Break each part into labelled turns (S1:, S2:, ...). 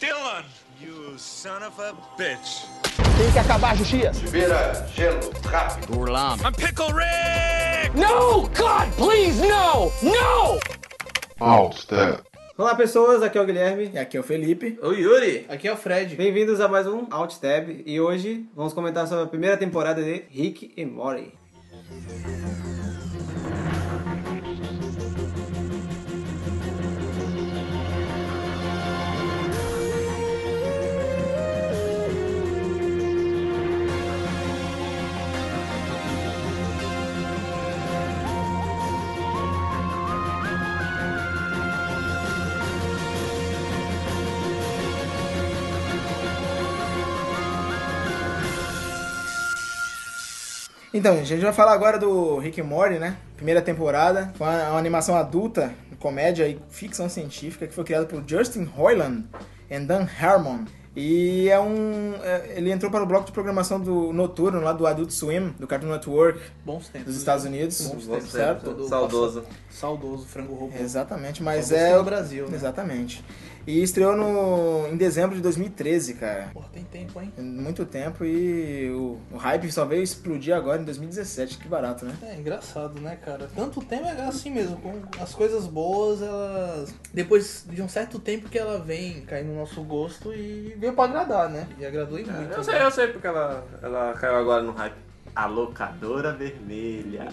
S1: done, you son of a bitch.
S2: Tem que acabar a justiça.
S3: Vira gelo, rápido.
S4: Burlame.
S1: I'm Pickle Rick!
S2: No, Oh, God, please, no, no!
S5: Outstep.
S6: Olá pessoas, aqui é o Guilherme.
S7: E aqui é o Felipe.
S8: O Yuri!
S9: Aqui é o Fred.
S6: Bem-vindos a mais um Outstab e hoje vamos comentar sobre a primeira temporada de Rick e Morty.
S7: Então, gente, a gente vai falar agora do Rick and Morty, né? Primeira temporada, com uma, uma animação adulta, comédia e ficção científica que foi criada por Justin Roiland e Dan Harmon. E é um. é- ele entrou para o bloco de programação do noturno lá do Adult Swim, do Cartoon Network,
S9: Bons tempos. né?
S7: dos Estados Unidos, Bons
S6: tempos,
S7: certo?
S6: Saudoso.
S9: Saudoso, frango robô.
S7: Exatamente, mas
S9: Saudoso
S7: é.
S9: do Brasil, né?
S7: Exatamente. E estreou no, em dezembro de 2013, cara.
S9: Porra, tem tempo, hein?
S7: Muito tempo e o, o hype só veio explodir agora em 2017, que barato, né?
S9: É engraçado, né, cara? Tanto tempo é assim mesmo. Com as coisas boas, elas. Depois de um certo tempo que ela vem cair no nosso gosto e veio pra agradar, né? E agradou e muito.
S8: Eu sei, eu sei porque ela, ela caiu agora no hype. A locadora vermelha.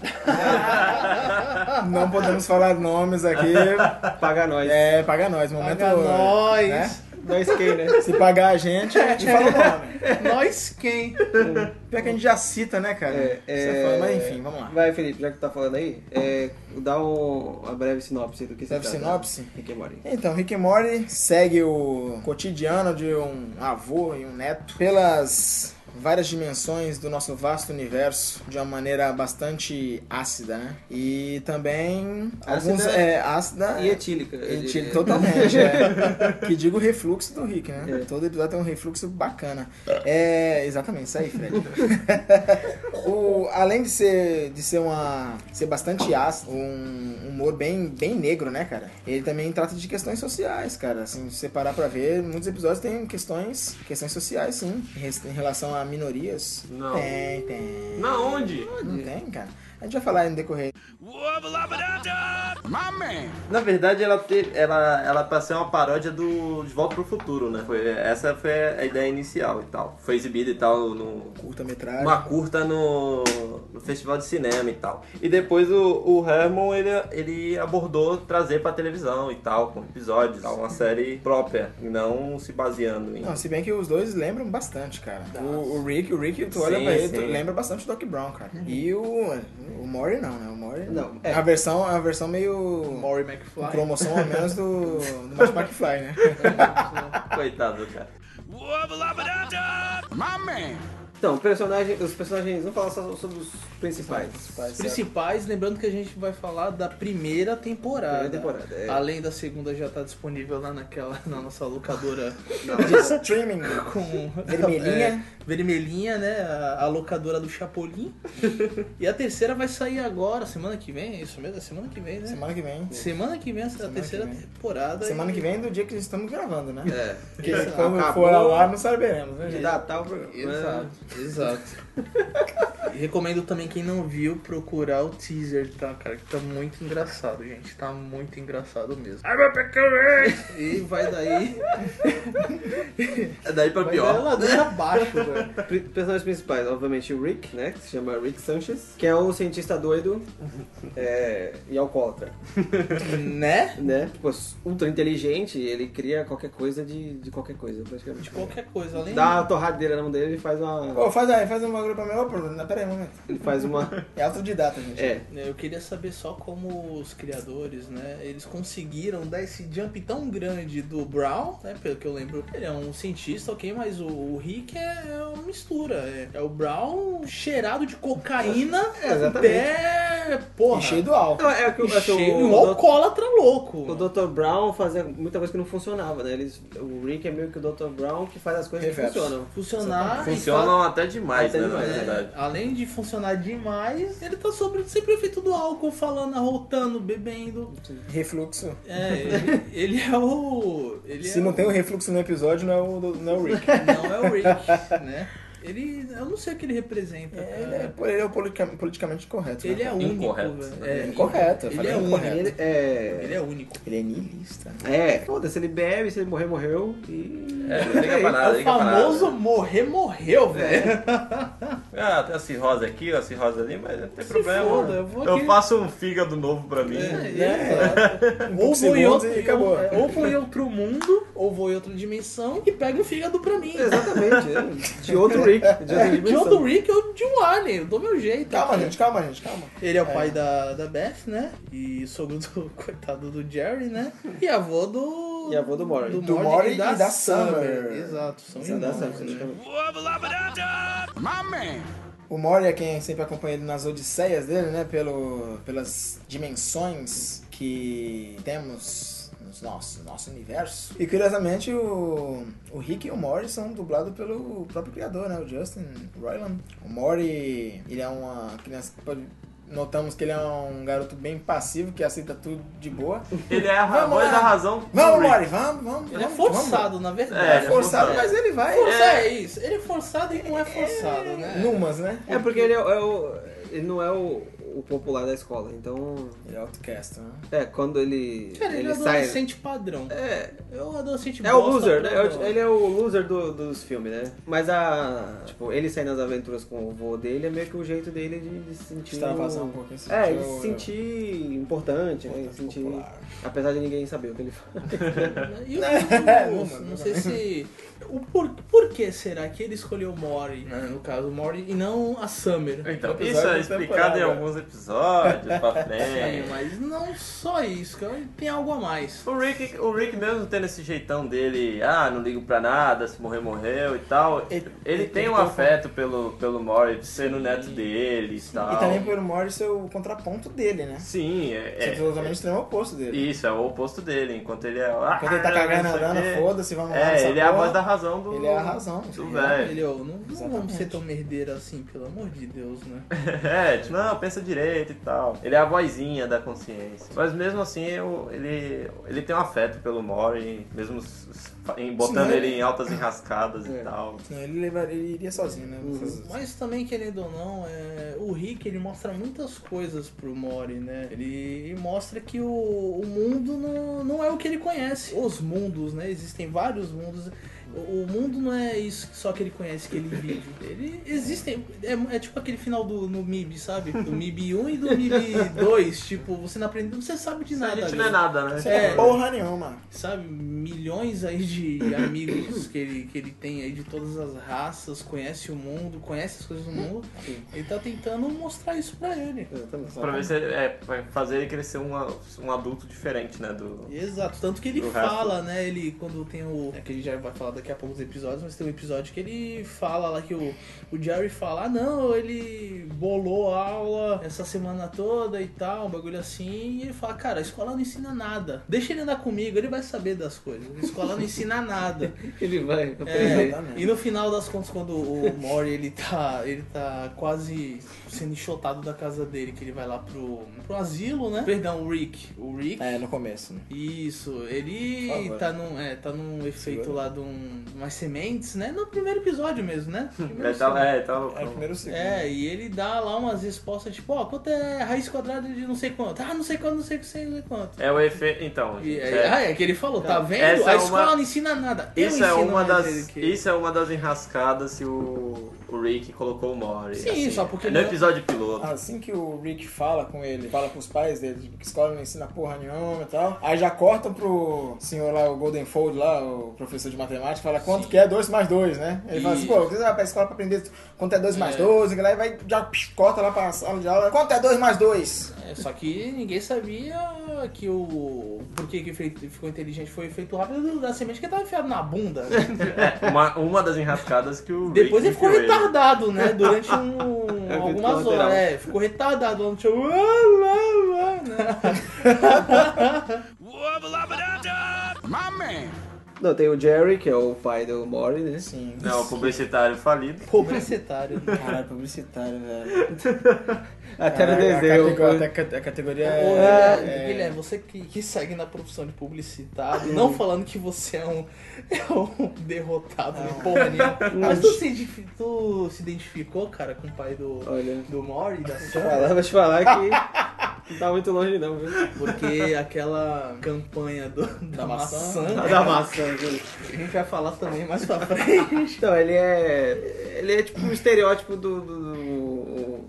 S7: Não podemos falar nomes aqui.
S6: Paga nós.
S7: É, paga nós. Momento,
S9: Paga nós!
S7: né?
S6: Nós quem, né?
S7: Se pagar a gente, a gente fala o nome.
S9: né? Nós quem?
S7: Pior que a gente já cita, né, cara?
S6: É, é-
S7: Você fala, Mas enfim, vamos lá.
S6: Vai, Felipe, já que tu tá falando aí, é, dá um- uma breve sinopse do que você
S7: Breve sinopse?
S6: Rick and Morty.
S7: Então, Rick and Morty segue o cotidiano de um avô e um neto pelas várias dimensões do nosso vasto universo de uma maneira bastante ácida, né? E também
S6: Ácida
S7: alguns é ácida
S6: Ah, E etílica. eu
S7: Ele
S6: diria.
S7: tira É totalmente, é. Que digo o refluxo do Rick, né?
S6: É.
S7: Todo episódio tem um refluxo bacana. É, exatamente, isso aí, Fred. o, além de ser, de ser uma. ser bastante ácido, um humor bem, bem negro, né, cara? Ele também trata de questões sociais, cara. Assim, se você parar pra ver, muitos episódios têm questões, questões sociais, sim. Em res- Em relação a minorias.
S8: Não.
S7: Tem, tem.
S8: Na onde?
S7: Não tem, cara. A gente vai falar no decorrer.
S1: Wubba lubba dub dub!
S10: Na verdade, ela teve, ela, ela pra ser uma paródia do De Volta pro Futuro, né? Foi, essa foi a ideia inicial e tal. Foi exibida e tal no
S7: Curta-metragem.
S10: uma curta no, no festival de cinema e tal. E depois o, o Herman ele, ele abordou trazer pra televisão e tal, com episódios, e tal, uma série própria, não se baseando em
S7: Não, se bem que os dois lembram bastante, cara. O, o Rick, o Rick, tu olha
S10: Sim,
S7: pra ele,
S10: sim.
S7: tu lembra bastante do Doc Brown, cara.
S9: Uhum.
S7: E o. O Mori não, né? O Mori.
S6: Não,
S7: É. A versão, a versão meio.
S9: Maury
S7: Com
S9: McFly.
S7: promoção a menos do. do Marty McFly, né?
S10: coitado, cara.
S1: Wubba lubba dub dub!
S6: Então, personagem, os personagens, vamos falar só sobre os principais.
S9: Os principais, lembrando que a gente vai falar da primeira temporada.
S6: Primeira temporada, é.
S9: Além da segunda já tá disponível lá naquela, na nossa locadora
S7: De streaming.
S9: com
S7: Vermelhinha.
S9: é, vermelhinha, né? A, a locadora do Chapolin. e a terceira vai sair agora, semana que vem, é isso mesmo? É semana que vem, né? Semana,
S7: Semana
S9: que
S7: que vem.
S9: vem essa é a
S7: Semana que
S9: terceira
S7: vem.
S9: temporada.
S7: Semana
S9: e-
S7: que vem é do dia que estamos gravando, né?
S6: É.
S7: Porque
S6: Exato.
S7: quando
S6: Acabou
S7: for ao ar, não saberemos, né,
S6: de
S7: gente?
S6: Natal pro.
S9: Exato, é, exato. E recomendo também quem não viu procurar o teaser, tá, cara? Que tá muito engraçado, gente. Tá muito engraçado mesmo. E vai daí.
S10: É daí pra
S9: Vai daí
S10: pior.
S9: ladeira abaixo, velho.
S6: Pri- Personagens principais, obviamente o Rick, né? Que se chama Rick Sanchez, que é um cientista doido é, e alcoólatra,
S9: Né?
S6: né? Tipo, ultra inteligente, ele cria qualquer coisa de, de qualquer coisa, praticamente.
S9: Qualquer coisa, além
S6: Dá uma torradeira na mão dele e faz
S7: Ô,
S6: uma.
S7: faz aí, faz um bagulho pra mim. Ô, Bruno, pera aí um momento.
S6: Ele faz uma.
S7: É autodidata, gente.
S6: É.
S9: Né, Eu queria saber só como os criadores, né, eles conseguiram dar esse jump tão grande do Brown, né, pelo que eu lembro. Ele é um cientista, ok, mas o, o Rick é, é uma mistura. É, é o Brown cheirado de cocaína
S6: É, exatamente.
S9: até é, porra.
S7: Cheio do álcool.
S6: Não, é que eu acho
S9: Cheio-
S6: o,
S9: um
S6: o,
S9: alcoólatra louco.
S6: o Dr. Brown fazia muita coisa que não funcionava, né? Eles, o Rick é meio que o Dr. Brown que faz as coisas
S7: Reverso.
S6: que funcionam.
S9: Funcionar. e
S8: Funcionam até demais,
S6: Até
S8: né?
S6: demais,
S8: na
S6: é.
S8: verdade.
S9: tá- Além de funcionar demais, ele tá sobre sempre o efeito do álcool, falando, arrotando, bebendo.
S7: Refluxo.
S9: É, ele, ele é o. Ele
S7: Se
S9: é
S7: não
S9: o-
S7: tem o refluxo no episódio, não é o, do- não é o Rick.
S9: Não é o Rick, né? Ele. Eu não sei o que ele representa. cara.
S7: Ele é, ele é o politica- politicamente correto. né,
S9: Ele é
S7: cara?
S9: único,
S8: Incorreto.
S9: velho.
S7: É incorreto, eu
S9: Ele
S7: falei
S9: é único.
S7: incorreto.
S9: Ele,
S6: Ele é.
S9: é único.
S7: Ele é niilista.
S6: É, foda-se, ele bebe, se ele morrer, morreu. E.
S8: É, não liga pra nada,
S9: o
S8: liga pra nada.
S9: famoso morrer, morreu, velho.
S8: Ah, tem a cirrose aqui, a cirrose ali, mas não tem
S9: Se
S8: problema.
S9: foda, eu vou aqui-
S8: faço um fígado novo pra mim.
S9: Ou
S7: É. Um pouco
S9: vou, em
S7: segundos
S9: outro,
S7: e acabou.
S9: é, ou vou em outro mundo, ou vou em outra dimensão e pego um fígado pra mim.
S6: Exatamente, né? de outro Rick, de outra
S9: É, de
S6: dimensão.
S9: outro Rick ou de um Alien, eu dou meu jeito.
S7: Calma,
S9: aqui.
S7: gente, calma, gente, calma.
S9: Ele é o pai da, da Beth, né? E sogro do coitado do Jerry, né? E avô do.
S6: E avô do Mori.
S9: Do,
S7: Do
S9: Mori
S7: Mori e da Summer.
S9: Exato, são
S6: Isso é da
S9: irmãos,
S6: Santos,
S9: né?
S6: praticamente.
S11: Wubba lubba dub dub!
S7: O Mori é quem é sempre acompanha ele nas odisseias dele, né? Pelo, pelas dimensões que temos no nosso, nosso universo. E curiosamente, o, o Rick e o Mori são dublados pelo próprio criador, né? O Justin Roiland. O Mori, ele é uma criança que pode- Notamos que ele é um garoto bem passivo, que aceita tudo de boa.
S8: Ele é a ra-
S7: Vamos lá.
S8: voz da razão. do
S7: Vamos,
S8: Rick.
S7: Mori, vamos, vamos.
S9: Ele é
S7: vamos,
S9: forçado, na
S8: É, ele
S9: verdade.
S8: é
S7: Vamos. Forçado,
S8: forçado.
S7: mas ele vai.
S9: Forçado é isso. Ele é forçado e não é forçado, né?
S7: Numas, né?
S6: É porque ele é, o- é o. Ele não é o, o popular da escola, então.
S7: Ele é outcast, né?
S6: É, quando ele.
S9: Cara, ele, é
S6: sai.
S9: adolescente padrão.
S6: É,
S9: É o adolescente
S6: é o
S9: bosta
S6: loser, né? É o-
S9: padrão.
S6: Ele é o loser do- dos filmes, né? Mas a. Tipo, ele sair nas aventuras com o vô dele é meio que o jeito dele de, de se sentir.
S7: Extravasar um
S6: o-
S7: pouquinho. esse
S6: É, ele
S7: jogo,
S6: se sentir importante, né? Ele se sentir.
S7: popular.
S6: Apesar de ninguém saber o que ele faz.
S9: E o filme, não, não sei se. O por, por que será que ele escolheu o Mori, né? No caso, o Mori e não a Summer.
S8: Então,
S7: Episódio
S8: isso é
S7: da
S8: explicado
S7: temporada.
S8: em alguns episódios pra
S9: É,
S8: frente.
S9: mas não só isso, cara. Ele tem algo a mais.
S8: O Rick, o Rick mesmo tendo esse jeitão dele, ah, não ligo pra nada, se morrer, morreu e tal. Ele,
S7: Ele-
S8: tem
S7: ele
S8: um
S7: tem um-
S8: afeto pelo, pelo Mori sendo neto dele e tal.
S7: E também pelo Mori ser é o contraponto dele, né?
S8: Sim,
S7: Ser
S8: é, é,
S7: totalmente extremo oposto dele.
S8: Isso, é o oposto dele, enquanto ele é. Ah,
S7: Quando ele tá cagando a grana, foda-se, vamos lá.
S8: É,
S7: nessa
S8: ele é a
S7: porra.
S8: voz da razão do.
S7: Ele é a razão.
S8: Do
S7: entendeu?
S8: velho.
S9: Ele, ó, não, não vamos
S7: Exatamente.
S9: ser tão merdeiro assim, pelo amor de Deus, né?
S8: É, tipo, não, pensa direito e tal. Ele é a vozinha da consciência. Mas mesmo assim, eu- ele, ele tem um afeto pelo Mori, mesmo s- s- em- botando
S7: Sim, né?
S8: ele em altas enrascadas
S9: É.
S8: e tal.
S7: Senão ele, levar- ele iria sozinho, né? Essas-
S9: Mas também, querendo ou não, é, o Rick ele mostra muitas coisas pro Mori, né? Ele mostra que o, o mundo não, não é o que ele conhece. Os mundos, né? Existem vários mundos. O, o mundo não é isso que- só que ele conhece, que ele vive. Ele existem. É, é tipo aquele final do no MIB, sabe? Do MIB 1 e do MIB 2. Tipo, você não aprende. Você sabe de
S8: A
S9: nada.
S8: gente
S9: ali.
S8: não é nada, né?
S7: Sem
S9: É.
S7: porra nenhuma.
S9: sabe, milhões aí de amigos que ele, que ele tem aí de todas as raças, conhece o mundo, conhece as coisas do mundo. Ele tá tentando mostrar isso pra ele.
S6: Exatamente.
S8: Pra ver se ele- é, pra fazer ele crescer uma- um adulto diferente, né?
S9: é
S8: Do.
S9: Exato, tanto que ele
S8: Do resto.
S9: fala, né? Ele quando tem o. É que a gente já vai falar daqui a pouco dos episódios, mas tem um episódio que ele fala lá que o, o Jerry fala, ah não, ele bolou a aula essa semana toda e tal, um bagulho assim, e ele fala, cara, a escola não ensina nada. Deixa ele andar comigo, ele vai saber das coisas. A escola não ensina nada.
S6: Ele vai aprender.
S7: É, Exatamente.
S9: É, E no final das contas, quando o Mori ele tá, ele tá quase sendo enxotado da casa dele, que ele vai lá pro, pro asilo, né? Perdão, o Rick. O Rick.
S7: É, no começo, né?
S9: Isso, ele
S7: Por favor.
S9: tá num, é, tá num efeito
S7: Segura.
S9: lá de um, umas sementes, né? No primeiro episódio mesmo, né? Primeiro
S8: É, tá,
S9: segundo.
S8: é, tá louco.
S7: É o primeiro segundo.
S9: É, e ele dá lá umas respostas tipo, ó, quanto é raiz quadrada de não sei quanto? Ah, não sei quanto, não sei quanto, não sei quanto.
S8: É o efeito. Então,
S9: E,
S8: gente,
S9: aí-
S8: é-
S9: ah, é que ele falou, tá vendo?
S8: Essa
S9: a
S8: é uma-
S9: escola não ensina nada. Eu
S8: Isso é,
S9: ensino
S8: uma
S9: mais
S8: das,
S9: ele que-
S8: isso é uma das enrascadas que o, o Rick colocou o Mori. assim. É
S9: Sim, só porque Ah,
S8: No
S9: ele-
S8: episódio piloto.
S7: Assim que o Rick fala com ele, fala pros pais dele, tipo, que escola não ensina porra nenhuma e tal. Aí já cortam pro senhor lá, o Golden Fold lá, o professor de matemática, fala quanto que é 2 mais 2, né? Ele fala assim,
S9: Isso.
S7: pô, você vai pra escola pra aprender quanto é 2 mais 2, e aí vai, já psh, corta lá pra sala de aula, quanto é 2 mais 2?
S9: É, só que ninguém sabia que o. Por que que feito- ficou inteligente foi o efeito rápido da semente que tava enfiado na bunda. né?
S8: É, uma, uma das enrascadas que o
S9: Depois ele
S8: Rick
S9: ficou
S8: enfiou
S9: retardado, né? Durante um. um,
S6: É,
S9: algumas
S6: lateral.
S9: horas. É, ficou retardado lá no show. Uá, uá, uá, né?
S1: My man.
S6: Não, tem o Jerry, que é o pai do Mori, né?
S7: Sim.
S10: É um publicitário falido.
S9: Publicitário. né?
S7: Caralho, publicitário, velho.
S6: Até no
S7: Caralho, É, a categor-
S6: desenho. pô.
S7: A categoria, a categoria
S9: Ô,
S7: é,
S9: Guilherme, Guilherme, você que, que segue na profissão de publicitário, não falando que você é um, é um derrotado nem porra nenhuma, mas tu se, identifi- tu se identificou, cara, com o pai do,
S6: Olha.
S9: do Mori, da Sam?
S6: Falar, vou te falar que não tá muito longe não, viu?
S9: Porque aquela campanha do, da, maçã,
S6: Tá Da maçã, viu?
S9: a gente vai falar também mais pra frente.
S6: Então, ele é. Ele é tipo um estereótipo do. do- do-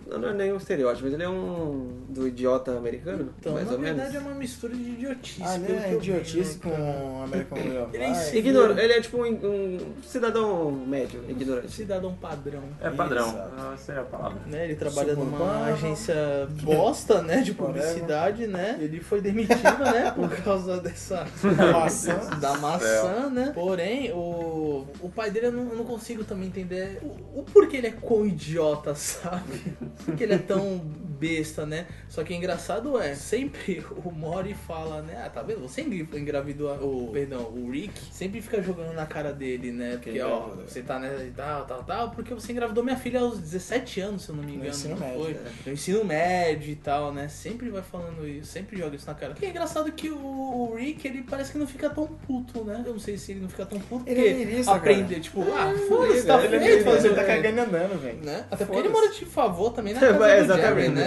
S6: não, não é nem um estereótipo, mas ele é um. do idiota americano,
S9: Então,
S6: mais
S9: na
S6: ou
S9: verdade,
S6: menos.
S9: é uma mistura de idiotice.
S7: Ah,
S9: pelo
S7: né?
S9: que eu vi,
S7: Idiotice
S9: né,
S7: com
S9: cara?
S7: American Real.
S9: Ele é inseguro.
S6: Ignora, ele é tipo um, um cidadão médio, ignorante.
S9: né? Cidadão padrão.
S10: É padrão.
S7: Exato.
S10: Ah, Essa é a palavra.
S9: né? Ele trabalha
S7: Suburbano.
S9: numa agência bosta, né? De publicidade, né? Ele foi demitido, né? Por causa dessa
S7: maçã.
S9: da maçã, né? Porém, o, o pai dele eu não, eu não consigo também entender o, o porquê ele é quão idiota, sabe? Porque ele é tão besta, né? Só que o engraçado é, sempre o Mori fala, né? Ah, tá vendo? Você engra- engravidou a- o. Perdão, o Rick sempre fica jogando na cara dele, né? Porque, ó,
S7: engravidou.
S9: você tá nessa e tal, tal, tal, porque você engravidou minha filha aos 17 anos, se eu não me engano.
S7: ensino
S9: não
S7: médio,
S9: foi?
S7: né?
S9: no Então, ensino médio e tal, né? Sempre vai falando isso, sempre joga isso na cara. Que é engraçado que o, o Rick, ele parece que não fica tão puto, né? Eu não sei se ele não fica tão puto
S7: Ele
S9: porque
S7: é niilista, cara.
S9: aprende, tipo, ah, foda-se, tá
S7: Ele,
S9: feito, fazer
S7: ele
S9: o
S7: tá
S9: quê?
S7: cagando e andando, velho.
S9: né? Até porque ele mora de favor também na
S6: É,
S9: casa do Jerry,
S6: exatamente,
S9: né?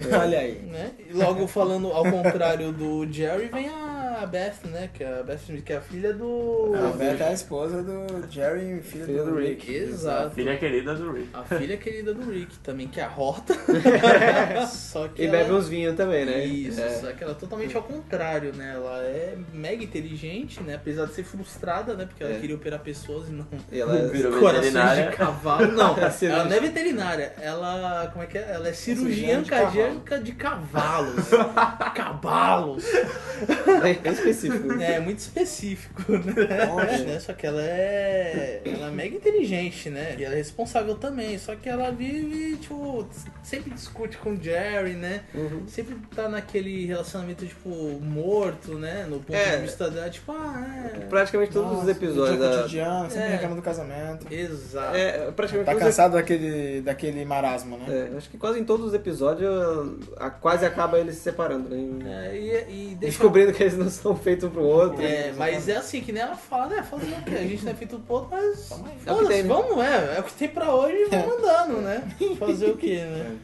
S6: É.
S7: Olha aí.
S9: né? E logo falando ao contrário do Jerry, vem a Beth, né? Que é a Beth Smith, que é a filha do...
S7: A Beth é a esposa do Jerry, filho,
S6: Filho
S7: do,
S6: do
S7: Rick.
S6: Rick.
S9: Exato.
S10: Filha querida do Rick.
S9: A filha querida do Rick também, que é a Rota. Só que
S6: E
S9: ela-
S6: bebe
S7: um
S6: uns vinhos também, né?
S9: Isso,
S6: É.
S9: só que ela é totalmente ao contrário, né? Ela é mega inteligente, né? Apesar de ser frustrada, né? Porque ela
S6: É.
S9: queria operar pessoas e não
S6: E ela
S10: Virou
S9: corações de
S10: veterinária.
S9: cavalo. Não,
S6: É cirurgia.
S9: ela não é veterinária. Ela, como é que é? Ela é cirurgiã
S7: Cirurgiã de
S9: cardíaca de cavalos. cavalos.
S6: bem, bem específico.
S9: É, muito específico, né? Né? Só que ela é. Ela é mega inteligente, né? E ela é responsável também. Só que ela vive, tipo, sempre discute com o Jerry, né? Sempre tá naquele relacionamento, tipo, morto, né? No ponto
S6: É.
S9: de vista dela, tipo, ah, é.
S6: Praticamente todos os
S7: Nossa,
S6: episódios
S7: dia
S6: da.
S7: cotidiano, sempre
S9: É.
S7: reclama do casamento.
S9: Exato.
S6: É, praticamente
S7: Tá
S6: todos os
S7: cansado daquele, daquele marasmo, né?
S6: É, acho que quase em todos os episódios a- a- quase acaba eles se separando, né?
S9: É, e, e deixa-
S6: Descobrindo que eles não são feitos um pro outro.
S9: É, mas é assim, que nem ela fala, né? Fala o quê? A gente não é feito ponto, mas.
S6: É o
S9: Foda-se,
S6: que tem, né? É.
S9: vamos, é. É o que tem pra hoje e vamos andando, né? Fazer o quê, né?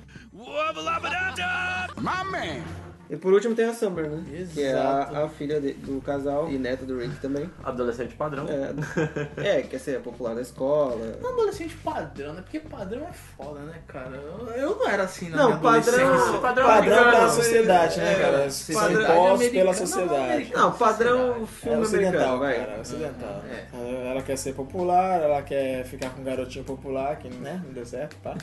S1: My man.
S6: E por último tem a Summer, né?
S9: Exato.
S6: Que é a, a filha de- do casal e neta do Rick também.
S10: Adolescente padrão.
S6: É, é, quer ser popular da escola.
S9: Um adolescente padrão, né? Porque padrão é foda, né, cara? Eu, eu não era assim na
S6: Não,
S9: minha
S6: padrão-
S9: adolescência.
S10: Padrão
S7: Padrão
S10: americano.
S7: pela sociedade, né,
S6: É,
S7: cara? Vocês são
S9: padrão
S7: impostos
S9: americano.
S7: pela
S9: Não,
S7: sociedade.
S9: americano.
S6: Não, padrão
S7: É
S6: filme
S7: ocidental,
S6: americano, vai.
S7: cara. É ocidental.
S9: É.
S7: Ela quer ser popular, ela quer ficar com um garotinho popular, que né, não deu certo, pá.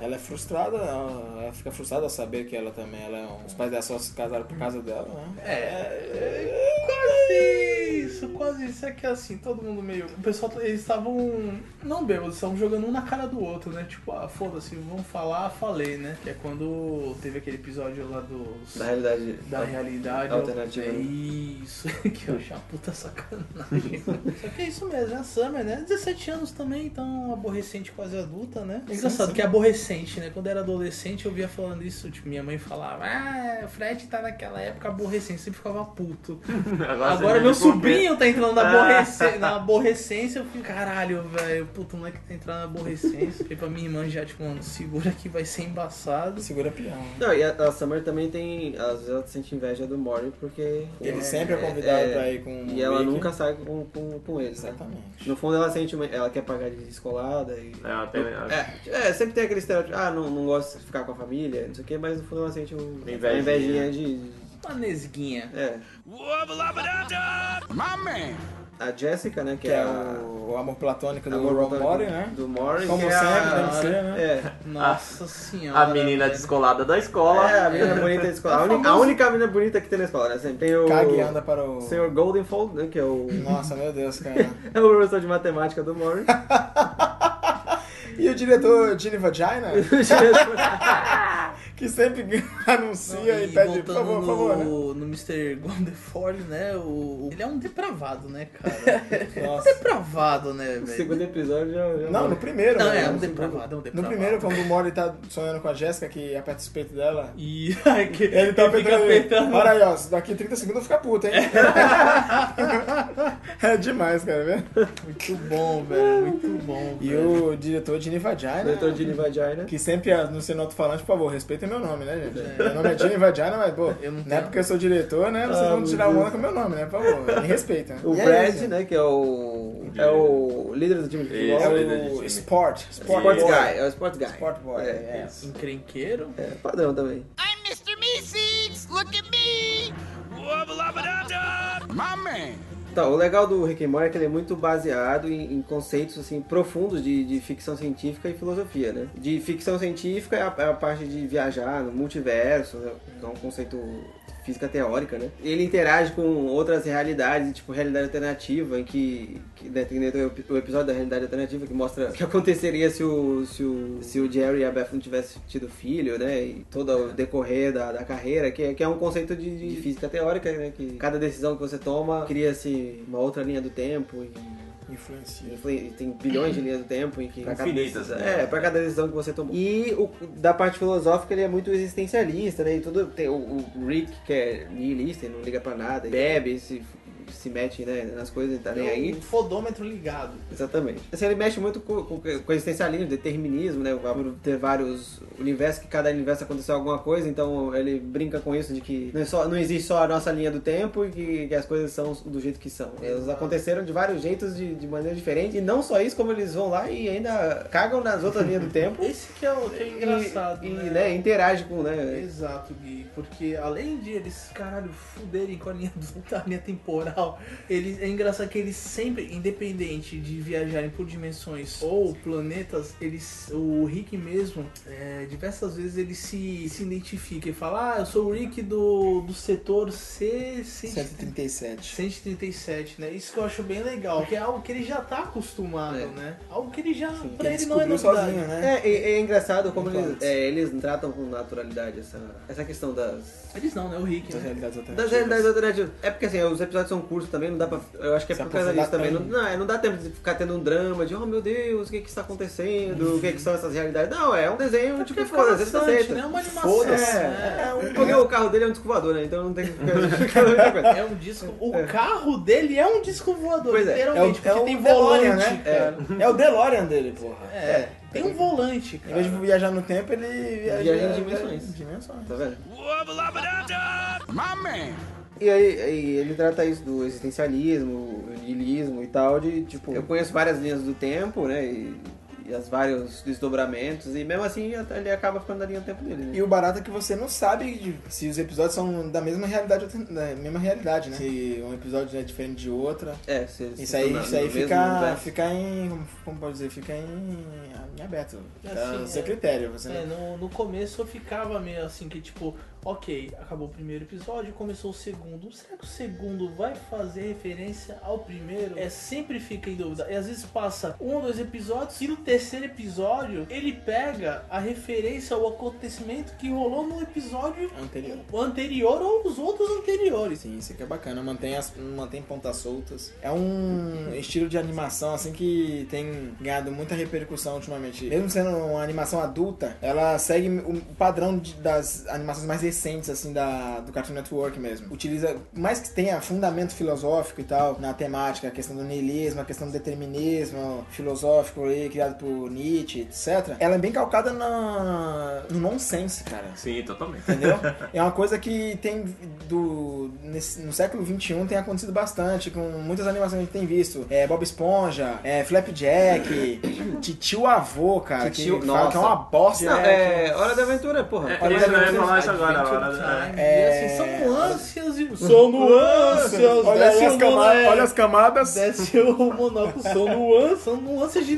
S7: ela é frustrada, ela ela fica frustrada ao saber que ela também, ela é um- os pais dela só se casaram por causa dela, né?
S9: É, é, quase isso, quase isso. É que assim, todo mundo meio. O pessoal, eles estavam. Não bêbados, estavam jogando um na cara do outro, né? Tipo, ah, foda-se, vamos falar, falei, né? Que é quando teve aquele episódio lá dos.
S6: Da realidade.
S9: da realidade
S6: Alternativa.
S9: É isso, que eu achei uma puta sacanagem. Só que é isso mesmo, é a Summer, né? 17 anos também, então aborrecente quase adulta, né? É engraçado que é aborrecente, né? Quando eu era adolescente eu via falando isso, tipo, minha mãe falava, ah, o Fred tá naquela época aborrecente, sempre ficava puto.
S10: Agora, você
S9: Agora
S10: vive
S9: meu
S10: com
S9: sobrinho tá entrando
S10: Ah.
S9: na, aborrece... na aborrecência, eu fico, caralho, velho, puto, o moleque tá entrando na aborrecência. E pra minha irmã já, tipo, mano, segura que vai ser embaçado.
S7: Segura pião. né?
S6: Não, e a, a Summer também tem. Às vezes ela sente inveja do Mori porque.
S7: Ele
S6: é,
S7: sempre é convidado
S6: é,
S7: pra ir com o
S6: E ela
S7: Rick.
S6: nunca sai com, com, com eles, né?
S7: Exatamente.
S6: No fundo ela sente. uma- Ela quer pagar de descolada e.
S10: É, ela tem- ela-
S6: É, é, sempre tem aquele estereótipo, ah, não, não gosto de ficar com a família, não sei o que, mas no fundo ela sente um,
S10: Uma
S6: uma
S10: invejinha.
S6: invejinha de.
S9: Uma nesguinha.
S6: É.
S1: My man.
S6: A Jessica, né,
S7: Que
S6: que, é,
S7: é
S6: a.
S7: o, o amor platônico
S6: a
S7: do Ron
S6: do-
S7: Mori, né?
S6: Do Mori.
S7: Como
S6: que é
S7: sempre,
S6: a-
S7: deve ser, né?
S6: É.
S9: Nossa senhora.
S10: Ah, A menina
S9: velho.
S10: descolada da escola.
S6: É, a menina bonita da escola. A, uni- a única menina bonita que tem na escola, né? Sempre tem o.
S7: Cague anda para é o...
S6: o senhor Goldenfold, né? Que é o.
S7: Nossa, meu Deus, cara.
S6: É o professor de matemática do Mori.
S7: E o diretor Gene Vagina, que sempre anuncia
S9: e
S7: e pede,
S9: voltando
S7: por favor,
S9: no,
S7: por favor, né?
S9: no Mr. Gondeford, né? O, o- ele é um depravado, né, cara? Nossa. Depravado, né,
S6: No
S9: velho?
S6: segundo episódio já. já
S7: Não, no primeiro,
S9: Não,
S7: né?
S9: é um depravado, é um
S7: No
S9: depravado.
S7: primeiro, quando o Mori tá sonhando com a Jéssica, que aperta os peitos dela.
S9: E aí que
S7: Ele tá
S9: fica apertando.
S7: Olha aí, ó, daqui 30 segundos eu fico puto, hein? é demais, cara, vê?
S9: Muito bom, velho. Muito bom.
S7: E
S9: velho.
S7: o diretor Gene Vagina,
S6: É. Diretor de né? Vagina.
S7: que sempre anuncia no tipo, alto-falante, por favor, respeitem meu nome, né, gente? Meu nome é Gene Vagina, mas, pô,
S9: Eu não
S7: não, é
S9: tenho.
S7: porque eu sou diretor, né? Vocês
S6: Ah,
S7: vão
S6: meu
S7: tirar o
S6: Deus.
S7: onda com meu nome, né? Por favor, me respeitem.
S6: O
S7: E é
S6: Brad,
S7: isso.
S6: né? Que é o. É o líder do time de
S7: É
S6: futebol.
S10: líder de
S7: o
S10: time.
S7: Sport. Sport
S6: Sports
S7: Boy.
S6: Guy. É o Sports Guy.
S7: Sport Boy, é.
S9: Encrenqueiro.
S6: É, padrão também.
S4: I'm Mr. Meeseeks! Look at me!
S1: My man.
S6: Então, o legal do Rick and Morty é que ele é muito baseado em, em conceitos assim profundos de, de ficção científica e filosofia, né? De ficção científica é a, é a parte de viajar no multiverso, né? é um conceito de física teórica, né? Ele interage com outras realidades, tipo realidade alternativa, em que, que né, tem o episódio da realidade alternativa que mostra o que aconteceria se o, se o, se o Jerry e a Beth não tivessem tido filho, né? E todo o decorrer da, da carreira, que, é- que é um conceito de, de física teórica, né? Que cada decisão que você toma cria-se uma outra linha do tempo e
S7: Influencia.
S6: Influ- e tem bilhões de linhas do tempo em que pra cada
S10: Infinitas,
S6: decisão-
S10: né?
S6: é para cada decisão que você tomou e o- da parte filosófica ele é muito existencialista né e tudo tem o, o Rick que é nihilista ele não liga pra nada ele bebe se se mete né, nas coisas não tá nem aí
S9: Um fodômetro ligado.
S6: Exatamente. Assim, ele mexe muito com, com, com existencialismo, determinismo, né? O bagulho de ter vários universos, que cada universo aconteceu alguma coisa, então ele brinca com isso de que não, é só, não existe só a nossa linha do tempo e que, que as coisas são do jeito que são. Elas aconteceram de vários jeitos, de, de maneira diferente, e não só isso, como eles vão lá e ainda cagam nas outras linhas do tempo.
S9: Esse que é o que é engraçado,
S6: e,
S9: né?
S6: e, né, interage com, né?
S9: Exato, Gui, porque além de eles, caralho, fuderem com a linha, do- a linha temporal, eles, é engraçado que eles sempre, independente de viajarem por dimensões ou planetas, eles, o Rick mesmo, é, diversas vezes ele se, se identifica e fala, ah, eu sou o Rick do, do setor C...
S7: 137.
S9: 137, né? Isso que eu acho bem legal, que é algo que ele já tá acostumado,
S6: É.
S9: né? Algo que ele já,
S7: Que
S9: pra
S7: ele
S9: ele não é
S7: descobriu
S9: novidade.
S7: sozinho, né?
S6: É, e- e é engraçado como
S7: Então.
S6: eles, é, eles tratam com naturalidade essa, essa questão das
S9: Eles não, né? O Rick,
S7: Das
S9: né?
S7: realidades alternativas.
S6: Das realidades alternativas. É porque assim, os episódios são curtos também, não dá pra. Eu acho que é
S7: Se
S6: por causa disso
S7: aprofundar
S6: também. Não,
S7: tanto.
S6: não, é, não dá tempo de ficar tendo um drama de, oh meu Deus, o que que está acontecendo? O que que são essas realidades? Não, é um desenho, tipo,
S9: Porque fica
S6: foda-se, eles
S9: bastante,
S6: aceitam.
S9: né? É uma animação.
S6: Foda-se.
S9: né?
S6: É, é um- porque o carro dele é um descovador, né? Então não tem que ficar. ficar muita coisa.
S9: É um disco. O carro dele é um disco voador,
S6: Pois é.
S9: literalmente.
S7: É o- é
S9: porque
S7: o
S9: tem volante,
S7: DeLorean, né?
S9: cara.
S7: É o DeLorean dele, porra.
S9: É. Tem um volante,
S7: Em
S9: cara.
S7: vez de viajar no tempo, ele viaja,
S6: É. Viaja em dimensões.
S7: dimensões.
S6: Tá vendo?
S1: My man.
S6: E aí, aí ele trata isso do existencialismo, niilismo e tal, de tipo, eu conheço várias linhas do tempo, né? E, e as vários desdobramentos, e mesmo assim ele acaba ficando na linha do tempo dele, né?
S7: E o barato é que você não sabe de- se os episódios são da mesma realidade, ou da mesma realidade, né? Se um episódio é diferente de outra.
S6: É, se, se
S7: Isso aí,
S6: tornar
S7: isso aí
S6: no mesmo né?
S7: fica,
S6: universo.
S7: fica em. como- Como pode dizer? Fica em. em aberto.
S9: É
S7: Tá
S9: assim,
S7: no seu
S9: é.
S7: critério. Você
S9: É,
S7: não-
S9: no, no começo eu ficava meio assim que tipo, ok, acabou o primeiro episódio, começou o segundo. Será que o segundo vai fazer referência ao primeiro? É sempre fica em dúvida. E às vezes passa um ou dois episódios e no terceiro episódio ele pega a referência ao acontecimento que rolou no episódio
S7: é Anterior.
S9: anterior ou os outros anteriores.
S7: Sim, isso aqui é bacana, mantém, as, mantém pontas soltas. É um estilo de animação assim que tem ganhado muita repercussão ultimamente. Mesmo sendo uma animação adulta, ela segue o padrão de- das animações mais recentes assim da, do Cartoon Network mesmo. Utiliza, por mais que tenha fundamento filosófico e tal na temática, a questão do niilismo, a questão do determinismo filosófico aí criado por Nietzsche, etc. Ela é bem calcada na, no nonsense, cara
S10: Sim, totalmente.
S7: entendeu? É uma coisa que tem do nesse- no século 21 tem acontecido bastante com muitas animações que a gente tem visto. É Bob Esponja, é Flapjack, Titio Avô, cara,
S6: Titio-
S7: que fala que é uma
S6: nossa.
S7: bosta.
S6: Não,
S7: né?
S6: é Hora da Aventura, porra.
S10: É,
S7: Olha,
S10: isso, eu
S7: olha,
S10: ia falar isso agora.
S9: Adventure
S10: Hora da...
S9: Time.
S7: É.
S9: E assim, são nuances e. São nuances!
S7: Olha, aí
S9: um
S7: as camadas, olha as camadas.
S9: Desce o monóculo, são nuances, são nuances de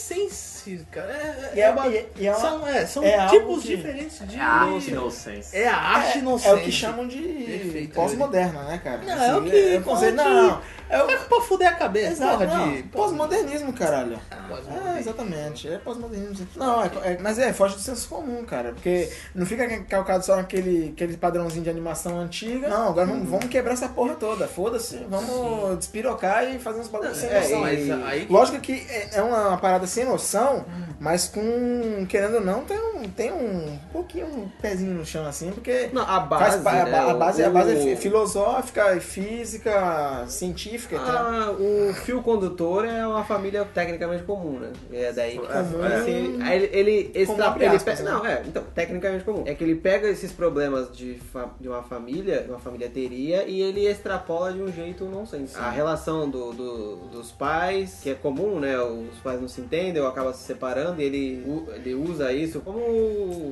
S9: nonsense, cara. É,
S7: E
S9: é,
S7: é-
S9: é uma-
S7: e- e é uma-
S9: são é, são
S7: é algo
S9: tipos
S7: que-
S9: diferentes de.
S10: É arte inocência.
S9: É a arte
S7: É
S9: nonsense.
S7: o que chamam de
S9: Perfeito,
S7: pós-moderna, né, cara?
S9: Não, é o que-
S7: eu não sei-
S9: como é que-
S7: não, É o
S9: É pra fuder a cabeça,
S7: Exato,
S9: porra,
S7: não.
S9: de...
S7: Pós-modernismo, caralho.
S9: Pós-modernismo.
S7: É, exatamente. É pós-modernismo. Não, é, é- mas é, foge do senso comum, cara. Porque não fica calcado só naquele aquele padrãozinho de animação antiga. Uhum. Não, agora vamos, vamos quebrar essa porra toda. Foda-se. Vamos despirocar e fazer uns bagulhos sem
S9: é,
S7: noção.
S9: mas
S7: E-
S9: aí-
S7: Lógico que é- é uma parada sem noção, mas com. Querendo ou não, tem um, tem um pouquinho, um pezinho no chão assim, porque.
S6: Não, a
S7: Faz
S6: base.
S7: pa- a,
S6: né,
S7: ba- a
S6: o-
S7: base, a base é fi-
S6: o-
S7: filosófica, física, científica então. e tal.
S6: Ah,
S7: né?
S6: o fio condutor é uma família tecnicamente comum, né? É daí que
S7: Comum.
S6: assim, aí ele, ele, esse
S7: Comum
S6: tra-
S7: abre
S6: ele
S7: aspas,
S6: pe-
S7: né?
S6: Não, é, então, tecnicamente comum. É que ele pega esses problemas de, fa- de uma família, de uma família teria, e ele extrapola de um jeito nonsense. A relação do, do- dos pais, que é comum, né? Os pais não se entendem ou acabam se separando, e ele, u- ele usa isso como.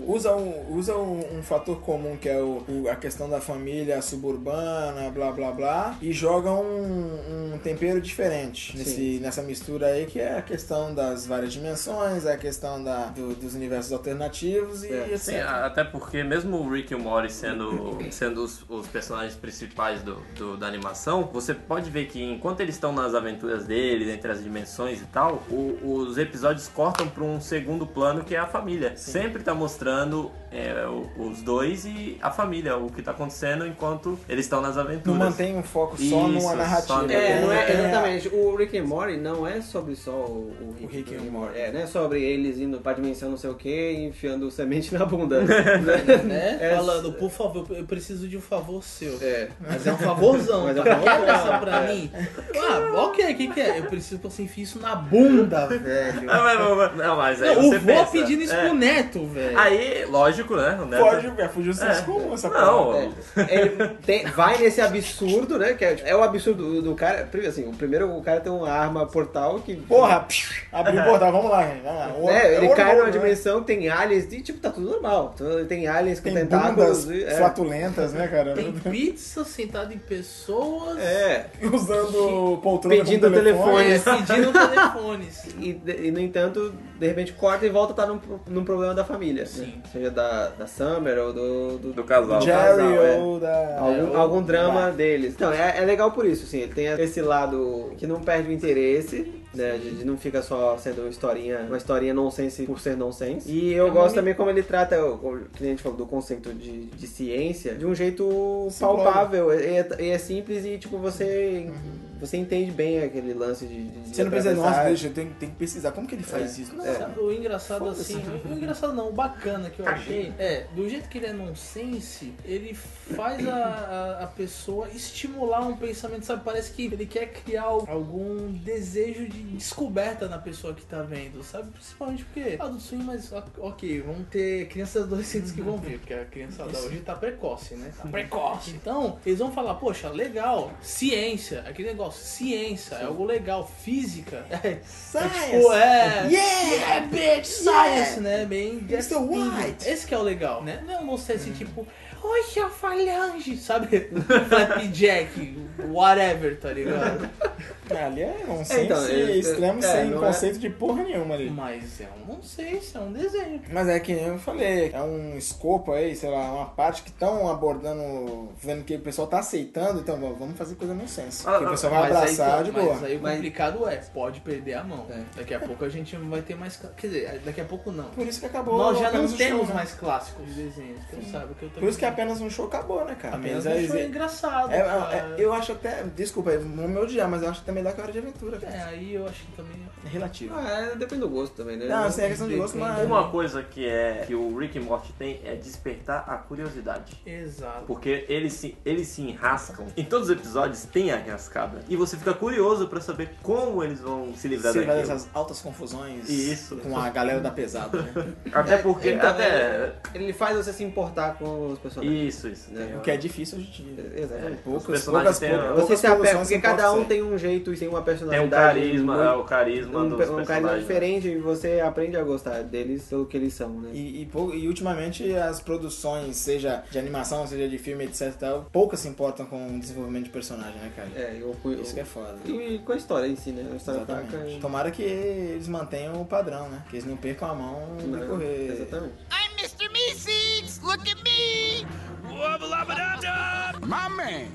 S7: Usa, um, usa um, um fator comum que é o, o- a questão da família suburbana, blá blá blá, e joga um, um tempero diferente nesse, nessa mistura aí, que é a questão das várias dimensões, é a questão da, do- dos universos alternativos e assim,
S6: É.
S7: etc.
S10: Sim, a- até porque mesmo o Rick e o Morty sendo, sendo os, os personagens principais do, do- da animação, você pode ver que enquanto eles estão nas aventuras deles, entre as dimensões e tal, o- os episódios cortam para um segundo plano que é a família. Sempre tá mostrando é, o- os dois e a família, o que tá acontecendo enquanto eles estão nas
S7: Não
S10: aventuras.
S7: mantém um foco só
S10: Isso,
S7: numa
S10: só
S7: narrativa.
S10: na-
S6: É, não é,
S7: Tem-
S6: exatamente. O Rick and Morty não é sobre só o, o Rick,
S7: O Rick
S6: e
S7: and
S6: o
S7: Morty.
S6: É, não é sobre eles indo pra dimensão não sei o que e enfiando semente na bunda.
S9: né?
S6: É,
S9: Falando, por favor, eu preciso de um favor seu.
S6: é.
S9: Mas é um favorzão.
S6: Mas é um
S9: tá?
S6: favorzão.
S9: Quer passar pra
S10: é.
S9: mim? Ah, ok, o que, que é? Eu preciso que você enfie isso na bunda, velho.
S10: Ah, mas- mas- mas- Não, mas aí
S9: Não,
S10: você
S9: o vô
S10: pensa,
S9: pedindo isso
S10: é.
S9: pro neto, velho.
S10: Aí, lógico, né? O neto-
S7: Pode, é, fugiu do senso
S10: É.
S7: comum essa porra.
S10: Não,
S6: Ele tem- vai nesse absurdo, né? Que é, é o absurdo do, do cara. Primeiro, assim, o primeiro o cara tem uma arma portal que.
S7: Porra, psh, abriu
S10: É.
S7: o portal, vamos lá, gente. Ah, é um Vamos lá. O-
S6: né, ele
S7: o-
S6: cai
S7: o-
S6: numa dimensão que tem aliens e tipo, tá tudo normal. Então, Tem aliens com
S7: Tem bundas
S6: tentáculos. e- é.
S7: flatulentas, né, cara?
S9: Tem pizza sentada em pessoas.
S6: é.
S7: Usando poltrona
S6: Pedindo
S7: como telefone.
S9: é, pedindo telefones.
S6: E, e, no entanto, de repente corta e volta a estar num, num problema da família.
S9: Sim.
S6: Né? Seja da, da Summer ou do. do-
S10: do casal.
S7: Jerry
S6: casal, é.
S7: ou da...
S6: Algum,
S9: É,
S6: algum drama deles. Então, é, é legal por isso, assim. Ele tem esse lado que não perde o interesse, né? De, de não fica só sendo uma historinha, uma historinha nonsense por ser nonsense. E eu gosto também como ele trata, o- o que a gente falou, do conceito de, de ciência, de um jeito
S7: Simbólico.
S6: palpável. E é, e é simples e, tipo, você. Você entende bem aquele lance de. de- de
S7: Você não precisa, nossa,
S6: atravessar.
S7: deixa, eu tenho, tenho que pesquisar. Como que ele faz isso? É.
S9: Não,
S7: Nossa,
S9: sabe, o engraçado assim, o engraçado não, o bacana que eu achei é, do jeito que ele é nonsense, ele faz a, a, a pessoa estimular um pensamento, sabe? Parece que ele quer criar al- algum desejo de descoberta na pessoa que tá vendo, sabe? Principalmente porque, ah, do swing, mas ok, ok, vão ter crianças adolescentes que vão ver, porque a criançada hoje tá precoce, né? Tá precoce. Então, eles vão falar, poxa, legal, ciência, aquele negócio, ciência, é algo legal, física. É tipo, é. Yeah, bitch, science, né? Bem.
S7: Mr. É. White. Hum.
S9: Esse que é o legal, né? Não é um nonsense tipo, oi, a falange, sabe? Flapjack, whatever, tá ligado?
S7: Ali é nonsense
S6: É, então, eu- eu-
S7: extremo
S6: é,
S7: sem
S6: não é-
S7: conceito de porra nenhuma ali.
S9: Mas é um nonsense, é um desenho.
S7: Mas é que nem eu falei, é um escopo aí, sei lá, uma parte que estão abordando, vendo que o pessoal tá aceitando, então vamos- vamos fazer coisa nonsense.
S10: Ah,
S7: Porque o
S10: ah,
S7: pessoal vai
S9: mas aí,
S7: abraçar
S9: então,
S7: de
S9: mas
S7: boa.
S9: aí o
S6: Mas-
S9: complicado é, pode perder a mão.
S6: É.
S9: Daqui a pouco a gente não vai ter mais. cla- Quer dizer, é, daqui a pouco não.
S7: Por isso que acabou
S9: Nós já
S7: apenas
S9: não
S7: o show,
S9: temos
S7: né?
S9: mais clássicos de desenhos, que eu saiba que eu tô
S7: Por isso que apenas um show acabou, né, cara?
S9: Apenas um
S7: Mas aí-
S9: achou engraçado.
S7: É,
S9: cara.
S7: é, eu acho até. Desculpa, aí, vão me odiar, mas eu acho até melhor que a hora de aventura.
S9: É, aí eu acho que também.
S7: É relativo.
S6: Ah, é, depende do gosto também, né?
S7: Não, assim, é questão de gosto, mas.
S10: Uma coisa que é que o Rick e Morty tem é despertar a curiosidade.
S9: Exato.
S10: Porque eles se, eles se enrascam. Em todos os episódios tem a enrascada. E você fica curioso pra saber como eles vão se livrar
S7: Você vai
S10: daquilo.
S7: dessas altas confusões
S10: Isso.
S7: com a galera da pesada, né?
S10: Até porque.
S6: Então,
S10: até.
S6: Ele faz você se importar com os personagens.
S10: Isso, isso.
S6: Né?
S10: Tem um
S7: o que é difícil hoje em dia.
S6: Exatamente.
S10: Os personagens têm- Poucas
S6: Você se apega,
S7: produções
S6: porque
S7: que
S6: cada
S7: importam
S6: um
S7: ser.
S6: tem um jeito e tem
S10: Tem
S6: uma
S10: um
S6: personalidade.
S10: carisma, é,
S6: muito-
S10: o carisma
S6: um,
S10: dos
S6: um
S10: personagens.
S6: carisma
S10: né?
S6: diferente e você aprende a gostar deles pelo que eles são, né?
S7: E, e pou- e ultimamente as produções, seja de animação, seja de filme, etc. e Tal, poucas se importam com o desenvolvimento de personagem, né, cara?
S6: É, eu fui.
S7: Isso que é foda.
S6: E com a história em si, né? A história fraca.
S7: Exatamente. Tomara que eles mantenham o padrão, né? Que eles não percam a mão no
S6: Né?
S7: decorrer.
S6: Exatamente.
S4: I'm Mr. Meeseeks. Look at me.
S1: Wubba lubba dub dub. My man.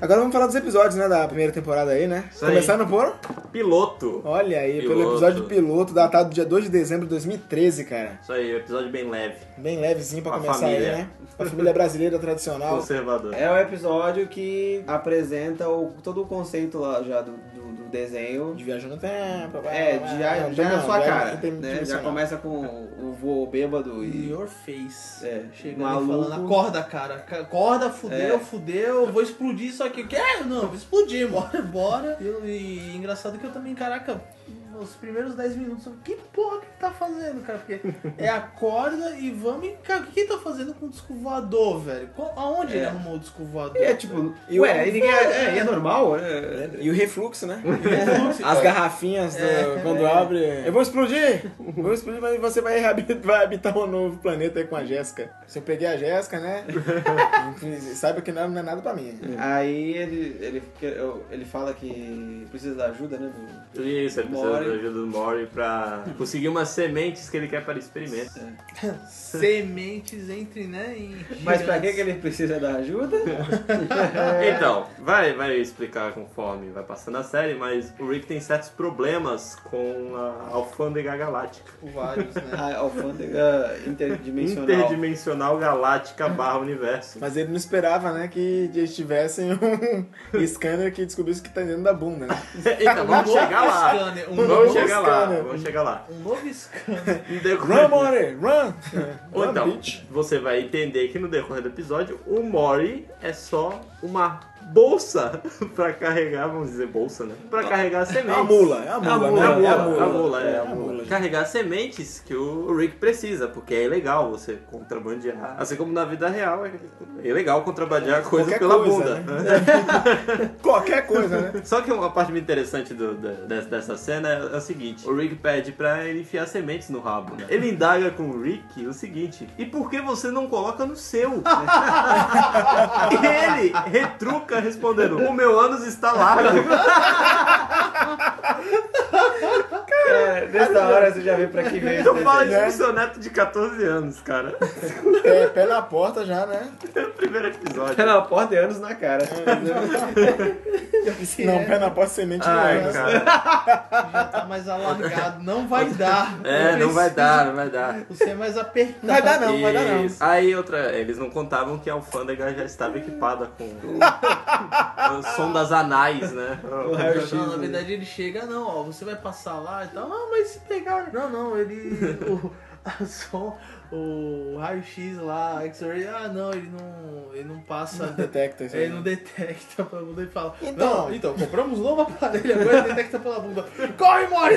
S7: Agora vamos falar dos episódios, né, da primeira temporada aí, né?
S8: Isso aí.
S7: Começaram por?
S8: Piloto.
S7: Olha aí, pelo
S8: Piloto.
S7: episódio piloto, datado dia 2 de dezembro de 2013, cara.
S8: Isso aí, episódio bem leve.
S7: Bem levezinho pra
S8: Pra
S7: começar
S8: família.
S7: aí, né? Pra família brasileira tradicional.
S8: Conservador.
S6: É o episódio que apresenta o- todo o conceito lá já do, do- do desenho.
S7: De viagem no tempo. blá,
S6: É,
S7: blá,
S6: já,
S7: blá,
S6: já
S7: blá,
S6: na sua
S7: blá,
S6: cara.
S7: blá,
S6: Né? Já
S7: tradicional.
S6: começa com o voo bêbado
S9: In
S6: e.
S9: Your face.
S6: É,
S9: Chegando
S6: maluco.
S9: e falando, acorda, cara. Acorda, fudeu,
S6: É.
S9: fudeu. Vou explodir isso aqui. Que? é? Não, vou explodir. Bora, bora. E, eu- e engraçado que eu também, caraca, nos primeiros 10 minutos, eu, que porra que tá fazendo, cara? Porque é acorda e vamos... e, Cara, o que que tá fazendo com o disco voador, velho? Co- Aonde ele arrumou o disco voador?
S6: E é tipo,
S7: E o-
S6: ué, e ninguém é, é, é normal? É,
S7: E o refluxo, né?
S9: refluxo,
S7: As
S9: cara.
S7: garrafinhas do-
S9: É,
S7: quando abre. Eu vou explodir! Vou explodir, mas você vai, rehabi- vai habitar um novo planeta aí com a Jéssica. Se eu peguei a Jéssica, né? Enfim, Saiba que não não é nada pra mim.
S6: Aí ele, ele, ele fala que precisa da ajuda, né? do-
S8: Isso, ele precisa
S6: Mori.
S8: da ajuda do Mori pra conseguir umas sementes que ele quer para experimentos.
S9: Sementes entre, né? E
S6: Mas pra que, que ele precisa da ajuda?
S7: É.
S8: Então, vai, vai explicar conforme vai passando a série, mas o Rick tem certos problemas com a alfândega galáctica.
S9: Vários, né?
S6: A Ah, alfândega interdimensional.
S8: Interdimensional galáctica barra universo.
S7: Mas ele não esperava, né, que eles tivessem um scanner que descobrisse que tá dentro da bunda, né?
S8: Então, vamos
S9: novo
S8: chegar lá.
S9: scanner, um
S8: Vamos
S7: novo
S8: chegar lá,
S7: scanner.
S8: vamos chegar lá.
S9: Um novo scanner.
S8: No decorrer-
S7: Run, Mori! Run!
S8: Ou
S7: Run,
S8: então,
S7: bitch.
S8: você vai entender que no decorrer do episódio, o Mori é só uma bolsa pra carregar, vamos dizer bolsa, né? Pra carregar sementes.
S7: a mula, é a mula, né?
S8: É a mula,
S7: É a
S8: é a mula, é a
S7: mula.
S8: mula. Carregar sementes que o Rick precisa, porque é ilegal você
S7: Ah.
S8: contrabandear. Assim como na vida real, é ilegal contrabandear coisa
S7: É, Qualquer
S8: pela
S7: coisa,
S8: bunda.
S7: né?
S8: né?
S7: Qualquer coisa, né?
S8: Só que uma parte muito interessante do- da- dessa, dessa cena é, é o seguinte: o Rick pede pra ele enfiar sementes no rabo. né? Ele indaga com o Rick o seguinte: e por que você não coloca no seu? e ele retruca respondendo: o meu ânus está largo.
S6: É, nessa hora você já vê pra que veio.
S8: Eu falo
S7: Né?
S8: Então isso pro seu neto de 14 anos, cara.
S7: Pé, É, pé na porta já, né?
S8: É o primeiro episódio.
S6: Pela porta e anos na cara.
S9: é.
S7: Não, pé na porta, semente não é.
S8: Ai,
S7: essa.
S8: cara.
S9: tá mais alargado. Não vai dar.
S8: É,
S9: Eu
S8: não vai
S9: preciso
S8: dar, não vai dar.
S9: Você é mais apertado.
S7: Vai dar não, vai dar não.
S8: Isso. Aí outra, eles não contavam que a alfândega já estava equipada com o, o som das anais, né?
S9: Não, na verdade ele chega, não, ó, você vai passar lá e tal. Ah, mas se pegar. Não, não, ele. O, a som, o raio-x lá, X-ray, ah não, ele não. Ele não passa.
S7: Não detecta isso. aí. né?
S9: Ele não detecta pela bunda e fala.
S7: Então.
S9: "Não, então, compramos um novo aparelho, agora ele detecta pela bunda. Corre, morre!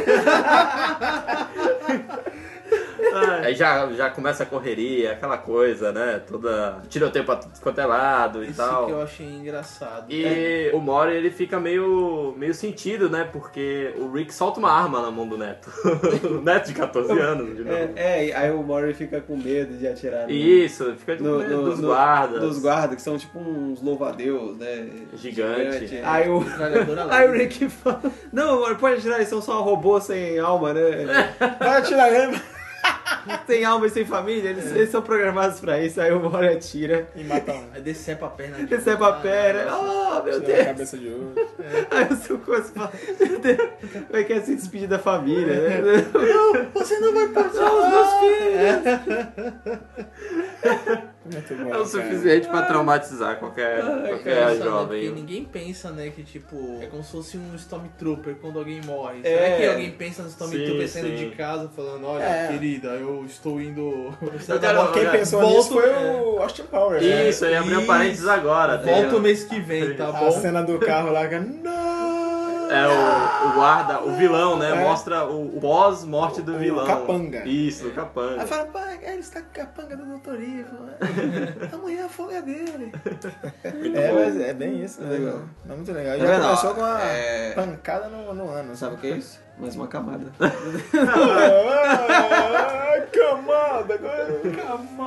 S8: Aí já, já começa a correria, aquela coisa, né? Toda. Tiroteio pra tudo quanto é lado e
S9: Isso
S8: tal.
S9: que eu achei engraçado.
S8: E o Mori ele fica meio, meio sentido, né? Porque o Rick solta uma arma na mão do Neto. o Neto de 14 anos, de novo.
S6: É, é, aí o Mori fica com medo de atirar. no-
S8: Isso, fica de
S6: no-
S8: medo
S6: no-
S8: dos
S6: no-
S8: guardas.
S6: Dos guardas, que são tipo uns louvadeus, né?
S8: Gigante. é.
S6: Aí o.
S9: Metralhadora
S6: Aí o
S9: laser.
S6: Rick fala. Não, Mori, pode atirar, eles são só robôs sem alma, né?
S7: Vai atirar ele
S6: Sem alma e sem família, eles, eles são programados pra isso. Aí o Mori atira.
S7: e mata um.
S9: Aí decepa a perna. de-
S6: Recebe a perna.
S9: Ah,
S6: Ah, meu
S7: Tira a
S6: Deus.
S7: cabeça de ouro.
S6: Aí o seu Cosi fala, meu Deus, vai querer se despedir é da família, né?
S9: Você não vai passar.
S6: São os meus filhos!
S7: Muito bom.
S8: É o suficiente pra traumatizar qualquer,
S6: É,
S8: qualquer
S9: Pensa, né? Porque
S8: É, jovem.
S9: ninguém pensa, né, que tipo, é como se fosse um Stormtrooper quando alguém morre.
S6: É.
S9: Será que alguém pensa no Stormtrooper
S8: Sim,
S9: saindo
S8: sim.
S9: de casa falando, olha,
S7: É.
S9: querida, eu estou indo.
S8: Eu quero-
S7: Quem
S8: eu-
S7: pensou
S9: Volto-
S7: nisso foi
S9: é.
S7: o Austin Powers. né?
S8: Isso, eu ia abrir um
S9: Isso.
S8: parênteses agora. tá
S9: Volta
S8: ligado?
S9: o mês que vem, tá
S7: A
S9: bom?
S7: cena do carro lá, cara. Não!
S8: É o, o guarda, o vilão, né?
S7: É.
S8: Mostra o, o pós-morte do
S7: O
S8: vilão.
S7: capanga.
S8: Isso, o capanga.
S7: Aí fala, pai, ele está com a capanga do Dr. Ivo. Amanhã a folga é dele.
S8: Muito
S7: É,
S8: bom.
S7: mas é bem isso. né?
S6: Legal.
S7: É muito legal.
S6: Tá
S7: Já
S6: vendo, ó?
S7: começou com uma
S6: É.
S7: pancada no, no ano.
S6: Sabe o que é isso? Mais uma camada.
S7: Ah, camada! agora-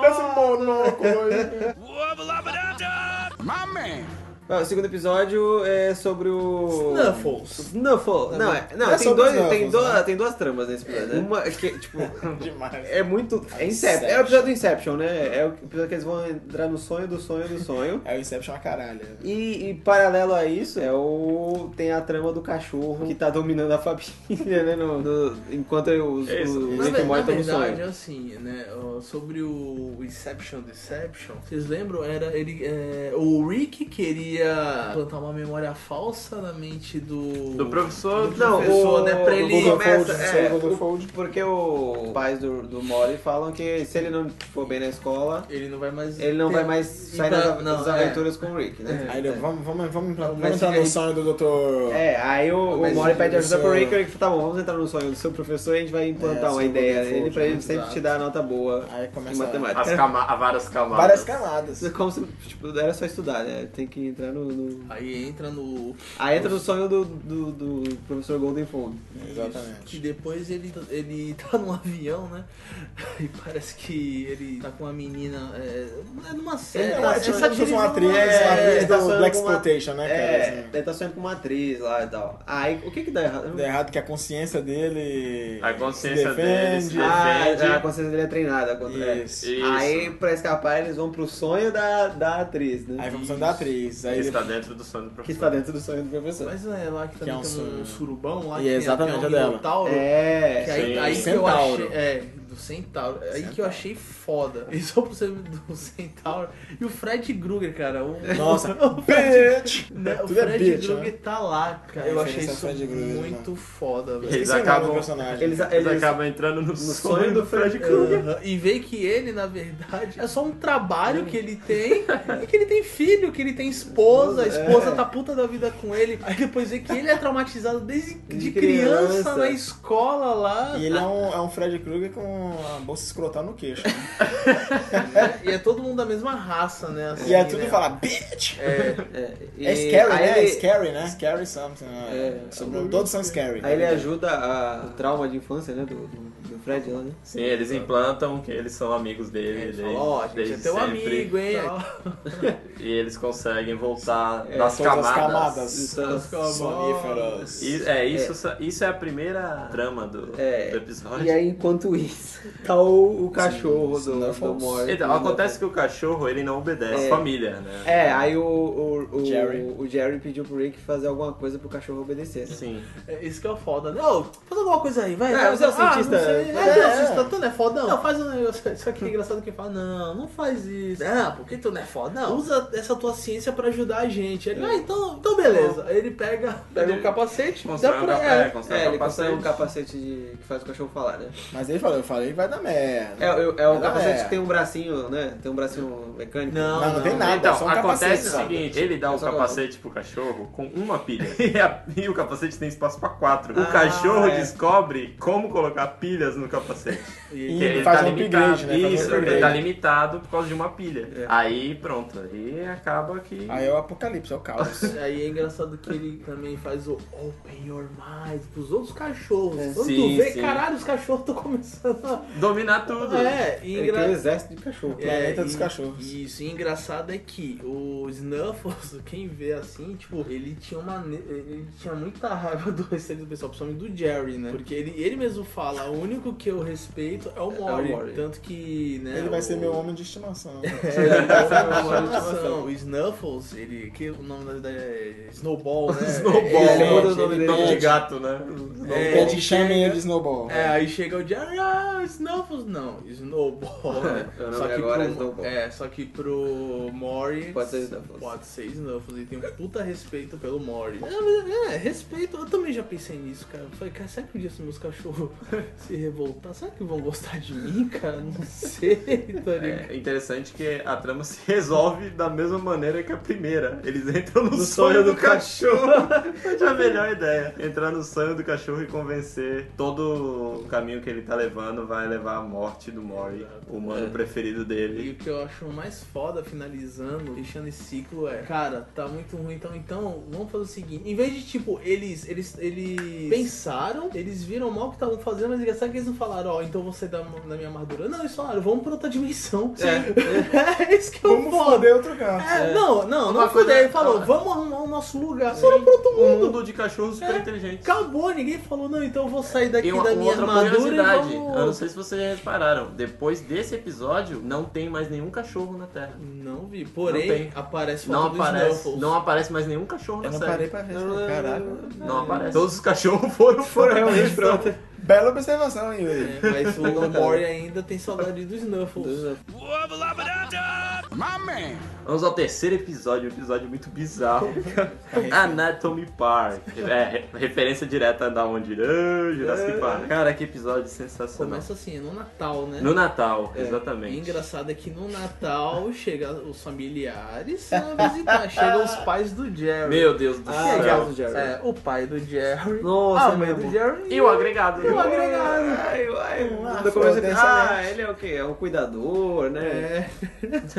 S7: Parece um monóculo aí.
S12: Wubba lubba dub dub. My man.
S6: Ah, o segundo episódio é sobre o.
S9: Snuffles.
S6: Snuffle. Não, é, não,
S7: Não é
S6: tem,
S7: sobre
S6: dois,
S7: Snuffles,
S6: tem, duas,
S7: né?
S6: tem duas tramas nesse episódio. né? Uma que, tipo,
S7: Demais.
S6: é muito. É, Inception. é o episódio do Inception, né? É o episódio que eles vão entrar no sonho do sonho do sonho.
S7: É o Inception a caralho.
S6: E, e paralelo a isso, é o tem a trama do cachorro que tá dominando a família, né? no- no- enquanto os, os, os
S9: É Na, ve- na
S6: Rick estão no
S9: verdade,
S6: sonho.
S9: assim, né? ó, Sobre o Inception Deception, vocês lembram? Era ele. é, o Rick queria plantar uma memória falsa na mente do.
S8: Do professor.
S9: do
S6: Não,
S9: professor,
S6: o-
S9: né? Pra
S6: o
S9: ele.
S6: Google
S9: começa-
S6: Fold,
S9: é,
S6: o Google Fold, porque os pais do, do Mori falam que se ele não for bem na escola,
S9: ele não vai mais.
S6: ele não
S9: ter-
S6: vai mais
S7: Então,
S6: sair
S9: pra-
S6: das,
S9: não,
S6: das
S9: é.
S6: aventuras com o Rick, né?
S7: Aí ele, vamos, vamos, vamos, entrar- vamos
S6: Mas
S7: entrar
S6: fica
S7: no
S6: aí.
S7: sonho do Dr.
S6: É, aí o, o
S7: Mas
S6: Mori
S7: o
S6: pede ajuda pro
S7: professor-
S6: Rick, o Rick fala, tá bom, vamos entrar no sonho do seu professor e a gente vai implantar
S7: É,
S6: uma
S7: seu
S6: ideia
S7: Google
S6: nele
S7: Fold,
S6: pra ele
S7: né?
S6: sempre
S7: Exato.
S6: te dar a nota boa
S7: Aí
S6: em
S7: começa
S6: matemática.
S8: As cama a várias camadas.
S7: várias camadas.
S6: Como se, tipo, era só estudar, né? Tem que entrar no. no...
S9: Aí entra no.
S6: Aí entra no sonho do, do, do professor Golden Fold.
S7: Exatamente.
S9: Que depois ele, ele tá num avião, né? E parece que ele tá com uma menina. É, é numa série.
S7: É, é,
S9: é
S7: tipo,
S9: satiriza
S7: como se fosse uma
S9: uma-
S7: atriz,
S9: é,
S7: uma atriz
S6: tá
S7: do
S6: sonhando
S7: Black
S6: com uma-
S7: Exploitation, né,
S6: É,
S7: cara?
S6: ele tá sonhando com uma atriz lá e tal. Aí o que que dá errado? Eu não-
S7: Deu errado que a consciência dele.
S8: A consciência
S7: se
S8: dele
S7: defende.
S8: se
S6: Ah,
S8: defende.
S6: a consciência dele é treinada. Contra
S7: Isso.
S6: é.
S8: Isso.
S6: Aí, pra escapar, eles vão pro sonho da, da atriz, né?
S7: Aí vamos da atriz. Aí
S8: Está
S7: depois-
S8: dentro do sonho do
S6: Que
S8: professor.
S6: está dentro do sonho do professor.
S9: Mas é lá que também
S7: é um
S9: tem um
S7: su-
S9: surubão lá.
S7: E
S9: que tem-
S7: exatamente,
S9: tem um
S7: é dela.
S9: minotauro.
S6: É.
S9: Que aí,
S8: Sim.
S9: aí que eu
S7: Centauro.
S9: achei. É, do Centauro. Aí que eu achei foda. E só por ser do Centauro. E o Fred Krueger, cara. O,
S7: Nossa,
S9: o Fred,
S7: bitch!
S9: né, o
S7: Tudo é
S9: Fred
S7: bitch,
S9: Krueger tá lá, cara. Eu achei
S7: Referência
S9: isso
S7: ao é Fred Krueger,
S9: muito foda, velho.
S8: Eles
S7: Esqueci é o nome do
S8: acabam-
S7: personagem.
S6: Eles,
S8: Eles
S6: eles-
S8: acabam entrando no,
S6: sonho
S8: sonho do
S6: do
S8: Fred Krueger.
S9: Aham, E ver que ele, na verdade, é só um trabalho que ele tem e que ele tem filho, que ele tem esposa, a
S7: É.
S9: esposa tá puta da vida com ele. Aí depois ver que ele é traumatizado desde de criança,
S6: criança.
S9: na escola lá. né?
S7: E ele é um, é um Fred Krueger com a bolsa escrotal no queixo. né?
S9: né? E é todo mundo da mesma raça, né? assim,
S7: E é tudo
S9: né?
S7: falar, bitch!
S6: é, e-
S7: É scary,
S6: aí
S7: né? É
S6: ele-
S7: scary, né? Scary something. né?
S6: É.
S7: Sobre- Todos são scary.
S6: Aí ele é- ajuda a- o trauma de infância, né? Do, do do Fred lá, né?
S8: Sim, eles implantam que eles são amigos dele.
S9: Ele
S8: desde,
S9: fala, ó, a gente é
S8: desde
S9: teu
S8: sempre.
S9: amigo, hein?
S8: E eles conseguem voltar
S7: É,
S8: das
S7: todas
S8: camadas.
S7: as camadas.
S6: Essas-
S7: Soníferas.
S8: E- é, isso, isso é a primeira trama do,
S6: É.
S8: do episódio.
S6: E aí, enquanto isso, tá o, o cachorro
S7: Sim,
S6: do, do
S7: Snuffles.
S6: Mori.
S8: Então, acontece que o cachorro ele não obedece
S6: É.
S8: a família, né?
S6: É, aí o, o, o,
S7: Jerry.
S6: o Jerry pediu pro Rick fazer alguma coisa pro cachorro obedecer. né?
S8: Sim.
S9: É, Isso que é o foda. Não, faz alguma coisa aí, vai.
S6: É,
S9: vai,
S6: você é um
S9: vai. Ah,
S6: cientista.
S9: não sei.
S7: É,
S9: É, não,
S7: é.
S9: cientista, tu não é foda, não. Não, faz um negócio. Só que é engraçado que fala, não, não faz isso. Não, por que tu não é foda? Não, usa essa tua ciência pra ajudar a gente. Ele, ah, então, então beleza. Aí ele pega, pega o capacete, dá
S8: Constrói um
S9: pra...
S8: capa-
S9: É,
S8: é, constrói
S6: É,
S8: um
S6: ele consegue um
S8: capacete.
S6: capacete de, que faz o cachorro falar, né?
S7: Mas ele falou, eu falei, vai dar merda.
S6: É, é, é um
S7: Ah,
S6: capacete
S7: é.
S6: que tem um bracinho, né? Tem um bracinho mecânico.
S9: Não,
S7: Não, não tem nada. é só
S8: Então,
S7: um
S8: acontece o
S7: capacete,
S8: seguinte, ele dá o
S6: É só um
S8: capacete pro cachorro com uma pilha. E, a- e o capacete tem espaço pra quatro. O
S9: Ah,
S8: cachorro
S6: é.
S8: descobre como colocar pilhas no capacete.
S7: E
S8: Que ele
S7: faz
S8: tá
S7: um
S8: limitado.
S7: upgrade, né? Faz um
S8: Isso, ele
S7: upgrade.
S8: tá limitado por causa de uma pilha. Aí pronto, aí acaba que.
S7: Aí é o apocalipse, é o caos.
S9: Aí é engraçado que ele também faz o open your mind pros outros cachorros. Quando
S8: Sim,
S9: tu vê,
S8: sim.
S9: caralho, os cachorros estão começando a...
S8: Dominar tudo.
S9: É, e
S6: Ele
S9: engra-
S6: tem um exército de cachorro.
S7: Planeta dos
S9: e-
S7: Cachorros.
S9: Isso, e engraçado é que o Snuffles, quem vê assim, tipo, ele tinha uma. ne- Ele tinha muita raiva do receio do pessoal, principalmente do Jerry, né? Porque ele, ele mesmo fala, o único que eu respeito é o Mori.
S6: Maury.
S9: Tanto que, né?
S7: Ele vai
S9: o-
S7: ser meu homem de estimação.
S9: É, ele vai ser meu homem de estimação. o Snuffles, ele. Que o nome da verdade é Snowball, né?
S8: Snowball,
S6: Ele
S8: né?
S6: muda o nome dele.
S8: Ele nome de gato, né?
S9: É,
S7: Quer te
S9: ele
S7: chamem
S9: chega-
S7: ele de Snowball.
S9: É, aí chega o Jerry, ah, Snuffles, não, Snowball. né?
S6: É, o nome agora é Snowball.
S9: é, só que pro Mori
S6: Pode ser Snuffles.
S9: Pode ser Snuffles, ele tem um puta respeito pelo Mori. É, mas, é, respeito, eu também já pensei nisso, cara. Eu falei, cara, será que um dia se meus cachorros se revoltar, será que vão gostar de mim, cara? Não sei, tá ligado?
S8: É interessante que a trama se resolve da mesma maneira que a primeira. Eles entram no, sonho,
S6: sonho
S8: do
S6: do
S8: cachorro. Foi a melhor ideia. Entrar no sonho do cachorro e convencer todo o caminho que ele tá levando vai levar à morte do Mori, o humano preferido
S9: É. E
S8: dele.
S9: o que eu acho mais foda finalizando, fechando esse ciclo é, cara, tá muito ruim, então, então vamos fazer o seguinte, em vez de tipo, eles eles eles pensaram, eles viram mal o que estavam fazendo, mas engraçado que eles não falaram, ó, então você você da, da minha armadura. Não, eles falaram, vamos pra outra dimensão.
S6: É.
S9: É, isso que eu
S7: Vamos
S9: foda.
S7: foder outro canto.
S9: É, Não, não, não
S8: coisa- é
S9: fudei. Ele falou, vamos arrumar o nosso lugar. Foram pro outro
S8: Um
S9: mundo.
S8: mundo de cachorro super inteligente.
S9: Acabou, ninguém falou, não, então eu vou sair daqui
S8: E uma,
S9: É. da
S8: uma
S9: minha
S8: outra
S9: armadura e
S8: curiosidade, eu não
S9: vamos...
S8: sei se vocês já repararam, depois desse episódio não tem mais nenhum cachorro na Terra.
S9: Não vi,
S8: Não
S9: porém
S8: tem.
S9: aparece foto
S8: Não
S9: do
S8: aparece,
S9: Snuffles.
S8: não aparece mais nenhum cachorro
S7: Eu
S8: na
S7: não
S8: série.
S7: parei pra ver. isso, Caraca.
S8: Não aparece. É. Todos os cachorros foram
S6: Foram realmente
S8: pra outra dimensão.
S6: pronto.
S7: Bela observação, hein, Yuri?
S9: É, mas o Lomori ainda tem saudade do Snuffles.
S1: My man.
S8: Vamos ao terceiro episódio, um episódio muito bizarro. Anatomy Park. É, re- referência direta da onde? Ah,
S6: É.
S8: Jurassic Park. Cara, que episódio sensacional.
S9: Começa assim, é no Natal, né?
S8: No Natal,
S9: É, E
S8: exatamente.
S9: engraçado é que no Natal chega os familiares a visitar, chegam os pais do Jerry.
S8: Meu Deus do
S6: Ah,
S8: céu.
S6: do Jerry.
S9: É, o pai do Jerry,
S8: Nossa,
S6: Ah,
S9: a mãe do Jerry
S8: E o agregado.
S9: o agregado.
S6: Ai, ai,
S7: Ah,
S6: quando eu comecei
S7: foda,
S6: a pensar,
S7: excelente.
S6: ah, ele é o quê? É um cuidador, né?
S9: É,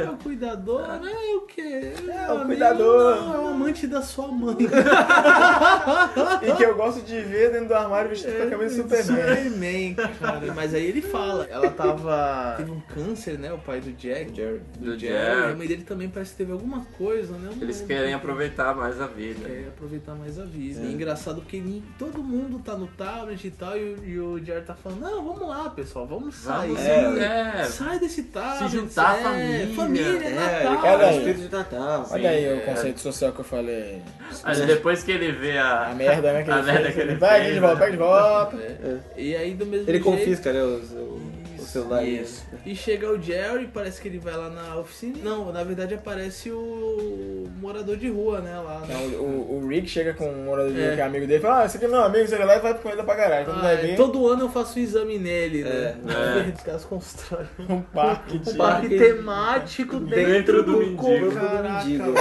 S9: é o cuidador, é o quê?
S7: o
S9: amigo,
S7: cuidador.
S9: não, é o amante da sua mãe.
S7: E que eu gosto de ver dentro do armário
S6: Tá
S7: vestido com a camisa
S9: É.
S7: do Superman.
S9: Superman, cara. Mas aí ele fala, ela tava... Teve um câncer, né, o pai do Jack.
S6: Jerry.
S8: Do
S9: Jerry. A
S8: Jerry.
S9: mãe dele também parece que teve alguma coisa, né? Eu não
S8: Eles
S9: lembro.
S8: querem aproveitar mais a vida.
S9: É, aproveitar mais a vida. E é engraçado porque ni- todo mundo tá no tablet e tal, e, o- e o Jair tá falando, não, vamos lá, pessoal, vamos sair.
S8: Vamos
S6: É.
S8: é.
S9: Sai desse tablet.
S8: Se juntar à
S9: é,
S8: família.
S9: Família,
S6: É, ele
S9: Natal.
S6: quer
S7: Olha
S6: o
S7: aí.
S6: espírito de Natal.
S7: Olha aí
S8: é.
S7: o conceito social que eu falei.
S8: Aí depois que ele vê a,
S7: A merda, né? Que
S8: a
S7: ele
S8: merda
S7: fez.
S8: que ele
S7: Vai,
S8: fez,
S7: de volta,
S8: né?
S7: pega de volta.
S9: É. E aí do mesmo
S6: Ele
S9: jeito-
S6: confisca, né, os- o, o
S9: Isso,
S6: celular.
S9: isso. E chega o Jerry, parece que ele vai lá na oficina. Não, na verdade aparece o morador de rua, né? Lá, né?
S7: Não, Então, o, o Rick chega com um morador de
S9: É.
S7: rua que é amigo dele e fala: Ah, esse aqui é meu amigo, sei lá, e vai com ele pra caralho. Quando vai
S9: Ah,
S7: ver,
S9: todo ano eu faço um exame nele, né?
S8: É.
S9: Os caras constroem
S7: um parque de.
S9: um parque temático dentro,
S8: Dentro
S9: do,
S8: do
S9: corpo.
S8: mendigo.
S9: Caraca,
S6: Mendigo.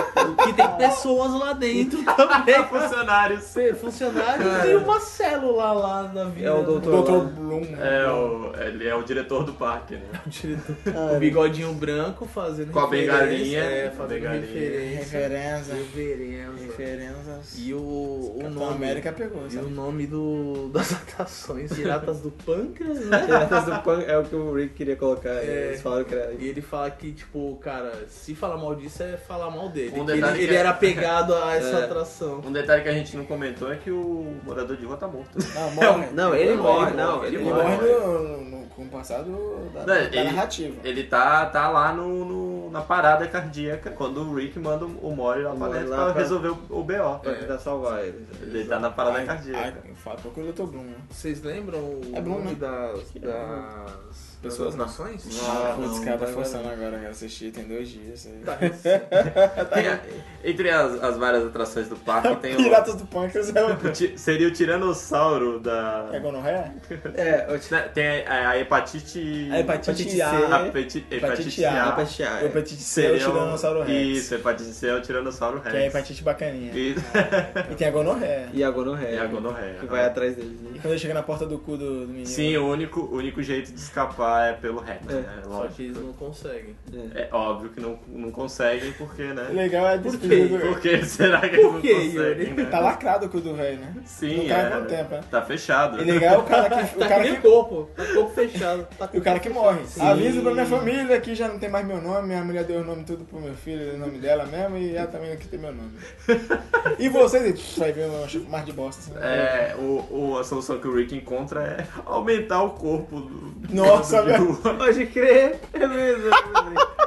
S9: Que tem pessoas lá dentro também.
S8: funcionários.
S9: Funcionários e uma célula lá na vida.
S6: É o
S9: né?
S6: doutor.
S7: Dr. Bloom.
S8: É o, ele é o diretor do parque, né?
S9: O diretor. O bigodinho branco fazendo
S8: Com a
S9: referência,
S8: bengalinha,
S9: É,
S8: com a
S9: fazendo
S8: bengalinha.
S7: É.
S9: referência.
S7: Referenza.
S9: Referência.
S7: Referenzas.
S9: E o, o
S7: Capitão
S9: nome.
S7: América pegou,
S9: E o
S7: sabe?
S9: nome do, das atações Piratas do Pâncreas, né?
S6: Piratas do Pan é o que o Rick queria colocar.
S9: É.
S6: Eles falaram que era.
S9: E ele fala que, tipo, cara, se falar mal disso é falar mal dele.
S8: Um
S9: Que ele,
S8: detalhe
S9: ele
S8: que-
S9: era apegado a essa
S6: É.
S9: atração.
S8: Um detalhe que a gente não comentou é que o morador de rua tá morto.
S7: Não, morre.
S6: Não, ele morre, não, ele
S7: Ele
S6: morre.
S7: morre no, no- com o passado da,
S8: Não,
S7: da
S8: ele-
S7: narrativa.
S8: Ele tá, tá lá no, no- na parada cardíaca quando o Rick manda o Mori lá pra
S6: Mori
S8: dentro
S6: lá
S8: pra
S6: pra-
S8: resolver o, o BO.
S6: Pra tentar salvar ele.
S8: Ele tá na parada cardíaca.
S7: ai, fala, procura o Dr. Bloom. né?
S9: Vocês lembram o
S7: É bom,
S9: nome
S7: né?
S9: das,
S6: É.
S9: das das
S7: Pessoas
S9: nações?
S7: Ah, putz,
S6: não,
S7: cara, tá
S6: vai-
S7: forçando agora. Eu assisti tem dois dias. Aí.
S8: Tem a- entre as, as várias atrações do
S7: Tá
S8: parque tem um- o.
S7: Piratas do Pâncreas é o.
S8: o ti- seria o tiranossauro da.
S7: É gonorreia?
S6: É, eu te...
S8: Né, Tem a, a hepatite.
S7: A hepatite
S8: A
S7: A.
S8: peti- hepatite,
S7: Hepatite
S8: A.
S7: A.
S6: Dá pra chiar.
S7: O
S6: é.
S7: hepatite C é o Tiranossauro Rex.
S8: um- Isso, hepatite C é o tiranossauro Rex.
S7: Que é a hepatite bacaninha. E,
S8: Isso.
S7: tem a gonorreia.
S6: E a gonorreia.
S8: E a gonorreia.
S6: Que vai atrás deles, né?
S7: E quando ele chega na porta do cu do, do menino.
S8: Sim, o único, o único jeito de escapar é pelo Rex, né?
S9: Só que eles
S8: Lógico.
S9: não conseguem.
S8: É óbvio que não, não conseguem, porque,
S7: O
S8: né?
S7: Legal é a
S8: Por
S7: despedida
S8: quê?
S7: do
S8: Por que será que
S9: Por
S8: eles
S9: quê,
S8: não conseguem,
S9: Yuri?
S8: né?
S7: Tá lacrado o cu do velho, né?
S8: Sim,
S7: Não cai
S8: é.
S7: com o tempo, né?
S8: Tá fechado.
S7: E legal é o cara que. O
S9: Tá
S7: cara
S9: que nem
S7: que
S9: corpo, tá com o corpo fechado. Tá com
S7: e o cara que morre.
S9: Sim.
S7: Aviso pra minha família que já não tem mais meu nome, minha mulher deu o nome tudo pro meu filho, o nome dela mesmo, e ela também não quis ter meu nome. E vocês, vai ver um mar de bosta. assim.
S8: É, o, o- a solução que o Rick encontra é aumentar o corpo do
S7: Nossa,
S8: do- do-
S6: Pode crer. É mesmo.
S7: Ah.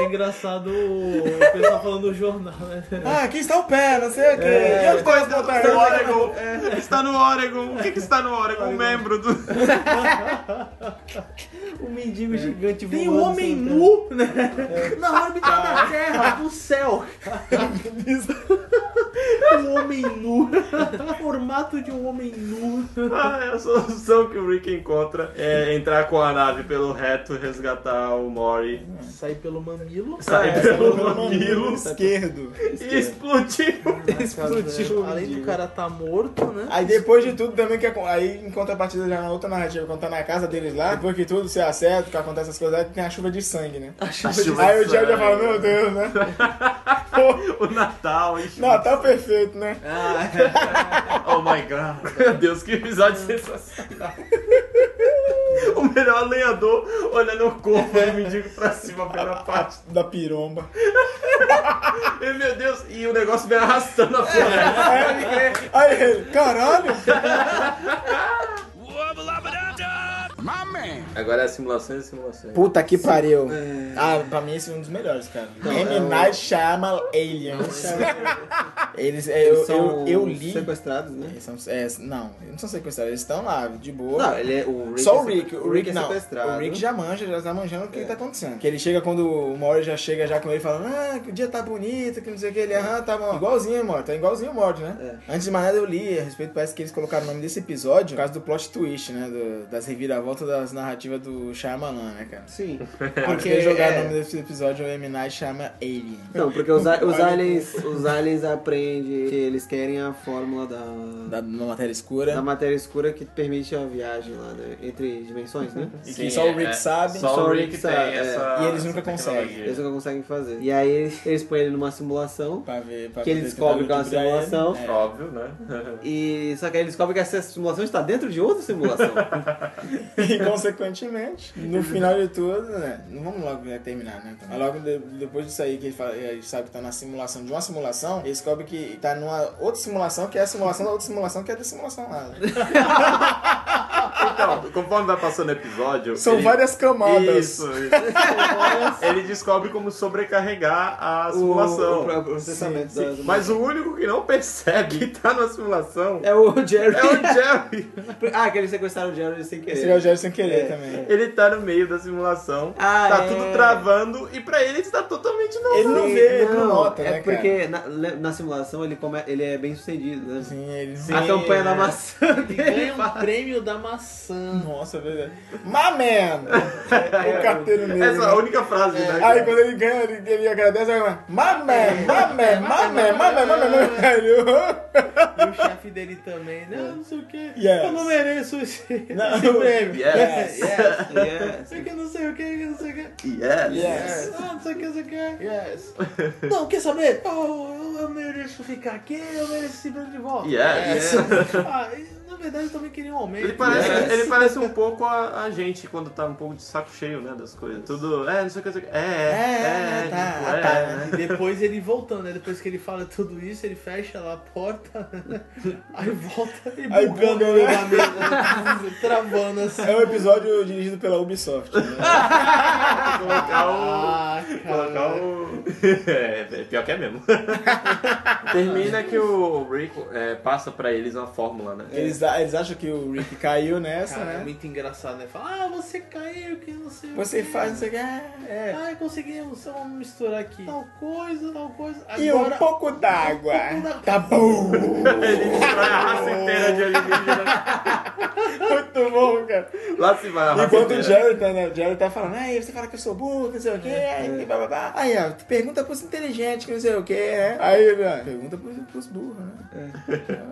S9: É engraçado o pessoal falando do jornal, né?
S7: Ah, aqui está o pé, não sei o quê. E
S9: É.
S7: onde tá esse
S8: Está no
S7: botar
S8: Oregon! É, Está no Oregon! O que, que está no Oregon? Um membro do.
S9: O mendigo gigante
S6: voando
S9: Tem um homem
S6: sem
S9: nu, né? Na órbita da Terra, pro céu. um homem nu. Formato de um homem nu.
S8: Ah, a solução que o Rick encontra é entrar com a nave pelo reto e resgatar o Mori.
S9: Sai pelo mamilo.
S8: Sair pelo mamilo
S7: É, esquerdo.
S8: e explodir.
S6: Explodiu. o
S9: Além do
S6: mendigo.
S9: cara tá morto, né?
S7: Aí depois de tudo também que acon- aí em contrapartida já na outra narrativa, quando tá na casa deles lá, depois que tudo se acerta, que acontece essas coisas, aí tem a chuva de sangue, né? aí o Diego já fala, meu Deus, né? Pô,
S8: O Natal, enche-
S7: Natal perfeito, né?
S8: Oh my god. Meu Deus, que episódio sensacional. melhor lenhador olhando o corpo do mendigo pra cima pela parte.
S9: É.
S7: Da piromba.
S8: E, meu Deus, e o negócio vem arrastando a floresta.
S7: Aí ele, caralho!
S1: Wubba-lubba-dub-dub. My man.
S10: Agora é simulações e simulações.
S7: Puta que pariu. Ah, pra mim esse é um dos melhores, cara. M. Night Shyamalan Aliens. é Eles, é, eu, eu, eu li...
S6: Sequestrados, né?
S7: Eles são, é, não, eles não são sequestrados, eles estão lá, de boa.
S6: Não, ele é o Rick.
S7: Só
S6: é
S7: o Rick,
S6: sequ-
S7: o Rick, não.
S6: sequestrado.
S7: O Rick já manja, já tá manjando o que tá acontecendo. Que ele chega quando o Mori já chega já com ele falando, ah, que o dia tá bonito, que não sei o que, ele, aham, tá bom. Igualzinho, Mori, tá igualzinho o Mori, né? Antes de mais nada eu li, a respeito, parece que eles colocaram o nome desse episódio por causa do plot twist, né? do- das reviravoltas das narrativas do Shyamalan, né, cara?
S6: Sim.
S7: Porque
S6: é-
S7: eles jogaram o nome desse episódio, o M. Night chama Alien.
S6: Não, porque os, a- os aliens, os aliens aprendem que eles querem a fórmula da, da,
S7: Da, na matéria escura.
S6: matéria escura que permite a viagem lá, né? Entre dimensões, né?
S7: E
S8: Sim,
S7: que só
S8: é,
S7: o Rick
S8: é.
S7: sabe.
S8: Só, o Rick tem
S6: sabe, é.
S8: essa.
S7: E eles nunca
S8: essa
S7: conseguem.
S8: tecnologia.
S6: Eles nunca conseguem fazer. E aí eles, eles põem ele numa simulação.
S7: Pra ver, tá pra
S6: Que ele
S7: poder
S6: descobre
S7: tentar
S6: que é uma
S7: ludibriar ele.
S6: simulação.
S7: É.
S8: Óbvio, né?
S6: E só que aí eles descobrem que essa simulação está dentro de outra simulação.
S7: E, consequentemente, no final de tudo, né? Não vamos logo né, terminar, né? Então, mas logo de- depois disso aí, que ele, fala, ele sabe que tá na simulação de uma simulação, ele descobre que tá numa outra simulação, que é a simulação da outra simulação, que é da simulação lá. né?
S8: Então, conforme vai passando o episódio.
S7: São
S8: ele-
S7: várias camadas.
S8: Isso, isso. ele descobre como sobrecarregar a
S6: O, o
S8: simulação.
S6: próprio processamento
S8: Sim,
S6: da
S8: sim. Mas o único que não percebe que tá na simulação
S6: É o Jerry.
S8: é o Jerry.
S6: Ah, que eles sequestraram o Jerry sem querer.
S7: Esse é o Jair sem querer
S6: É.
S7: também.
S8: Ele tá no meio da simulação,
S6: Ah,
S8: tá
S6: é.
S8: tudo travando e pra ele está totalmente normal.
S7: Ele não
S6: Sim,
S7: vê, ele não nota,
S6: é
S7: né, cara?
S6: porque na, le- na simulação ele, come, ele é bem sucedido, né?
S7: Sim, ele
S6: A
S7: Sim,
S6: campanha da
S7: é.
S6: maçã que ele
S9: Ganha um
S6: faz.
S9: prêmio da maçã.
S7: Nossa, é verdade. My man! o carteiro negro.
S8: Essa é a única frase, né?
S7: Aí quando ele ganha, ele, ele agradece, ele fala, mamé, mamé, mamé, mamé, mamé, mamé. Aí ele, "Oh."
S9: E o chefe dele também. né? Não, não sei o que.
S7: Yes.
S9: Eu não mereço esse,
S7: Não.
S9: esse prêmio.
S8: Yes.
S9: Yes.
S6: Yes.
S9: Sei que eu não sei o que, eu não sei o que.
S8: Yes.
S7: Yes.
S9: Ah, não sei o que, não sei o que. Yes. Não, quer saber? Oh, eu, eu mereço ficar aqui, eu mereço esse prêmio de volta.
S8: Yes.
S9: Ah, e, na verdade eu também queria um aumento.
S8: Ele parece,
S9: Yes.
S8: ele parece um pouco a, a gente quando tá um pouco de saco cheio, né? Das coisas. Tudo. É, não sei o que, não sei o que. É, é, é,
S7: É, tá,
S8: tipo, é,
S7: tá.
S8: é, né?
S9: E depois ele voltando, né? Depois que ele fala tudo isso, ele fecha lá a porta, né? aí volta e
S7: Aí
S9: bugando
S7: buga,
S9: no meio da mesa, travando assim.
S7: É um episódio dirigido pela Ubisoft. né?
S8: Colocar o.
S9: Ah,
S8: Colocar
S9: cara.
S8: o. É, é pior que é mesmo. Termina que o Rick é, passa pra eles uma fórmula, né?
S7: Eles, a- eles acham que o Rick caiu nessa,
S9: Cara, é
S7: né?
S9: muito engraçado, né? Fala, ah, você caiu, que não sei o
S7: Você
S9: quê.
S7: faz, não sei o que. ah, É.
S9: Ai, conseguimos, só vamos misturar aqui. Tal coisa, tal coisa.
S7: E um
S9: Agora,
S7: pouco d'água. Tá bom.
S8: Ele destrói a raça inteira de alienígena.
S7: Muito bom, cara.
S8: Lá se vai a raça
S7: Enquanto o
S8: inteira.
S7: Jerry tá, né? O Jerry tá falando, aí você fala que eu sou burro, que não sei o quê, aí, blá, blá, blá. Aí, ó, tu pergunta pros inteligentes, que não sei o quê, né? Aí, ele, ó, pergunta pros, pros burros, né?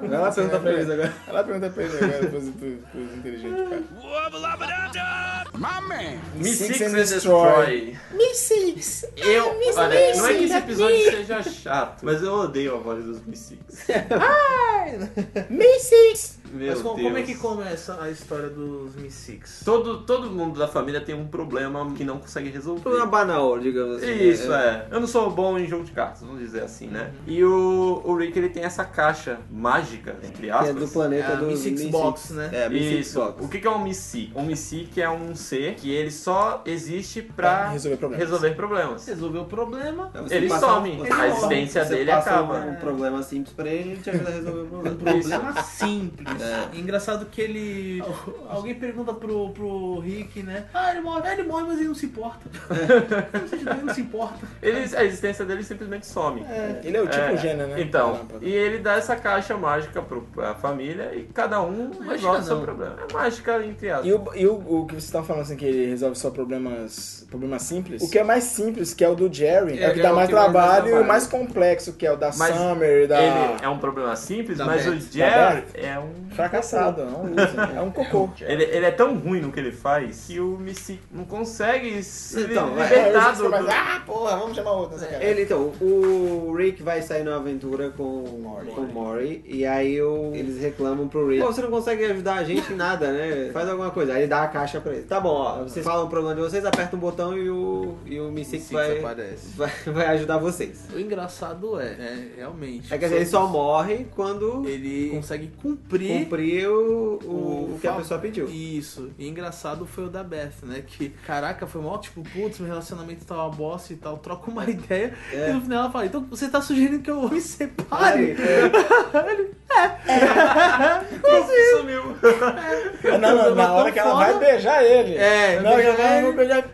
S6: Vai lá perguntar pra eles agora.
S7: Vai lá perguntar pra ele agora, pros, pros, pros inteligentes, cara.
S1: Wubba-lubba-dub-dub. My man.
S7: Me
S10: Six
S7: and
S10: and Destroy.
S7: Me Six!
S8: Eu, olha, não é que esse episódio seja chato, mas eu odeio a voz dos Mystics.
S7: Me Six!
S8: Meu
S9: mas como,
S8: Deus.
S9: como é que começa a história dos Mi Six?
S8: Todo, todo mundo da família tem um problema que não consegue
S6: Problema
S8: resolver.
S6: banal, digamos assim.
S8: Isso, é. Eu não sou bom em jogo de cartas, vamos dizer assim, né? E o, o Rick, ele tem essa caixa mágica, entre
S6: Que é do
S8: aspas.
S9: É
S6: planeta
S9: a
S6: do
S9: Mi Six
S6: Mi
S9: Box,
S6: Six.
S9: né?
S6: É, Mi Six
S8: Isso.
S6: Box.
S8: O que que é um Mystic? Um Mystic é um ser que ele só existe pra
S7: Resolver problemas.
S8: resolver problemas.
S9: Resolveu o problema.
S6: É, você
S8: Ele
S6: passa-
S8: some,
S6: você
S8: a
S6: passa-
S8: existência
S6: você
S8: dele
S6: passa
S8: acaba.
S6: Um problema simples pra ele te ajuda a resolver o
S9: Um
S6: problema.
S9: problema simples. Engraçado que ele. Alguém pergunta pro, pro Rick, né? Ah, ele morre, ele morre, mas ele não se importa. Não sei de onde ele não se importa.
S8: Ele- a existência dele simplesmente some.
S7: Ele é o tipo
S8: É,
S7: Gena, né?
S8: Então, e ele dá essa caixa mágica pro, pra família e cada um resolve o seu
S9: não.
S8: problema. É mágica, entre aspas.
S7: E, o, e o, o que vocês estão falando assim, que ele resolve só problemas, problemas simples? O que é mais simples, que é o do Jerry, é,
S8: É,
S7: o que
S8: é
S7: dá
S8: o
S7: mais
S8: que mais dá
S7: trabalho, é e o
S8: trabalho.
S7: mais complexo, que é o da
S8: Mas
S7: Summer, da...
S8: Ele é um problema simples,
S9: Da
S8: mas o
S9: Beth.
S8: Jerry é um
S7: Fracassado, não usa. É um cocô.
S8: Ele, ele é tão ruim no que ele faz que o Missy não consegue se
S6: Então,
S8: li-
S6: é,
S8: libertar do-
S7: Mas,
S8: do-
S7: ah, porra, vamos chamar outro nessa cara.
S6: Ele, então, o Rick vai sair numa aventura com com o Mori e aí o- eles reclamam pro Rick: Pô, você não consegue ajudar a gente em nada, né? Faz alguma coisa. Aí ele dá a caixa pra ele. Tá bom, ó, vocês falam o problema de vocês, aperta um botão e o, e o Mystic
S9: Mystique
S6: vai,
S9: aparece.
S6: vai, vai ajudar vocês.
S9: O engraçado é, é realmente.
S6: É que ele só morre quando
S9: Ele consegue cumprir.
S6: cumprir o, o,
S9: O
S6: o que a
S9: fa-
S6: pessoa pediu.
S9: Isso. E engraçado foi o da Beth, né? Que, caraca, foi mal, tipo, putz, meu relacionamento tá uma bosta e tal, troca uma ideia.
S6: É.
S9: E no final ela fala, então você tá sugerindo que eu me separe?
S6: É.
S8: Sumiu.
S7: Não, não, na
S9: Tão
S7: hora que ela
S9: foda.
S7: vai beijar ele.
S9: É,
S7: não,
S9: beijar
S7: ela vai
S9: ele.
S7: vai beijar.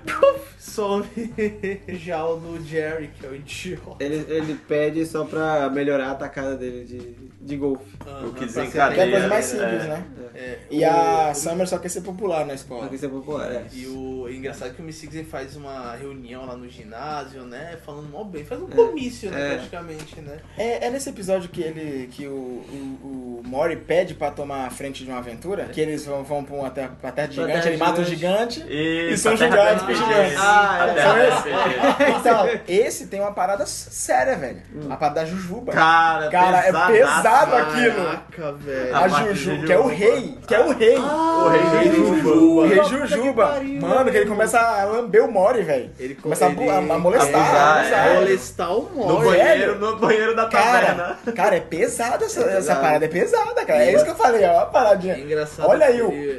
S9: Some. Já o do Jerry, que é o idiota.
S6: Ele, ele pede só pra melhorar a tacada dele de, de golfe.
S8: O que
S7: Que é a
S8: desencadeia.
S7: coisa mais simples,
S8: é,
S7: né?
S9: É,
S7: E a Summer só quer ser popular na escola.
S6: Porque isso é popular, é.
S9: E o é engraçado que o Missix ele faz uma reunião lá no ginásio, né? Falando mó bem, faz um comício, né?
S6: É.
S9: Praticamente, né?
S7: É, é nesse episódio que ele. que o, o, o Mori pede pra tomar a frente de uma aventura, que eles vão, vão pra uma terra, pra terra de
S6: Pra
S7: gigante,
S6: terra
S7: ele mata o gigante.
S8: E,
S7: E são julgados
S8: jogados
S7: por gigantes.
S6: Ah, é.
S7: Então, esse tem uma parada s- séria, velho.
S9: Hum.
S7: A parada da Jujuba.
S8: Cara,
S7: Cara, é
S8: pesadaço.
S7: pesado aquilo.
S9: Caraca, velho.
S7: A
S8: a parte de
S7: Juju,
S8: Jujuba.
S7: que é o rei, que é o rei.
S8: O rei de
S7: O
S8: Jujuba.
S7: rei
S9: Ah,
S7: Jujuba. Mano, que ele começa a lamber o Mori, velho.
S9: Ele
S7: começa a,
S9: ele-
S7: bu- a, a molestar. né?
S8: abusar,
S7: a abusar.
S8: é.
S9: molestar o
S8: No
S9: Mori.
S8: banheiro, no banheiro
S9: Tá
S8: da
S7: Cara,
S8: taverna.
S9: né?
S7: cara, é pesada essa, essa parada, é pesada, cara. É isso que eu falei, ó, a paradinha.
S9: É engraçado
S7: Olha aí
S9: que
S7: o,
S9: ele-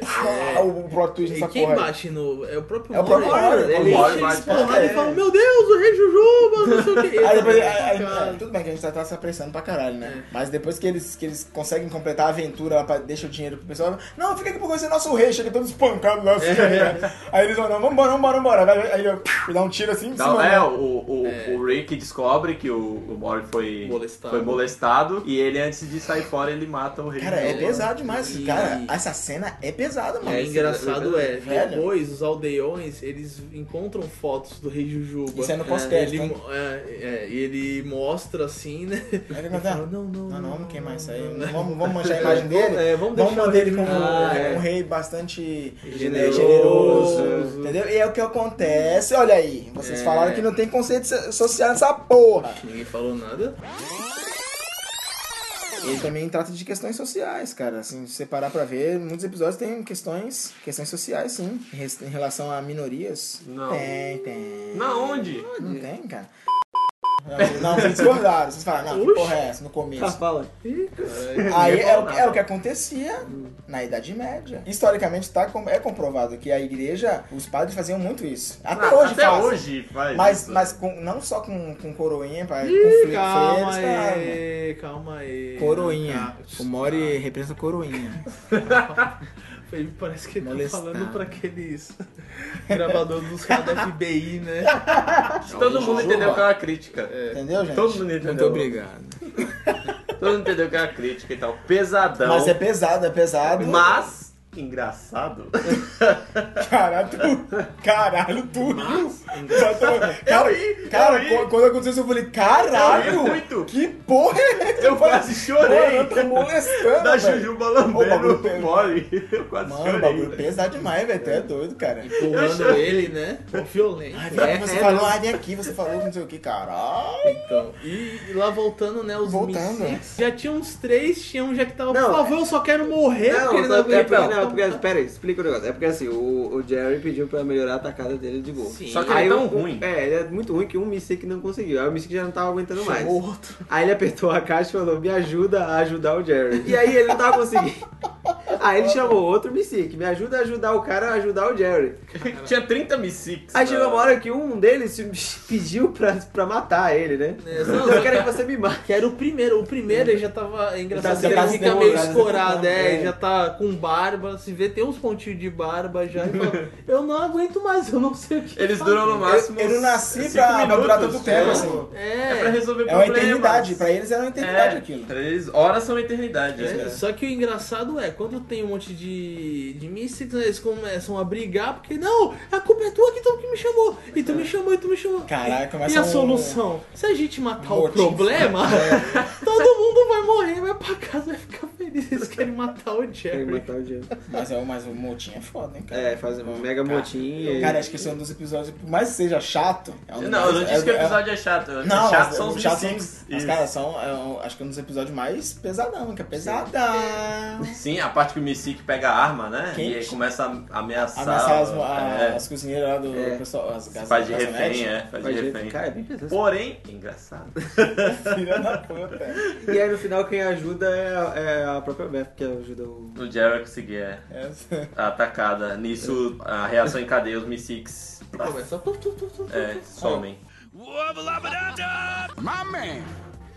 S7: o plot twist
S9: E
S7: dessa
S9: quem
S7: porra. aí.
S9: bate no. É o próprio
S7: É o próprio
S9: Mori.
S7: Mori,
S9: Ele
S7: o Mori
S9: enche
S8: bate
S9: eles
S8: pra
S9: porrada e
S7: caralho.
S9: fala: Meu Deus, o Rei Jujuba, não sei o que.
S7: Aí depois, aí- aí-
S9: Cara,
S7: é, tudo bem que a gente tá, tá se apressando pra caralho, né? Mas depois que eles, que eles conseguem completar a aventura, lá pra- deixa o dinheiro pro pessoal. Não, fica aqui pra conhecer nosso rei, chega todo espancado lá. fica aí, né? Aí eles vão, não, vambora, vambora, vambora. Aí aí ele dá um tiro assim em
S8: Não,
S7: cima.
S8: é,
S7: né?
S8: o, o, o Rick descobre que o, o Mori foi
S9: Molestado.
S8: foi molestado e ele, antes de sair fora, ele mata o Rick.
S7: Cara, é
S9: Não,
S7: pesado demais.
S9: e-
S7: Cara, essa cena é pesada, mano.
S9: É engraçado é,
S7: Velho.
S9: depois os aldeões, eles encontram fotos do rei Jujuba.
S7: Isso é no
S9: É,
S7: pós-crédito,
S9: ele
S7: hein?
S9: mo- é, é, E ele mostra assim, né?
S7: Aí ele
S9: Ele
S7: fala,
S9: fala, não, não,
S7: Não, não, vamos queimar isso aí.
S9: não, não."
S7: Vamos, vamos manchar a imagem dele.
S6: É, vamos
S7: vamos
S6: deixar
S7: manter ele
S6: ele-
S7: como
S6: Ah, é.
S7: um rei bastante eh,
S6: Generoso.
S7: generoso. Entendeu? E é o que acontece. Olha aí, vocês
S6: É.
S7: falaram que não tem conceito so- social nessa porra.
S9: Ninguém falou nada.
S7: Ele também trata de questões sociais, cara. Assim, se você parar pra ver, muitos episódios tem questões, questões sociais, sim. Em res- Em relação a minorias.
S8: Não.
S7: Tem, tem.
S8: Na onde?
S6: é.
S7: Não tem, cara. Não, vocês- Não, vocês discordaram. Vocês falaram, não, que porra é essa no começo?
S6: Tá, fala.
S7: Aí é o, é o que acontecia na Idade Média. Historicamente tá, com- é comprovado que a igreja, os padres faziam muito isso. Até
S8: Ah,
S7: hoje
S8: Até
S7: fazem.
S8: hoje faz.
S7: Mas,
S8: isso.
S7: mas com- não só com, com coroinha, pai, com
S9: Ih,
S7: fre-
S9: calma
S7: freiras, cara.
S9: aí, calma aí.
S8: Ah,
S7: Coroinha.
S9: Calma.
S7: O
S8: tá.
S7: Mori representa coroinha.
S9: Ele parece que ele tá
S7: Molestar.
S9: falando pra aqueles gravadores dos caras da FBI, né?
S8: Todo mundo entendeu que é uma crítica.
S7: Entendeu, gente?
S8: Todo mundo
S7: Muito
S8: entendeu.
S7: obrigado.
S8: Todo mundo entendeu que é uma crítica e tal. Pesadão.
S7: Mas é pesado, é pesado.
S8: mas engraçado.
S7: Caralho, tu... Caralho, tu... Só tô- Cara, cara
S8: eu
S7: qu- quando aconteceu isso, eu falei, caralho,
S8: Eu ri muito.
S7: que porra é essa?
S8: Eu quase chorei.
S7: Mano, eu tô molestando,
S8: Da
S7: velho.
S8: Jujuba
S7: Ô, bagulho
S8: lambendo o
S7: pega.
S8: Mori. Eu quase
S7: Mano,
S8: chorei.
S7: o bagulho é pesado demais, velho. Tu é doido, cara.
S9: Empurrando ele, né? Pô, Violento.
S7: Ai, velho, você
S9: É,
S8: né?
S7: falou, ah, vem aqui, você falou não sei o que, caralho. É
S9: Então, e, e lá voltando, né, os
S7: Voltando.
S9: mísseis, já tinha uns três, tinha um já que tava,
S6: Não,
S9: por favor, eu só quero morrer,
S6: Não,
S9: porque ele não
S6: não, é
S9: aguenta.
S6: porque, não, é porque, pera aí, explica o negócio. É porque assim, o, o Jerry pediu pra melhorar a tacada dele de gol.
S9: Sim.
S8: Só que ele é tão
S6: o-
S8: ruim.
S6: É, ele é muito ruim que um Mystic não conseguiu. Aí o Mystic já não tava aguentando mais.
S9: Chamou outro.
S6: Aí ele apertou a caixa e falou, me ajuda a ajudar o Jerry. E aí ele não tava conseguindo. Aí ele chamou outro Mystic, me ajuda a ajudar o cara a ajudar o Jerry.
S8: Tinha 30 Missix.
S6: Aí chegou uma hora que um deles se- pediu pra, pra matar ele, né?
S9: É, não,
S6: Não, eu quero que você me mate.
S9: Que era o primeiro, o primeiro ele já tava, é engraçado,
S7: Tá
S9: que ele
S7: se
S9: fica
S7: demorando,
S9: meio
S7: tá se
S9: escorado, é,
S7: demorando,
S9: ele
S7: é.
S9: já tá com barba, se vê, tem uns pontinhos de barba já, e fala, eu não aguento mais, eu não sei o que
S8: Eles
S9: fazer."
S8: duram no máximo.
S7: Eu- eu não
S8: uns
S7: nasci
S8: cinco
S7: pra- pra
S8: minutos.
S7: durar tanto tempo,
S8: É.
S7: assim.
S8: É pra
S9: É,
S8: resolver
S7: É uma
S8: problemas.
S7: eternidade, pra eles era é uma eternidade
S8: É,
S7: aquilo.
S8: Três horas são eternidade.
S9: é,
S8: né?
S9: só que o engraçado é, quando tem um monte de, de mísseis, eles começam a brigar, porque não, a culpa é tua que tu que me chamou, e tu me chamou, e tu me chamou.
S7: Caraca,
S9: E
S7: começa
S9: a
S7: um-
S9: solução? Se a gente matar o
S7: Motim.
S9: problema, todo mundo vai morrer, vai pra casa, vai ficar feliz. Eles querem matar o
S6: Querem
S9: Jerry.
S6: matar o Diego.
S7: Mas, é, mas o motim é foda, hein, cara?
S6: É, faz um mega
S7: Cara,
S6: motim. e-
S7: Cara, acho que esse é um dos episódios, por mais que seja chato... É um dos
S8: Não, eu não
S7: mais-
S8: disse que
S7: é-
S8: o episódio é chato.
S7: É... Não,
S8: chato
S7: mas-
S8: são
S7: o
S8: os
S7: chato
S8: Missings.
S7: Mas,
S8: Isso.
S7: cara, são, é um- acho que é um dos episódios mais pesadão, que é pesadão.
S8: Sim, a parte que o Mystique pega a arma, né?
S7: Quem-
S8: E aí começa a ameaçar.
S7: Ameaçar as,
S8: é,
S7: as cozinheiras lá do
S6: É.
S7: pessoal, as gas-
S8: faz de
S7: garçonete.
S8: refém, é. Faz de
S6: Mas,
S8: refém.
S6: Cara, é bem pesado.
S8: Porém, engraçado. é.
S7: Filha da puta.
S6: E aí no final quem ajuda é a, é a própria Beth, que ajuda o.
S8: O Jerry conseguir é,
S7: Essa-
S8: a atacada. Nisso, a reação em cadeia, os Mystics
S9: Começa. tu, tu, tu, tu, tu.
S8: é, somem.
S1: My man.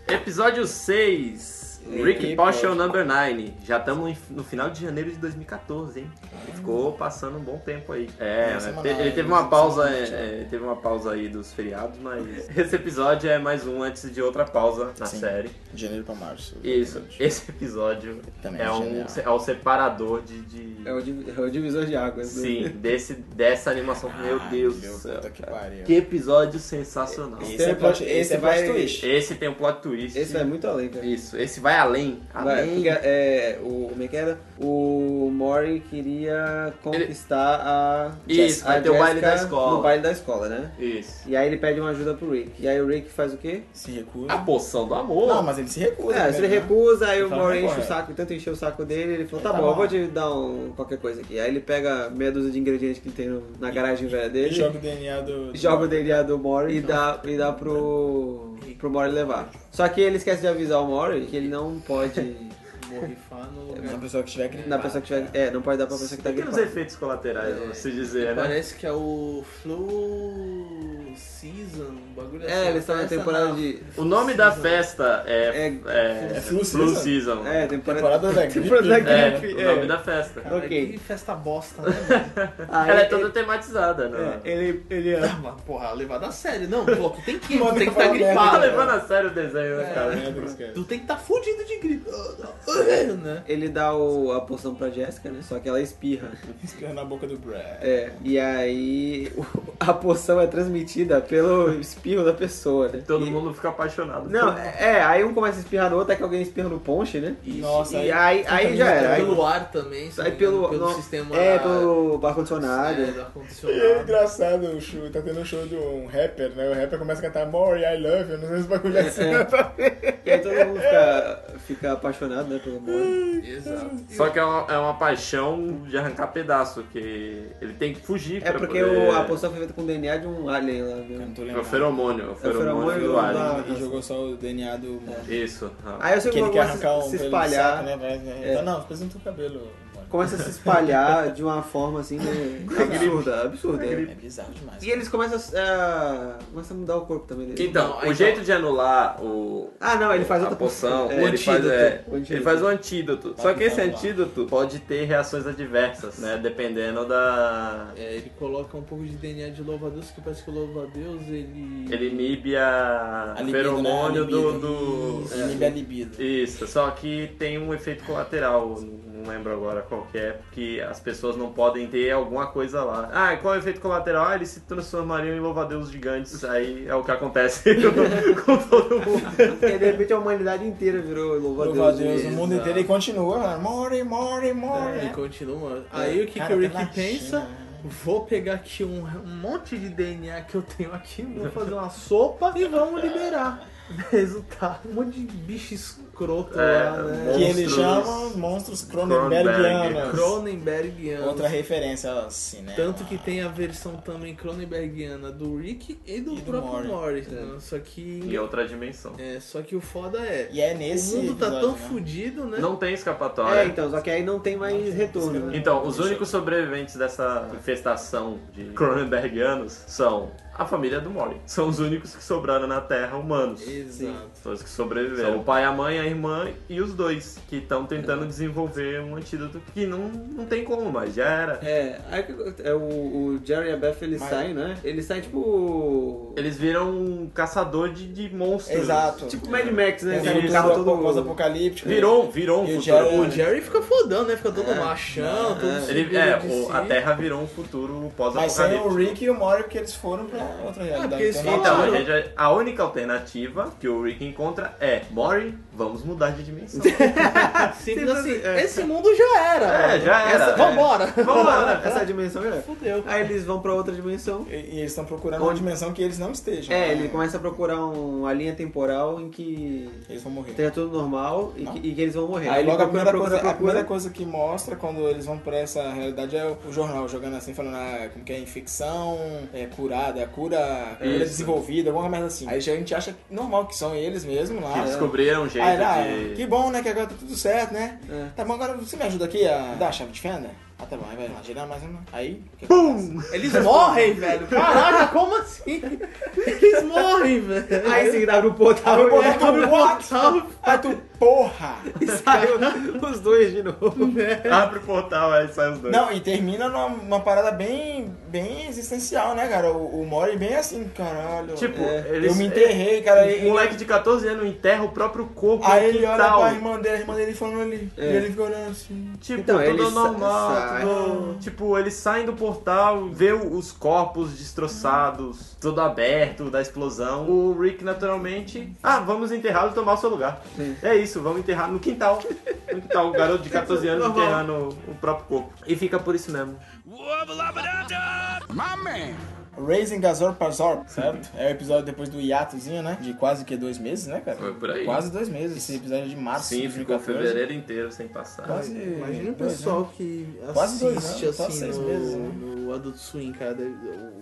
S8: Episódio 6. Rick Potion Number 9. Já estamos no final de janeiro de 2014, hein? Ele ficou passando um bom tempo aí. É,
S7: É, semanal,
S8: te- ele teve
S7: é,
S8: uma pausa,
S7: semanalmente,
S8: é, é, teve uma pausa aí dos feriados, mas esse episódio é mais um antes de outra pausa na
S7: Sim.
S8: série.
S7: De janeiro pra março.
S8: Isso, esse episódio
S7: Também
S8: é,
S7: é
S8: um,
S7: genial.
S8: é o separador de. de-
S6: É o, div- é o divisor de águas. né?
S8: Sim, desse, dessa animação. Meu
S7: Ai,
S8: Deus
S7: Ah, meu
S8: do céu.
S7: puta que
S8: cara.
S7: pariu.
S8: Que episódio sensacional.
S7: Esse é plot, esse é plot twist.
S8: Esse tem um plot twist.
S6: Esse vai muito além, cara.
S8: Isso, esse vai além.
S6: Vai,
S8: Além.
S6: porque, é, o, como é que era? O Mori queria conquistar a.
S8: Isso, vai
S6: a
S8: ter o baile
S6: Jessica
S8: da escola.
S6: No baile da escola, né?
S8: Isso.
S6: E aí ele pede uma ajuda pro Rick. E aí o Rick faz o quê?
S7: Se recusa.
S8: A poção do amor.
S7: Não, mas ele Ah, se recusa.
S6: É,
S7: primeiro,
S6: se ele
S7: né?
S6: recusa, aí o
S7: fala,
S6: Mori
S7: "Não,
S6: enche o
S7: porra."
S6: saco, tanto encher o saco dele, ele falou, tá,
S7: Tá
S6: bom, eu
S7: bom.
S6: vou te dar um, qualquer coisa aqui. Aí ele pega meia dúzia de ingredientes que tem no- na garagem velha
S7: Ele
S6: dele,
S7: joga o DNA do. do-
S6: joga o DNA do Mori e dá, e dá pro, pro Mori levar. Só que ele esquece de avisar o Mori que ele não pode,
S9: Borrifar no
S7: Na
S9: lugar.
S7: É pessoa que estiver gritando.
S6: na pessoa que tiver, é, não pode dar pra É, pessoa que tá
S8: Tem uns
S6: gripada.
S8: efeitos colaterais, vamos se dizer, né?
S9: Parece que é o Flow Season, um bagulho
S6: É, eles estão na
S9: Essa
S6: temporada
S9: na-
S6: de...
S8: O nome da festa é.
S6: É-
S8: É.
S7: É Flu
S8: Flu
S7: Season.
S8: Season.
S6: É, temporada...
S7: Temporada da
S6: Temporada da
S7: gripe.
S8: É,
S6: gripe,
S8: o
S6: é.
S8: nome da festa.
S9: Cara,
S6: Ok.
S9: Que festa bosta, né? mano?
S6: Aí
S8: Ela é
S6: ele-
S8: toda tematizada, né?
S6: é, ele, ele,
S9: Ah, mas, porra, levada a sério. Não, pô, tu tem que ir, tu
S7: Manda
S9: tem que estar
S7: falar
S8: Tá
S6: é-
S7: merda,
S9: gripado.
S8: levando a sério o desenho, né, cara?
S7: Meu Deus, cara.
S9: Tu tem que estar fudido de gripe. Né?
S6: ele dá o- a poção pra Jessica, né? Só que ela espirra.
S7: Espirra na boca do Brad.
S6: É, e aí o- a poção é transmitida pelo espirro da pessoa, né?
S8: Todo
S6: E-
S8: mundo fica apaixonado.
S6: Não, é, aí um começa a espirrar no outro, até que alguém espirra no ponche, né?
S7: Nossa,
S6: e aí, aí, já era. É, Aí,
S9: Pelo ar também, se
S6: aí
S9: não me
S6: pelo,
S9: engano, pelo
S6: no-
S9: sistema.
S6: É, pelo
S9: é,
S6: ar-condicionado.
S9: do
S7: E é
S9: ar-condicionado.
S7: engraçado, o show, tá tendo um show de um rapper, né? O rapper começa a cantar More, I love you, não sei se bagulho é assim.
S6: E aí todo mundo fica, fica apaixonado, né, pelo amor.
S9: Exato.
S8: Só que é uma, é uma paixão de arrancar pedaço, que ele tem que fugir
S6: É
S8: pra
S6: porque
S8: poder...
S6: o- a poção foi feita com o DNA de um alien lá,
S7: Eu
S6: viu?
S7: não tô
S8: É o
S7: lembrando.
S8: feromônio, é o feromônio
S6: feromônio
S8: do alien.
S6: da-
S7: E jogou só o DNA do monstro.
S8: Isso.
S6: Aí eu sei
S7: Que
S6: que
S7: ele quer
S6: começa
S7: arrancar
S6: a
S7: um
S6: se
S7: pelo do
S6: espalhar.
S7: saco, né? Vai, né?
S6: É.
S7: Então, não, depois não tem o cabelo, mano.
S6: Começa a se espalhar de uma forma assim, né? Absurda, absurda. né?
S7: É bizarro demais.
S6: E eles começam a, a- começam a mudar o corpo também deles.
S8: Então,
S9: Não,
S8: o
S9: aí
S8: jeito de anular o...
S6: Ah, não, ele faz
S8: a
S6: outra
S8: poção,
S6: É,
S8: ele, faz, é,
S6: antídoto, antídoto.
S8: ele faz um antídoto. Só que esse
S7: Vai, vai.
S8: antídoto pode ter reações adversas, né? Dependendo da...
S9: É, ele coloca um pouco de DNA de louva-a-Deus, que parece que o louva-a-Deus, ele...
S8: Ele inibe a,
S7: A libido,
S8: feromônio
S7: né? A libido.
S8: do... do... é,
S7: Isso, inibe a libido.
S8: Isso, só que tem um efeito colateral, não não lembro agora qual que é, que as pessoas não podem ter alguma coisa lá. Ah, e qual é o efeito colateral? Ah, eles se transformariam em louvadeus gigantes, aí é o que acontece com todo mundo.
S6: E de repente a humanidade inteira virou louva
S7: Louva a Deus, o
S6: mesmo.
S7: mundo inteiro e continua, né? More, more, more.
S9: Ele continua. Aí o que,
S7: É. Cara,
S9: que o Rick
S7: pela
S9: pensa?
S7: China. né?
S9: Vou pegar aqui um, um monte de DNA que eu tenho aqui, vou fazer uma sopa e vamos liberar. Resultado, um monte de bicho escroto
S8: É,
S9: lá, né?
S7: Que eles
S8: Monstros.
S7: chamam os monstros
S8: Cronenberg.
S7: cronenbergianos.
S9: Cronenbergiano.
S7: Outra referência ao cinema.
S9: Tanto que tem a versão também Cronenbergiana do Rick e do
S7: E do
S9: próprio
S7: Morty.
S9: Morris. né? Só que.
S8: Em outra dimensão.
S9: É, só que o foda é.
S7: E é
S9: O
S7: nesse.
S9: mundo tá
S7: episódio,
S9: tão
S7: né?
S9: fudido, né?
S8: Não tem escapatória.
S6: É, então, só que aí não tem mais
S7: é
S6: retorno. Né?
S8: Então, os únicos sobreviventes dessa infestação de Cronenbergianos são a família do Mori. São os únicos que sobraram na Terra humanos.
S9: Exato.
S8: São os que sobreviveram. São o pai e a mãe e a irmã e os dois, que estão tentando desenvolver um antídoto que não, não tem como, mas já era.
S6: É, aí que- é o, o Jerry e a Beth eles saem, né? Eles saem tipo.
S8: Eles viram um caçador de, de monstros.
S7: Exato.
S6: Tipo Mad Max, né?
S7: Esse
S8: Ele
S6: Sai do
S8: tá
S6: carro
S7: futuro
S6: todo-
S7: pós-apocalíptico.
S8: Virou, virou um
S7: E o
S8: futuro.
S7: Jerry-
S9: O Jerry fica fodão, né? Fica
S7: É.
S9: todo machão, todo
S8: Ele,
S9: seguro
S8: é,
S9: de
S8: o-
S9: si.
S8: a Terra virou um futuro
S7: Mas sem o
S8: pós-apocalipse.
S7: Rick e o Morty, porque eles foram pra outra realidade.
S9: Ah, porque eles
S7: Então,
S9: falam-
S8: Então, a,
S9: Claro.
S8: gente, vai- a única alternativa que o Rick encontra é Mori, vamos mudar de dimensão.
S6: tipo
S9: Simples assim. Esse mundo já era. né?
S8: É,
S9: mano.
S8: já era,
S9: Essa-
S8: é.
S9: Vambora.
S8: vamos lá, né?
S6: Essa dimensão é.
S9: Fudeu.
S6: Aí eles vão pra outra dimensão.
S7: E, e eles estão procurando uma dimensão que eles não estejam.
S6: É,
S7: né?
S6: ele começa a procurar um- uma linha temporal em que
S7: Eles vão morrer.
S6: esteja tudo normal e que, e que eles vão morrer.
S7: Aí
S6: ele
S7: logo a
S6: procura,
S7: primeira,
S6: procura,
S7: coisa, a
S6: procura.
S7: primeira coisa que mostra quando eles vão pra essa realidade é o, o jornal jogando assim, falando ah, como que é infecção, é curada, cura, cura
S8: Isso.
S7: desenvolvida, alguma merda assim. Aí a gente acha normal que são eles mesmo lá.
S8: Que
S7: né?
S8: descobriram um jeito
S7: Aí, lá,
S8: de.
S7: que bom, né? Que agora tá tudo certo, né?
S6: É.
S7: Tá bom, agora você me ajuda aqui a dar a chave de fenda? Ah, tá bom, aí vai lá, girar mais uma. Aí, o que BUM!
S9: Eles morrem, velho. Caraca, como assim? Eles morrem, velho.
S6: Aí sim, abre o portal
S7: Abre o portal,
S6: e-
S7: abre o
S9: Portal,
S7: Aí tu, porra!
S6: e sai o- os dois de novo.
S8: Abre o portal, aí sai os dois.
S7: Não, e termina numa, numa parada bem, bem existencial, né, cara? O, o Mori bem assim, caralho.
S8: Tipo,
S7: é,
S8: eles-
S7: eu me enterrei, cara.
S8: Um
S7: Ele,
S8: moleque de 14 anos enterra o próprio corpo no
S7: aí ele olha
S8: quintal.
S7: pra irmã dele, a irmã dele falando ali.
S6: É.
S7: E ele fica olhando assim.
S8: Tipo,
S6: Então,
S8: tudo
S6: eles sa-
S8: normal,
S6: saem.
S8: tudo... Tipo, eles saem do portal, vê o- os corpos destroçados, tudo aberto da explosão. O Rick, naturalmente... Ah, vamos enterrá-lo e tomar o seu lugar. É isso, vamos enterrar no quintal. No quintal, o garoto de 14 anos
S6: Normal.
S8: enterrando o próprio corpo. E fica por isso mesmo.
S1: Wubba-lubba-dub-dub. My man.
S7: Raising Gazor Pazor, certo? É o episódio depois do hiatozinho, né? De quase que dois meses, né, cara?
S8: Foi por aí.
S7: Quase dois meses. Esse episódio é de março. de 2014.
S8: inteiro sem passar.
S7: Quase.
S9: Imagina o
S7: dois,
S9: pessoal
S7: né?
S9: que
S7: Quase dois
S9: assiste
S7: anos, quase
S9: assim
S7: seis
S9: no,
S7: meses, né?
S9: no Adult Swim, cara. deve-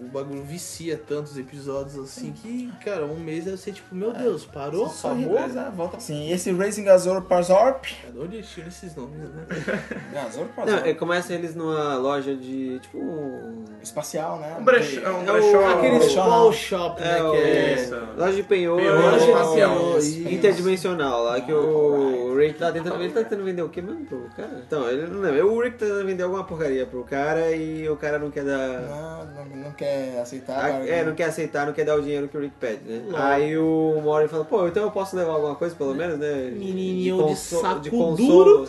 S9: O bagulho vicia tantos episódios assim que, cara, um mês deve ser tipo, meu Deus, parou?
S7: É. Só
S9: Acabou?
S7: regresa, volta. Sim, esse Raising Gazor Pazorp.
S9: Cara, onde eles tiram esses nomes, né?
S7: Gazor
S6: Não, é,
S7: Pazorp.
S6: começa eles numa loja de. tipo um.
S7: Espacial, né?
S8: Um brechão, um
S6: É o-
S8: brechão.
S6: aquele-
S7: Shop.
S9: Wall Shop,
S6: É,
S9: né?
S6: o-
S9: Que é...
S8: Isso.
S6: Loja de penhor.
S8: Penhor
S6: loja de
S8: espacial.
S6: penhor,
S7: Isso.
S6: Interdimensional, lá que o, o Rick tá tentando. Ele tá tentando vender o que mesmo pro cara? Então, ele não lembra. O Rick tá tentando vender alguma porcaria pro cara e o cara não quer dar.
S7: Não, não, não quer aceitar.
S6: a- é, não quer aceitar, não quer dar o dinheiro que o Rick pede, né? Aí o Mori fala, pô, então eu posso levar alguma coisa, pelo menos, né?
S9: Menininho de
S6: conso-
S9: saco
S6: consolo.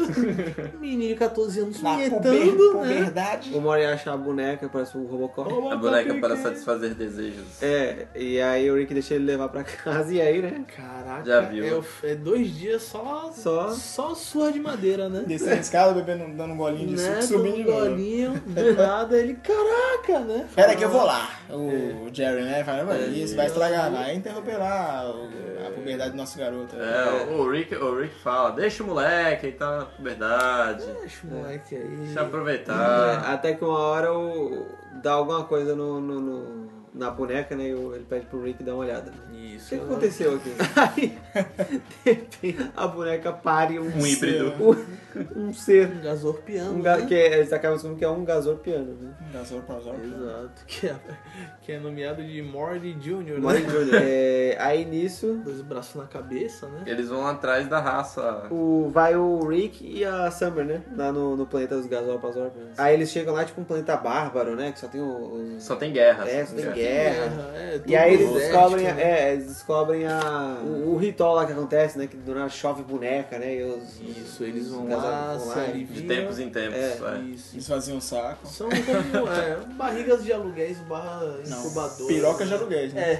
S9: Menino de 14 anos
S7: Na
S9: punhetando,
S7: puber-
S9: né?
S7: puberdade.
S6: O Mori acha a boneca, parece um Robocop.
S10: A boneca
S7: né?
S10: para satisfazer desejos.
S6: É, e aí o Rick deixa ele levar pra casa e aí, né?
S9: Caraca,
S10: Já viu.
S9: É, o- é dois dias só,
S6: Só-
S9: só, surra de madeira, né?
S7: Descendo a escada, bebendo, dando um golinho de
S9: né?
S7: suco,
S9: Todo
S7: subindo de novo.
S9: golinho, do nada, ele, caraca, né?
S7: Pera que eu vou lá. O Jerry, né? Fala,
S9: É,
S7: "Vai, isso vai estragar, vai interromper lá o- a puberdade do nosso garoto.
S8: É, o Rick, o Rick fala, deixa o moleque, ele tá na puberdade.
S6: É.
S9: Deixa o moleque aí.
S8: Deixa eu aproveitar.
S6: né? Até que uma hora o... dá alguma coisa no, no- no- na boneca, né? E o- ele pede pro Rick dar uma olhada. né? O
S9: Isso.
S6: que aconteceu aqui? Aí, de repente, a boneca pare um,
S8: Um híbrido.
S6: Um, um ser.
S9: Um gasorpiano,
S6: Um ga...
S9: né?
S6: que é, eles acabam descobrindo que é um gasorpiano, né?
S7: Gazor Pazorp.
S9: Exato. Que é, que é nomeado de Morty Jr.,
S6: Mori
S9: né?
S6: Jr. É, aí nisso,
S9: Dois braços na cabeça, né?
S10: Eles vão atrás da raça.
S6: o, vai o Rick e a Summer, né? Lá no, no planeta dos gasorpazorp. Aí eles chegam lá, tipo um planeta bárbaro, né? Que só tem os...
S10: Só tem guerra.
S8: assim,
S6: É,
S8: né?
S6: só tem guerra.
S9: É, é, tudo
S6: E aí eles
S9: desértico,
S6: descobrem,
S9: né?
S6: é, eles descobrem a,
S9: Uhum.
S6: o, o ritual lá que acontece, né? Que do nada chove boneca, né? E os,
S9: Isso, eles
S6: os
S9: vão lá,
S6: casais vão
S9: se aliviam.
S10: De tempos em tempos.
S6: É.
S10: é.
S9: né? Isso.
S7: Eles faziam um saco.
S9: São como é, barrigas de aluguéis barra incubador.
S7: Piroca de aluguéis, né?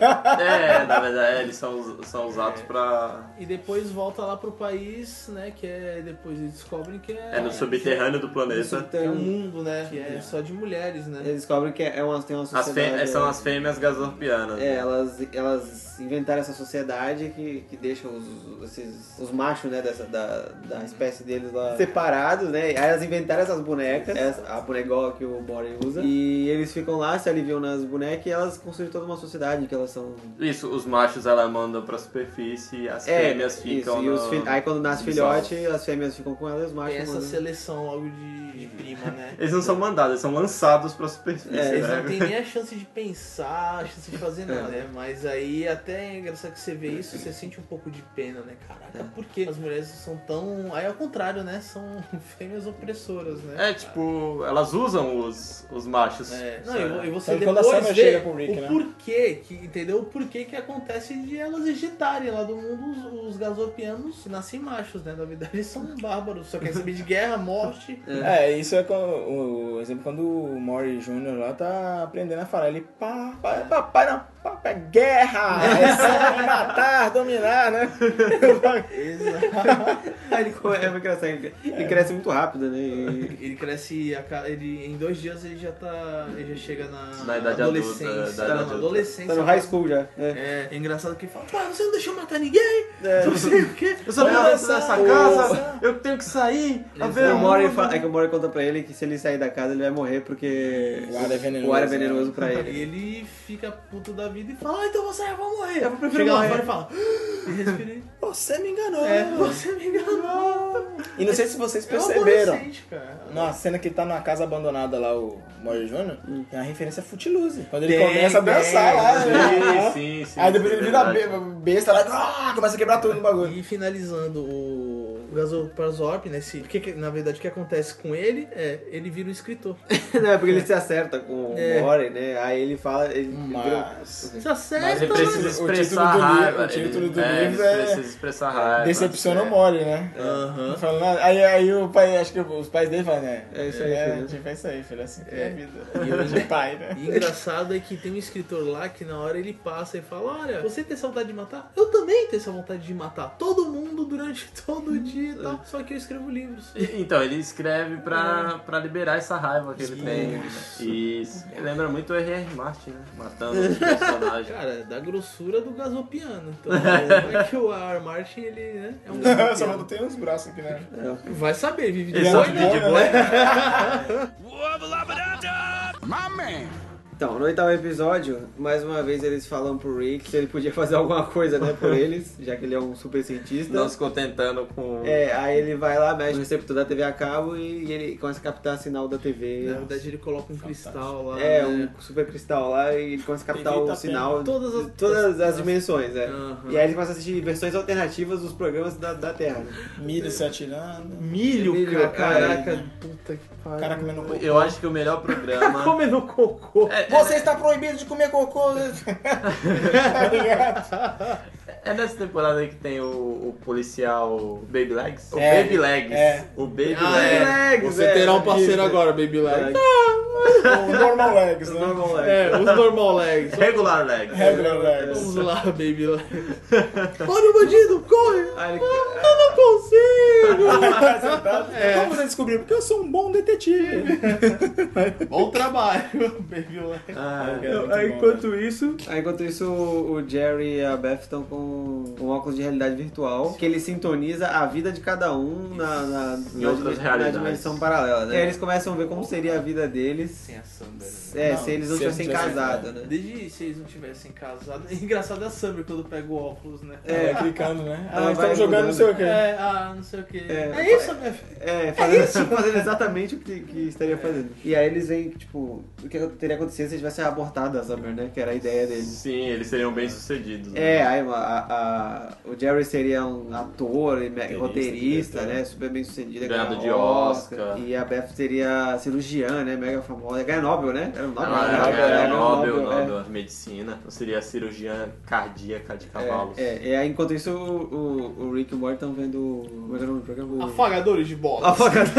S10: É, na verdade, eles são, us- são usados pra.
S9: E depois volta lá pro país, né? Que é. Depois eles descobrem que é.
S10: É no subterrâneo do planeta.
S9: que é um
S6: Então,
S9: mundo, né? Que é só de mulheres, né?
S6: eles descobrem que é uma, tem uma
S10: As
S6: sociedade.
S10: fê- são as fêmeas gasorpianas.
S6: É, elas, elas inventaram essa sociedade que, que deixa os, esses, os machos, né? Dessa, da, da espécie podcast deles lá separados, né? Aí elas inventaram essas bonecas, essa- a bonegola que o Bore usa, e eles ficam lá, se aliviam nas bonecas e elas construem toda uma sociedade que elas são.
S8: Isso, os machos ela mandam pra superfície e as fêmeas
S6: É,
S8: ficam.
S6: isso, e os
S8: no-
S6: fi- Aí quando nasce
S8: subsolo.
S6: filhote, as fêmeas ficam com elas e os machos.
S9: Essa
S6: mandam.
S9: seleção logo de, de prima, né?
S8: Eles não são mandados, eles são lançados pra superfície.
S6: É,
S9: Eles
S8: né?
S9: não têm nem a chance de pensar, a chance de fazer nada, né? Mas aí até é engraçado que você vê isso, você sente um pouco de pena, né? Caraca, por que as mulheres são tão. Aí ao contrário, né? São fêmeas opressoras, né?
S8: É, tipo, elas usam os, os machos.
S9: É, não, e vo- e você
S2: Sabe quando a
S9: depois
S2: Sarah
S9: vê
S2: chega pro Rick,
S9: o
S2: né?
S9: porquê, que, entendeu? O porquê que acontece de elas ejetarem lá do mundo os, os gasopianos nascem machos, né? Na verdade eles são bárbaros, só querem saber de guerra, morte.
S7: É, isso é com- o exemplo quando o Mori Jr. lá tá aprendendo a falar. Ele, pá, pá, papai, não, papai, guerra! É só matar, dominar, né?
S9: Exato.
S6: Ah, Aí ele co- é muito engraçado, ele ele cresce muito rápido, né? E-
S9: Ele cresce, a ca- ele, em dois dias ele já tá. Ele já chega na,
S8: Na idade
S9: adolescência.
S8: adulta, da
S9: tá
S8: idade
S9: na
S8: adulta.
S9: adolescência.
S6: Tá no high school já. né?
S9: É, é engraçado que fala, pá, você não deixou matar ninguém?
S6: É.
S9: Não sei o quê.
S8: Eu sou
S9: Vamos
S8: dentro dessa
S9: dançar.
S8: casa, eu tenho que sair. A ver,
S6: É, o Mori fa- é que o Mori conta pra ele que se ele sair da casa ele vai morrer porque
S7: O ar é venenoso,
S6: o ar é venenoso pra ele.
S9: E ele fica puto da vida e fala, ah, então você eu vou morrer.
S6: Eu prefiro
S9: Chega lá
S6: morrer.
S9: fora e fala, "Ah", e respirei.
S7: Você me enganou!
S9: É, você me enganou.
S7: E não sei se vocês
S9: É um
S7: perceberam.
S9: adolescente, cara.
S7: Na cena que ele tá numa casa abandonada lá, o Mori Jr., tem uma referência a Footloose. Quando ele
S9: Tem,
S7: começa a
S9: tem.
S7: dançar lá, né?
S8: Sim, sim, sim.
S7: Aí depois ele vira
S8: verdade.
S7: be- besta lá, ah, começa a quebrar tudo no bagulho.
S9: E finalizando o Gasoprazorp, né? se- Porque, que- na verdade, o que acontece com ele é ele vira um escritor.
S6: Não, é porque ele se acerta com o
S9: É.
S6: Mori, né? Aí ele fala. Ele virou-
S7: Hum, Mas...
S9: Você acerta,
S8: Mas ele precisa
S9: né?
S8: expressar a
S7: do livro-
S8: raiva.
S7: o título
S8: ele-
S7: do
S8: é,
S7: livro
S8: ele
S7: é
S8: precisa expressar a raiva.
S7: Decepciona
S8: é.
S7: o Mori, né?
S9: Aham.
S7: Não fala nada. Aí, aí o pai, acho que os pais dele falam, né?
S6: É isso aí,
S7: É,
S6: filho.
S7: tipo, é isso aí, filho. Assim que é,
S9: É.
S7: a vida. E hoje é pai, né?
S9: E engraçado é que tem um escritor lá que na hora ele passa e fala: Olha, você tem essa vontade de matar? Eu também tenho essa vontade de matar todo mundo durante todo o dia e tal. Só que eu escrevo livros.
S8: E- Então, ele escreve
S7: É.
S8: pra, pra liberar essa raiva que ele tem. né? Isso. Ele Lembra muito o R.R. Martin, né? Matando os personagens.
S9: Cara, é da grossura do gasopiano. Então, é que o R. Martin, ele né, é um
S7: Só
S9: gasopiano.
S7: falta tem uns braços aqui, né?
S9: Vai saber, vive de
S8: Ele
S9: boi,
S8: só
S7: Boy,
S8: vive
S7: né?
S8: de boi.
S1: My man.
S6: Então, no oitavo episódio, mais uma vez eles falam pro Rick se ele podia fazer alguma coisa, né, por eles, já que ele é um super cientista.
S8: Não se contentando com.
S6: É, aí ele vai lá, mexe no receptor da TV a cabo e, e ele começa a captar sinal da TV.
S9: né? Na verdade, ele coloca um cristal lá.
S6: É,
S9: né?
S6: um super cristal lá e ele começa a captar o sinal de
S9: Todas as-
S6: todas as dimensões, é.
S9: Aham.
S6: E aí ele começa a assistir versões alternativas dos programas da, da Terra. né?
S7: Milho se atirando.
S9: Milho,
S6: Milho,
S9: cara.
S6: cara.
S9: Caraca, puta que
S7: O
S9: pariu.
S7: cara comendo cocô.
S8: Eu acho que o melhor programa.
S9: comendo cocô.
S8: É, é,
S7: Você está proibido de comer cocô. Tá ligado?
S8: é nessa temporada aí que tem o, o policial Baby Legs? O
S7: É,
S8: Baby Legs.
S7: é.
S8: O Baby
S9: Ah,
S8: Legs.
S9: é.
S6: Legs,
S9: Você
S6: é,
S9: terá um parceiro
S6: isso.
S9: agora, Baby
S6: É,
S9: Legs.
S7: o normal legs, né?
S6: normal, né?
S9: É, os normal legs.
S8: Regular Legs.
S7: Regular legs.
S9: Vamos lá, Baby Legs. Olha o bandido, corre!
S6: Aí ele-
S9: Eu não consigo! tá É.
S7: Como você descobriu? Porque eu sou um bom detetive.
S9: Bom um trabalho, Baby Legs.
S8: Ah,
S7: Aí, enquanto
S6: Aí, enquanto isso, o o Jerry e a Beth estão com um óculos de realidade virtual que ele sintoniza a vida de cada um na, na,
S8: Em
S6: na
S8: outras
S6: dimen- na
S8: realidades.
S6: dimensão paralela, né? E aí eles começam a ver como seria a vida deles
S9: Sem a Summer.
S6: é,
S7: Não,
S6: se eles não
S7: se eles não
S6: tivessem
S7: tivessem
S6: casado, né?
S9: Desde se eles não tivessem casado. Engraçado é a Summer quando pega o óculos, né?
S7: É, clicando, né?
S6: Ah,
S7: Ah,
S6: vai
S7: estamos jogando não sei o quê.
S9: É, ah, não sei o que.
S6: É.
S9: É, isso, minha filha.
S6: É, fazendo, fazendo exatamente o que, que estaria fazendo. E aí eles veem, tipo, o que teria acontecido se eles tivessem abortado a Summer, né? Que era a ideia
S7: É.
S6: deles.
S8: Sim, eles seriam bem-sucedidos. né?
S6: É, aí a, a- a- o Jerry seria um ator, e me- roteirista, né? Super bem sucedido.
S8: é. Ganhado
S6: ganhar
S8: de Oscar.
S6: E a Beth seria cirurgiã, né? Mega famosa. Ganha Nobel, né? Era um Nobel.
S8: Ela
S6: né?
S8: era, era
S6: Ganha
S8: Ah, é, Nobel,
S6: é.
S8: Nobel, medicina. Não seria cirurgiã cardíaca de cavalos.
S6: É, é, e aí, enquanto isso, o, o- o Rick e o Morty estão vendo. o- Como é que é o nome do programa? O-
S9: Afagadores de bola.
S6: Afogado.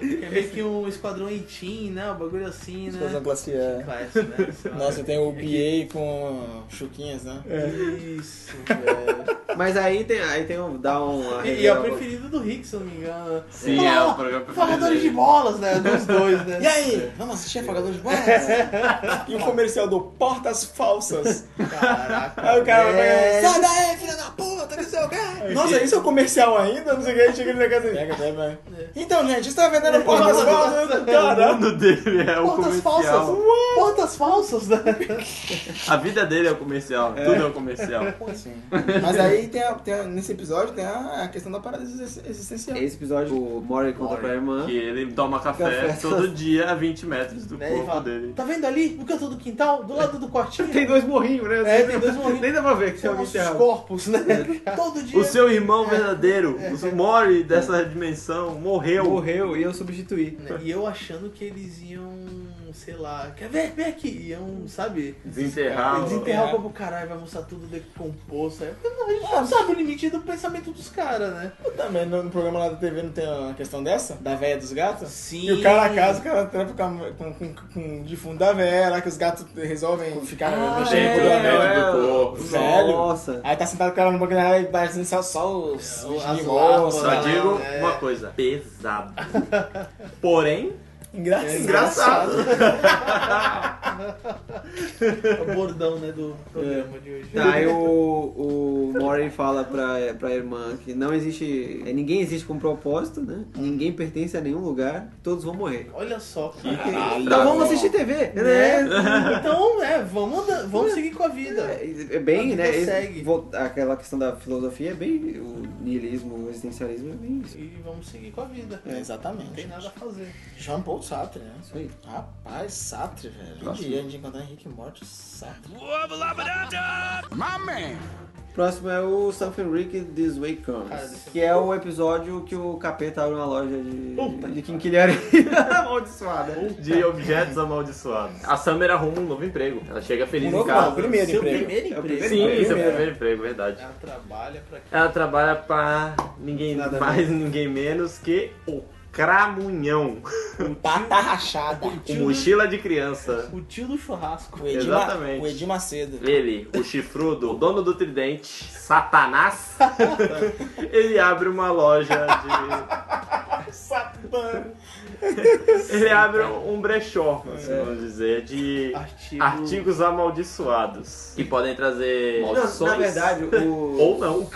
S9: É meio que um esquadrão 18, né? Um bagulho assim, né?
S7: Explosão classe A.
S9: Classe, né? Sei lá.
S7: Nossa, tem o BA com chuquinhas, né? É.
S9: Isso, velho.
S6: Mas aí tem, aí tem um. Dá um.
S9: E, e é o preferido do Rick, se eu não me engano.
S8: Sim,
S9: Fala,
S8: é o
S9: ó,
S8: programa preferido
S9: Forradores de
S8: dele.
S9: bolas, né? Dos dois, né?
S7: E aí? Vamos assistir Afagador de Bolas? e o comercial do Portas Falsas.
S9: Caraca.
S7: Aí o cara vai
S9: velho.
S7: Sai daí, filha da puta, que seu gás! Nossa, isso É. é o comercial ainda? Não sei o que, aí chega ele na casa dele. Então, gente, está vendendo portas falsas.
S8: É O
S7: Cara,
S8: mundo dele é o
S9: Portas
S8: comercial.
S9: falsas. né, Portas falsas, né?
S8: A vida dele é o comercial. Tudo é o comercial.
S7: assim? Mas aí tem, a- tem a- nesse episódio tem a, a questão da paralisia exis- existencial.
S6: Esse episódio, o Mori conta pra irmã.
S8: Que ele toma café,
S6: Café.
S8: todo dia a 20 metros do
S9: Né, e
S8: corpo
S9: fala,
S8: dele.
S9: Tá vendo ali? No canto do quintal, do lado do quartinho?
S6: Tem dois morrinhos, né?
S9: É, tem dois morrinhos.
S6: Nem dá pra ver que tinha
S9: São
S6: alguém
S9: nossos
S6: enterrado.
S9: corpos, né? Todo dia.
S8: O seu irmão verdadeiro, o Mori dessa dimensão, morreu.
S6: Morreu e eu substituí.
S9: Né, E eu achando que eles iam, sei lá, quer ver? Vem aqui. Iam, sabe?
S8: Desenterrar.
S9: Desenterrar o corpo, caralho, vai mostrar tudo decomposto. Aí, não, a gente não sabe o limite do pensamento dos caras, né?
S7: Também no, no programa lá da TV não tem uma questão dessa? Da véia dos gatos?
S9: Sim.
S7: E o cara casa, o cara trampa com, a- com, com, com o defunto da véia, lá que os gatos resolvem ficar mexendo
S8: é,
S7: com o elemento
S8: é,
S7: do corpo. Velho.
S6: Nossa.
S7: Aí tá sentado com ela no banco da área e batendo só, só os, os
S9: as
S7: limões,
S9: larvas
S8: Só
S7: lá.
S9: lá.
S8: digo
S9: é.
S8: uma coisa, pesado. Porém,
S7: Engraçado.
S8: engraçado.
S9: É o bordão, né, do programa de hoje.
S6: Tá, Aí o, o Mori fala pra, pra irmã que não existe. é, Ninguém existe com propósito, né? Ninguém pertence a nenhum lugar, todos vão morrer.
S9: Olha só, cara.
S6: Então vamos assistir TV, né?
S9: Né? Então, é, vamos, andar- vamos seguir com a vida.
S6: É, é bem,
S9: A
S6: né?
S9: vida
S6: esse-
S9: segue.
S6: vol- aquela questão da filosofia é bem. O niilismo, o existencialismo é bem isso.
S9: E vamos seguir com a vida.
S7: É,
S9: Não tem
S7: exatamente.
S9: nada a fazer.
S7: Jean Paul Sartre, né?
S6: Isso aí.
S7: Rapaz, Sartre, velho. Um dia a gente encontrar Henrique Morte, Sartre.
S1: My man.
S6: Próximo é o Something Rick This Way Comes.
S9: Cara, esse-
S6: que é o episódio que o capeta abre uma loja de,
S8: Puta
S6: de quinquilharia amaldiçoada.
S8: De objetos amaldiçoados. A Summer arruma um novo emprego. Ela chega feliz
S7: Um
S8: em
S7: novo
S8: casa.
S7: não, primeiro
S9: Seu
S7: emprego.
S9: primeiro emprego.
S8: Sim,
S6: É emprego.
S8: seu primeiro emprego, verdade.
S9: Ela trabalha pra
S8: Ela trabalha pra ninguém
S6: Nada
S8: mais, ninguém menos que o Cramunhão.
S7: Um Pata rachada.
S8: Com mochila de criança.
S9: o tio do churrasco.
S7: O Edir, Ma-
S8: Exatamente.
S7: o Edir Macedo.
S8: Ele, o chifrudo, o dono do tridente, Satanás, ele abre uma loja de. ele abre um brechó, assim, vamos dizer, de
S9: Artigo.
S8: artigos amaldiçoados. Que podem trazer
S6: Não, na verdade, o,
S8: Ou não.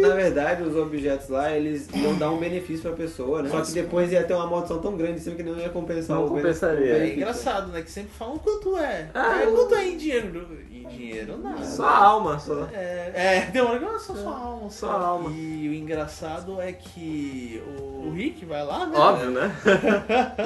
S6: na verdade, os objetos lá, eles iam dar um benefício pra pessoa, né? Só que depois ia ter uma maldição tão grande em cima que não ia compensar
S8: Não
S6: o bene-
S8: compensaria.
S6: o
S9: É
S6: benefício.
S9: engraçado, né? Que sempre falam quanto é.
S8: Ah,
S9: é quanto é em dinheiro? Em dinheiro, nada.
S8: Só a alma, só.
S9: É, é, tem uma hora que "Ah, só sua alma,
S8: Só a alma.
S9: E o engraçado é que o, o Rick vai lá, né?
S8: Óbvio, né?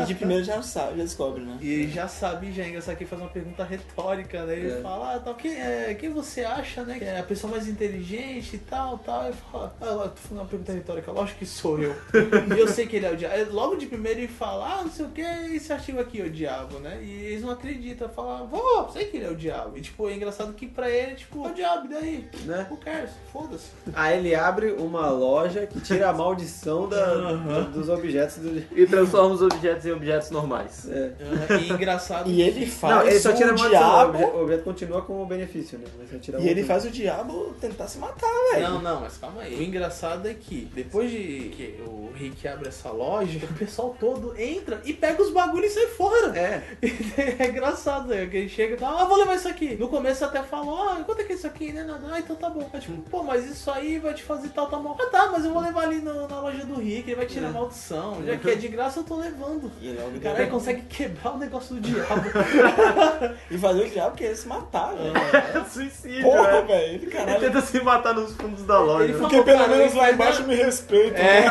S7: E de primeiro já sabe, já descobre, né?
S9: E ele já sabe, já é engraçado que ele faz uma pergunta retórica, né? Ele
S6: É.
S9: fala, ah, tal, quem, é, quem você acha, né? Que é a pessoa mais inteligente e tal, tal. Ele fala, ah, eu tô fazendo uma pergunta retórica, lógico que sou eu. e eu sei que ele é o diabo. Aí, Logo de primeiro ele fala, ah, não sei o que, esse artigo aqui é o diabo, né? E eles não acreditam, falam, vou, sei que ele é o diabo. E tipo, é engraçado que pra ele, tipo, é o diabo, e daí?
S6: Né?
S9: Who cares? Foda-se.
S6: Aí ele abre uma loja que tira a maldição da- do- dos objetos do.
S8: E transforma os objetos em objetos normais.
S6: É.
S9: E engraçado.
S7: E ele faz
S6: não, ele só
S7: o
S6: tira a maldição. O obje-
S7: um diabo.
S6: o objeto continua com o benefício, né? Mas só tira
S7: E ele
S6: outra.
S7: faz o diabo tentar se matar, velho.
S9: Não, não, mas calma aí. O engraçado é que depois de que o Rick abre essa loja, o pessoal todo entra e pega os bagulhos e sai fora.
S6: É,
S9: É engraçado, né? Que ele chega e fala, ah, vou levar isso aqui. No começo até falou, ah, quanto é que é isso aqui? Né? Nada. Ah, então tá bom. Aí, tipo, pô, mas isso aí vai te fazer tal, tal mal. Ah, tá, mas eu vou levar ali no- na loja do Rick, ele vai tirar a maldição. Já que é de graça, eu tô levando.
S7: E ele é o
S9: Caralho,
S7: diabo.
S9: consegue quebrar o negócio do diabo.
S7: E fazer o diabo querer se matar, velho.
S8: É um Suicídio,
S7: Porra,
S8: né?
S7: velho.
S8: Ele
S7: Caralho.
S8: tenta se matar nos fundos da loja.
S9: Ele
S7: Porque
S9: Cara,
S7: pelo menos lá
S9: ele-
S7: embaixo me respeitam. né?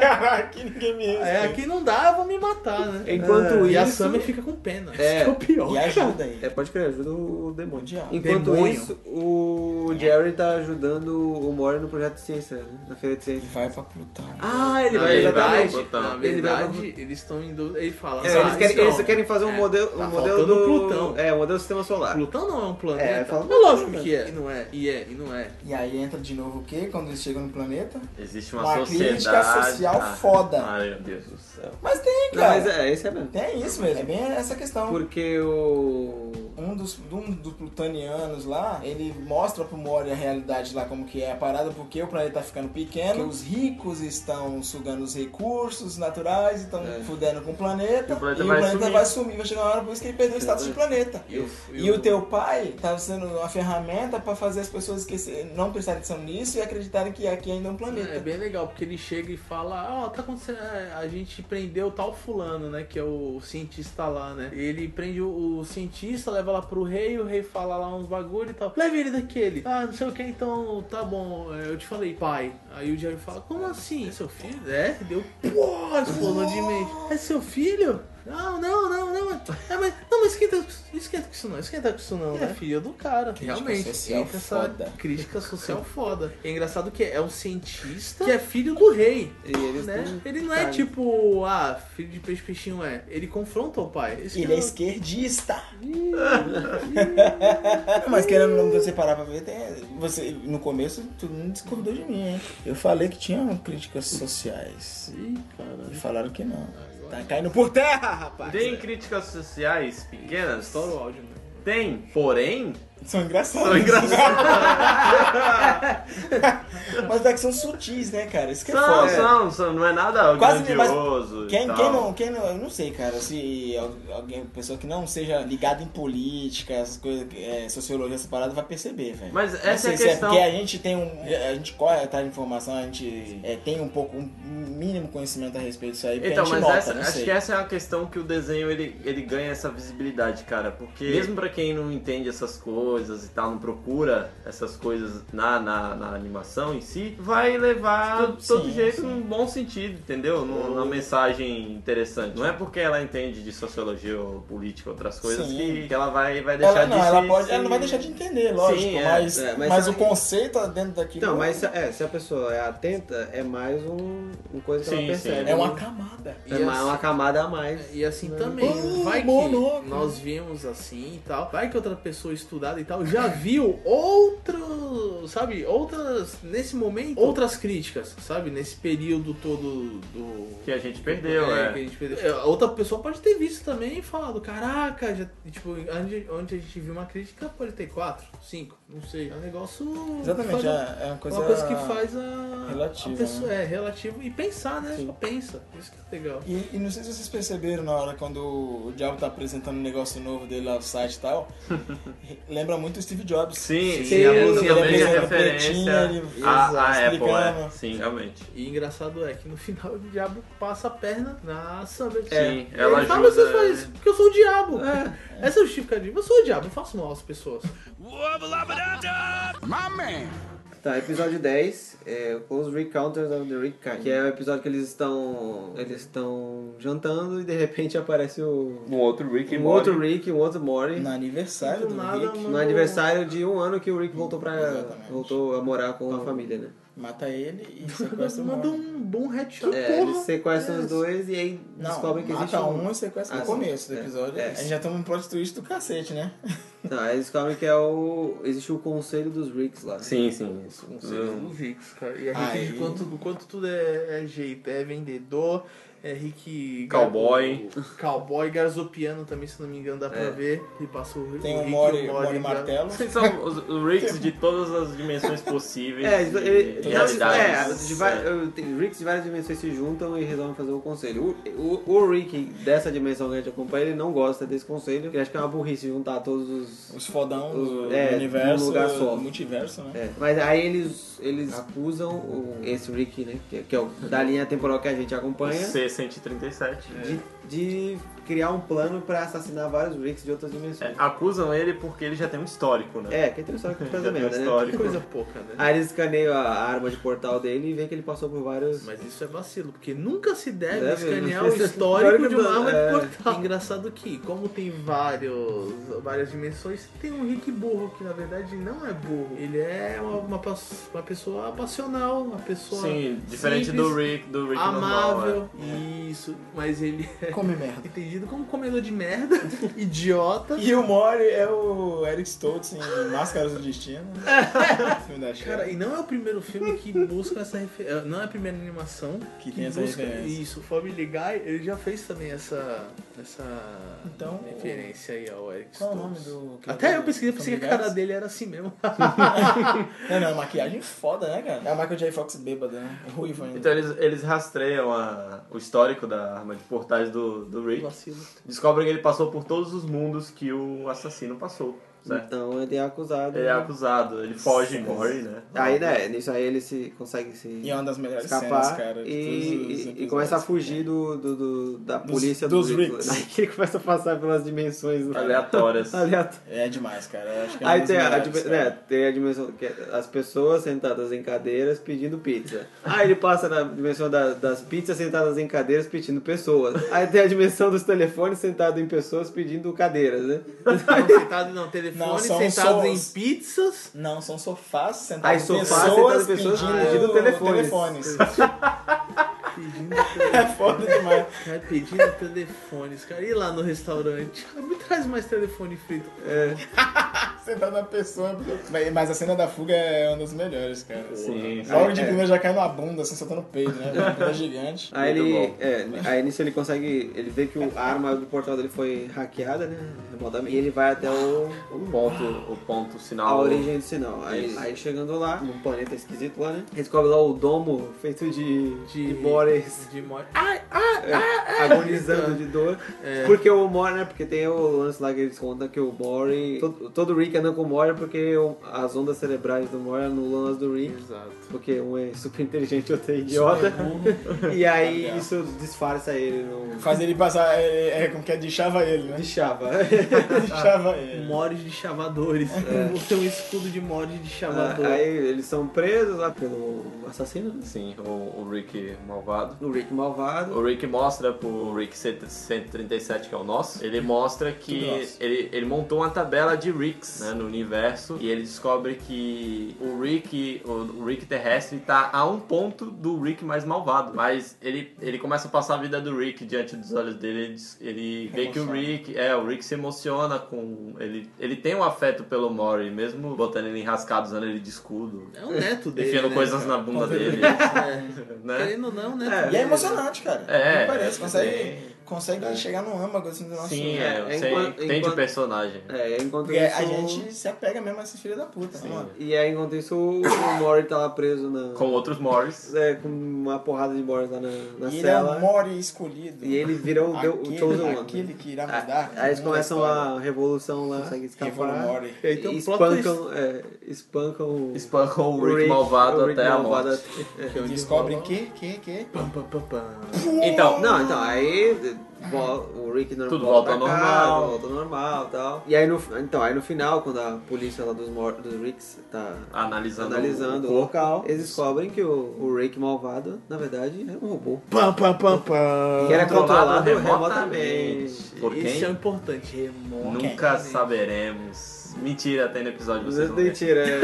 S7: Caralho, aqui ninguém me respeita.
S9: É, aqui não dá, eu vou me matar, né?
S6: Enquanto
S9: E a
S6: isso-
S9: Summer fica com pena.
S6: É.
S9: Isso que é o pior.
S7: E ajuda aí.
S6: é, pode crer, ajuda o
S7: O
S6: demônio.
S7: diabo.
S6: Enquanto
S7: Demônio.
S6: isso, o Jerry tá ajudando o Mori no projeto de ciência, né? Na feira de ciência.
S7: Vai pra puta.
S6: Ah,
S8: ele
S6: ele
S8: Não, vai-
S6: vai
S8: ele
S9: Na
S8: exatamente.
S6: exatamente.
S9: verdade, na
S8: vai-
S6: Ele vai-
S9: verdade, eles estão em dúvida. Ele fala. "Ah,
S6: É, eles, querem,
S9: isso
S6: eles
S7: então.
S9: não.
S6: querem fazer um modelo,
S9: tá
S6: um modelo
S9: faltando
S6: do
S9: Plutão.
S6: É, um modelo do sistema solar.
S7: Então.
S9: Plutão não é um
S6: É, ele
S9: planeta.
S6: fala,
S9: É, lógico
S6: não,
S9: que é. E não é. E é, e não é.
S7: E aí entra de novo o quê? Quando eles chegam no planeta?
S8: Existe uma,
S7: Uma
S8: sociedade. Ah,
S7: crítica social foda.
S8: Ai, meu Deus do céu.
S7: Mas tem,
S6: Não,
S7: cara.
S6: mas é, esse é mesmo.
S7: Tem isso mesmo, é bem essa questão.
S6: Porque o
S7: um dos, um dos plutanianos lá, ele mostra pro Mori a realidade lá, como que é a parada, porque o planeta tá ficando pequeno, os ricos estão sugando os recursos naturais, estão fudendo com o planeta,
S8: É. E o planeta
S7: e
S8: vai
S7: vai,
S8: sumir.
S7: sumir, vai chegar uma hora, por isso que ele perdeu o status de planeta.
S9: E o-
S7: E o teu pai tá sendo uma ferramenta pra fazer as pessoas esquecer, não prestarem atenção nisso e acreditarem que aqui ainda é um planeta.
S9: É bem legal, porque ele chega e fala, ó, tá acontecendo. é, A gente prendeu tal fulano, né? Que é o cientista lá, né? E ele prende o, o cientista, leva lá pro rei, o rei fala lá uns bagulho e tal. Leve ele daquele. Ah, não sei o que, então tá bom. é, Eu te falei, pai. Aí o Jerry fala, como assim? É seu filho? É, deu pô, explosão de mente. É seu filho? Não, não, não, não. É, mas, não, mas esquenta, esquenta com isso não, esquenta com isso não, né? É filho do cara. Realmente,
S7: social
S9: fica essa
S7: foda.
S9: crítica social foda. É engraçado que é um cientista que é filho do rei.
S6: E eles
S9: Né?
S6: tão-
S9: Ele não é
S6: cara.
S9: tipo, ah, filho de peixe peixinho é. Ele confronta o pai. Isso
S7: Ele é
S9: que
S7: esquerdista. Mas querendo ou não você parar pra ver, tem- você, no começo todo mundo discordou de mim, hein? Eu falei que tinha críticas sociais.
S9: eu- Ih, cara.
S7: E falaram que não. Tá caindo por terra, rapaz!
S8: Tem críticas sociais pequenas?
S9: Estoura o áudio, né?
S8: Tem, porém,
S7: São engraçados.
S8: são engraçadas.
S7: Mas é que são sutis, né, cara? Isso que é
S8: São, Então.
S7: foda.
S8: são, são, não é nada
S7: Quase,
S8: grandioso. e
S7: Quem,
S8: tal.
S7: quem não, quem não, eu não sei, cara, se al- alguém, pessoa que não seja ligada em política, essas coisas, é, sociologia, essa parada, vai perceber, velho.
S8: Mas
S7: Não
S8: essa é
S7: sei
S8: a
S7: se
S8: questão.
S7: porque a gente tem um. A gente corre atrás de informação, a gente é, tem um pouco, um mínimo conhecimento a respeito disso aí. porque a
S8: Então,
S7: gente
S8: mas
S7: nota,
S8: essa-
S7: não
S8: acho
S7: sei.
S8: que essa é a questão que o desenho ele, ele ganha essa visibilidade, cara. Porque mesmo pra quem não entende essas coisas e tal, não procura essas coisas na, na, na animação em si, vai levar de todo
S7: Sim,
S8: jeito
S7: sim.
S8: num bom sentido, entendeu? Num- Numa mensagem interessante. Não é porque ela entende de sociologia ou política, outras coisas,
S7: Sim.
S8: que, que ela vai, vai deixar
S7: Ela
S8: de
S7: não, ela,
S8: se-
S7: pode,
S8: se-
S7: ela não vai deixar de entender, lógico,
S8: Sim, é, Então,
S7: mas,
S6: é,
S7: mas,
S6: mas
S7: o
S6: ela-
S7: conceito tá dentro daquilo
S6: Não, mas se- é, se a pessoa é atenta, é mais um, uma coisa que
S8: Sim,
S6: ela percebe.
S8: sim.
S7: é uma camada.
S6: É
S9: E
S6: uma,
S9: assim-
S6: uma camada a mais.
S9: E assim também,
S7: Oh,
S9: vai que
S7: monóculo.
S9: nós vimos assim e tal, vai que outra pessoa estudada e tal já viu outro, sabe, outras, nesse momento, outras críticas, sabe, nesse período todo do...
S8: Que a gente perdeu,
S9: é,
S8: é.
S9: que a gente perdeu. É, Outra pessoa pode ter visto também e falado, caraca, já, tipo, onde, onde a gente viu uma crítica pode ter quatro, cinco, não sei, é um negócio...
S7: Exatamente,
S9: faz- um,
S7: é, é uma coisa.
S9: uma coisa que faz a,
S7: relativa, né?
S9: a pessoa, é, relativo, e pensar, né, só pensa, isso que é legal.
S7: E, e não sei se vocês perceberam na hora quando o Diabo tá apresentando um negócio novo dele lá no site e tal. lembra muito o Steve Jobs.
S8: Sim,
S9: Sim,
S8: e a
S9: ele
S8: música também é
S7: apresenta
S8: referência
S7: pretinha, ele-
S8: à à Apple,
S7: explicando.
S8: é. Sim, realmente.
S9: E engraçado é que no final o diabo passa a perna na Summer.
S8: Sim,
S9: Ele
S8: ela
S9: fala, mas você
S8: ajuda, é."
S9: faz isso, porque eu sou o diabo. Essa é o Chico Cadinho. Eu sou o diabo, eu faço mal às pessoas.
S1: My man.
S6: Tá, episódio 10, é, Os Recounters of the Rick Kind, que é o episódio que eles estão. Eles estão jantando e de repente aparece o.
S10: Um outro Rick e
S6: Um
S10: Morty.
S6: outro Rick, um outro Morty.
S7: No aniversário
S9: Do
S7: do
S9: nada,
S7: Rick.
S9: mano.
S6: No aniversário de um ano que o Rick voltou pra.
S7: Exatamente. Tá.
S6: voltou a morar com a família, né?
S7: Mata ele e sequestra
S9: Manda,
S7: o
S9: manda
S7: Morty.
S9: um bom headshot.
S6: É, eles sequestram os dois e aí
S7: Não,
S6: descobrem que
S7: mata
S6: existe um.
S7: um e sequestra
S6: Ah,
S7: no
S6: sim.
S7: começo do
S6: É,
S7: episódio.
S6: é.
S7: A gente já toma um plot twist do cacete, né?
S6: Não, aí eles descobrem que é o. Existe o conselho dos Ricks lá.
S10: Sim, sim. Isso.
S9: Conselho dos ricos, cara. E é rico
S7: Aí.
S9: de quanto, do quanto tudo é, é jeito. É vendedor, é rico...
S10: Cowboy.
S9: Cowboy, garzopiano também, se não me engano, dá pra
S6: É.
S9: ver. E passa o
S7: Tem
S9: o
S7: o
S9: Rick,
S7: Mori,
S9: o
S7: Mori
S9: Gar-
S7: Martelo.
S8: Vocês são os, os Ricks de todas as dimensões possíveis.
S6: É,
S8: e
S6: ele, não, é,
S8: realidades.
S6: de va- eu- tem Ricks de várias dimensões se juntam e resolvem fazer um conselho. O, o, o Rick dessa dimensão que a gente acompanha, ele não gosta desse conselho. Ele acha que é uma burrice juntar todos os.
S7: Os fodão do,
S6: É,
S7: do universo,
S6: num lugar só.
S7: do multiverso, né?
S6: É, mas aí eles, eles acusam o- esse Rick, né? Que, que é o da linha temporal que a gente acompanha.
S8: C-137.
S6: De, de criar um plano pra assassinar vários Ricks de outras
S8: É,
S6: dimensões.
S8: acusam ele porque ele já tem um histórico, né?
S6: É, que tem história que
S8: Já
S6: faz
S8: tem um
S6: merda, né?
S8: histórico.
S9: Coisa pouca, né?
S6: Aí eles escaneiam a arma de portal dele e vê que ele passou por vários.
S9: Mas isso é vacilo, porque nunca se deve,
S6: Deve.
S9: escanear o histórico de uma arma
S6: É.
S9: de portal. Engraçado que, como tem vários, várias dimensões, tem um Rick burro, que na verdade não é burro. Ele é uma, uma, pas- uma pessoa passional, uma pessoa
S8: Sim, diferente
S9: simples,
S8: do Rick, do Rick normal.
S9: amável.
S8: é.
S9: isso, mas ele é
S13: Come merda.
S9: entendido como comedor de merda, idiota.
S7: E o Mori é o Eric Stoltz em Máscaras do Destino. filme da Cher.
S9: Cara, e não é o primeiro filme que busca essa referência. Não é a primeira animação
S7: Que tem essa
S9: busca
S7: referência.
S9: isso. Family Guy, ele já fez também essa, essa
S7: Então,
S9: referência aí ao Eric
S7: Qual é o nome
S9: Stoltz.
S7: do.
S9: Até eu pesquisei, pensei que a cara
S7: dele.
S9: dele era assim mesmo.
S7: Não, não, maquiagem foda, né, cara? É a Michael J. Fox bêbada, né? Ruivo ainda.
S8: Então eles, eles rastreiam a- o histórico da arma de portais do, do Rick.
S9: Vacilo.
S8: Descobrem que ele passou por todos os mundos que o assassino passou, certo?
S6: Então ele é acusado.
S8: Ele é acusado, ele foge e morre, né?
S6: Aí, né, nisso aí ele se consegue se
S7: E é uma das melhores
S6: escapar
S7: cenas, cara. de todos os
S6: e, e- e
S7: episódios. é.
S6: começa a fugir do, do- do- da
S7: Dos-
S6: polícia
S7: dos
S6: do
S7: Ricks.
S6: Aí que ele começa a passar pelas dimensões né?
S8: Aleatórias.
S6: aleatórias.
S7: É demais, cara. Eu Acho que é uma
S6: Aí
S7: das
S6: tem a,
S7: melhores,
S6: dimen-
S7: cara.
S6: né, tem a dimensão que é as pessoas sentadas em cadeiras pedindo pizza. Aí ele passa na dimensão da- das pizzas sentadas em cadeiras pedindo pessoas. Aí tem a dimensão dos telefones sentados em pessoas pedindo cadeiras, né?
S9: Não, sentado não, telefone,
S7: Não, são
S9: sentados
S7: sons.
S9: em pizzas.
S7: Não, são sofás
S6: Aí,
S7: sentados
S6: sofá
S7: pessoas
S6: sentado pessoas
S7: pedindo,
S6: pedindo telefones.
S7: Ah, é telefones.
S9: Pedindo,
S7: É foda demais.
S9: cara, pedindo telefones, cara. E lá no restaurante? Cara, Me traz mais telefone frito.
S7: Sentado na pessoa. Mas- Mas a cena da fuga é uma das melhores, cara.
S8: Sim, sim.
S7: Logo de primeira já cai numa bunda, assim, soltando o peito, né? Uma bunda gigante.
S6: Aí
S8: Muito
S6: ele,
S8: bom.
S6: é, aí nisso ele consegue, ele vê que o- a arma do portal dele foi hackeada, né? remotamente, E ele vai até o
S8: O ponto, o ponto, o sinal.
S6: a origem do sinal. Aí, aí chegando lá, num planeta esquisito lá, né? Descobre lá o domo feito de, de... Boris
S9: De ah, morte.
S6: agonizando de dor. Porque o Mori, né? Porque tem o lance lá que eles contam que o Mori. Todo, todo Rick anda com o Mori porque o- as ondas cerebrais do Mori anulam as do Rick.
S9: Exato.
S6: Porque um é super inteligente e outro é idiota. E aí isso disfarça ele no.
S7: Faz ele passar, é, é, como que é, de chava ele, né?
S6: De chava.
S7: De chava ele.
S9: Mods de chavadores.
S8: É.
S9: Tem um escudo de mod de chavador.
S6: Ah,
S8: Ah,
S6: aí eles são presos lá pelo assassino, né?
S8: Sim, o, o Rick malvado.
S6: o Rick malvado.
S8: O Rick mostra pro Rick 137, que é o nosso, ele mostra
S7: Tudo
S8: que
S7: nosso.
S8: ele, ele montou uma tabela de Ricks né, no universo e ele descobre que o Rick, o, o Rick terrestre tá a um ponto do Rick mais malvado. Mas ele, ele começa a passar a vida do Rick diante dos olhos dele, ele, des- ele vê que o
S7: Emociona.
S8: Rick, é, o Rick se emociona com ele, ele tem um afeto pelo Mori, mesmo botando ele enrascado, usando ele de escudo,
S9: É o neto dele.
S8: enfiando
S9: né,
S8: coisas
S9: cara?
S8: na bunda dele, né?
S9: Querendo ou não, né?
S7: E é emocionante, cara.
S8: É.
S7: Não Parece, consegue, consegue chegar no âmago, assim, do nosso...
S8: Sim,
S6: é,
S8: é, você
S6: enquanto-
S8: entende
S6: enquanto-
S8: o personagem. né?
S6: É, enquanto
S7: Porque
S6: isso.
S7: a gente se apega mesmo a esses filhos da puta, né, mano.
S6: E aí enquanto isso o o Mori tá lá preso na.
S8: Com outros Morris.
S6: é, com uma porrada de Boris lá na, na
S7: E ele é
S6: cela.
S7: o Mori escolhido.
S6: e ele vira o, Então, deu- o
S7: aquele,
S6: Chosen One.
S7: Aquele que irá
S6: A-
S7: mudar. é
S6: Aí eles começam
S7: a
S6: a revolução lá, conseguem
S7: né? Revolu
S6: escapar.
S7: Mori.
S9: E aí tem um plot twist.
S6: espancam, é, espancam o
S8: Espancou
S6: o
S8: o Rick, malvado
S6: o Rick
S8: até
S6: malvado
S8: a morte.
S6: até-
S9: Que é onde
S7: Descobrem
S9: rola-
S7: que, que, que...
S9: Pam, pam, pam, pam.
S8: Então,
S6: Não, então, aí vo- o Rick não
S8: Tudo
S6: volta,
S8: volta
S6: pra
S8: ao
S6: casa,
S8: normal.
S6: volta ao normal e tal. E aí no, então, aí no final, quando a polícia lá dos, mor- dos Ricks tá
S8: Analisando,
S6: analisando o
S8: o corpo.
S6: local, eles descobrem que o, o Rick malvado, na verdade, é um robô.
S9: Pam, pam, pam, pam.
S6: Que era controlado
S8: controlado
S6: remotamente.
S8: remotamente. Por
S9: Isso é o
S8: quem?
S9: importante. Remoto.
S8: Nunca saberemos. Mentira, tem no episódio
S6: Vocês
S8: vocês vão ver.
S6: Mentira, é.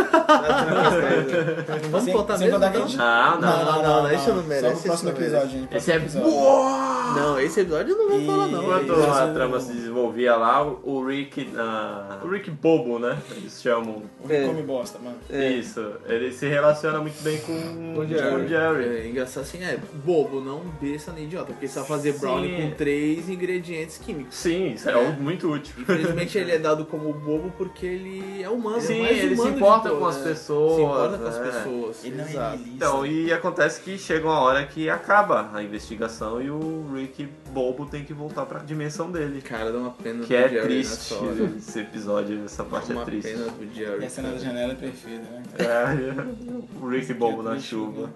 S9: Não
S6: Tá
S9: Então, vamos
S7: Sem-
S9: botar
S7: sem
S9: mesmo, então?
S7: contar que a
S9: não?
S7: gente-
S8: Ah, não.
S9: Não, não, não, não, isso não merece,
S7: Só no próximo
S9: isso não
S7: episódio, gente.
S8: Esse é...
S7: episódio.
S8: Uou!
S9: Não, esse episódio eu não vou
S7: E-
S9: falar, não.
S8: Enquanto
S7: Isso.
S8: a trama se desenvolvia lá, o o Rick... ah, o Rick bobo, né? Eles chamam.
S7: O Rick
S6: É.
S7: come bosta, mano.
S6: É.
S8: Isso. Ele se relaciona muito bem com
S6: Com o Jerry.
S8: com o Jerry.
S9: É engraçado assim, é bobo, não besta nem idiota, porque você vai fazer
S8: Sim.
S9: brownie com três ingredientes químicos.
S8: Sim, isso é, muito útil.
S9: Infelizmente ele é dado como bobo porque ele é humano.
S8: Sim,
S9: o mais
S8: ele se
S9: humano de
S8: importa
S9: todos,
S8: com as
S9: né?
S8: pessoas,
S9: Se importa com as
S8: né?
S9: pessoas.
S7: Ele não é
S9: exato.
S7: niilista.
S8: Então, e acontece que chega uma hora que acaba a investigação e o Rick bobo tem que voltar pra dimensão dele.
S9: Cara, dá uma pena
S8: Que é
S9: do Jerry
S8: triste
S9: nessa hora.
S8: esse episódio, essa parte
S9: Uma
S8: é triste.
S9: pena do Jerry.
S7: E a cena da janela é perfeita, né? cara?
S8: É, o Rick bobo na chuva.
S9: né?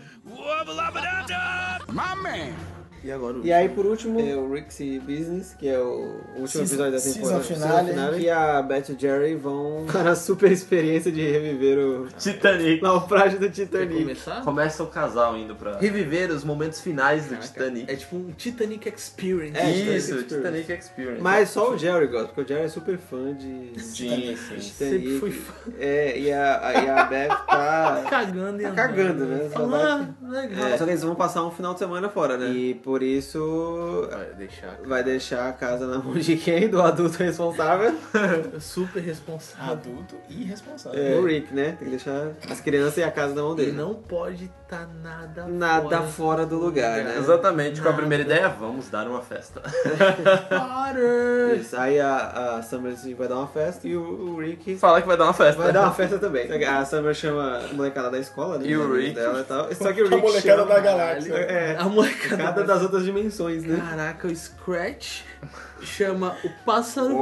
S14: My man.
S9: E agora o
S6: E aí, por último, é o Rixie Business, que é o último
S7: Season-
S6: episódio da
S7: season
S6: temporada.
S7: finale.
S6: E a Beth e Jerry vão para a super experiência de reviver o
S8: Titanic.
S6: naufrágio do
S9: Quer
S6: Titanic.
S9: começar?
S8: Começa o casal indo pra reviver os momentos finais do
S9: É
S8: Titanic.
S9: tipo um Titanic Experience.
S6: É, Titanic
S8: Isso, tipo,
S6: Experience.
S8: Titanic Experience.
S6: Mas só o Jerry gosta, porque o Jerry é super fã de
S8: Sim, sim.
S6: Titanic.
S9: Sempre fui
S6: É, e a, a- e a Beth tá...
S9: Cagando e
S6: Tá
S9: andando.
S6: cagando, né? Só
S9: Ah, legal.
S6: É, só que eles vão passar um final de semana fora, né? E pô, Por isso,
S9: Vai deixar.
S6: vai deixar a casa na mão de quem? Do adulto responsável?
S9: Super responsável.
S7: Adulto e responsável.
S6: É. O Rick, né? Tem que deixar as crianças e a casa na mão
S9: E
S6: dele.
S9: não pode estar nada
S6: Nada
S9: fora.
S6: fora do lugar, né?
S8: Exatamente, com a primeira ideia, vamos dar uma festa.
S9: Potter!
S6: Isso. Aí a, a Summer assim, vai dar uma festa e o, o Rick
S8: Fala que vai dar uma festa.
S6: vai dar uma festa também. A Summer chama a molecada da escola, né?
S8: E o
S6: Os amigos
S8: Rick?
S6: Dela e tal. Só que o
S7: A
S6: Rick
S7: molecada
S6: chama-
S7: da galáxia.
S6: É,
S9: A molecada
S6: cada das outras dimensões, né?
S9: Caraca, o Scratch chama o pássaro.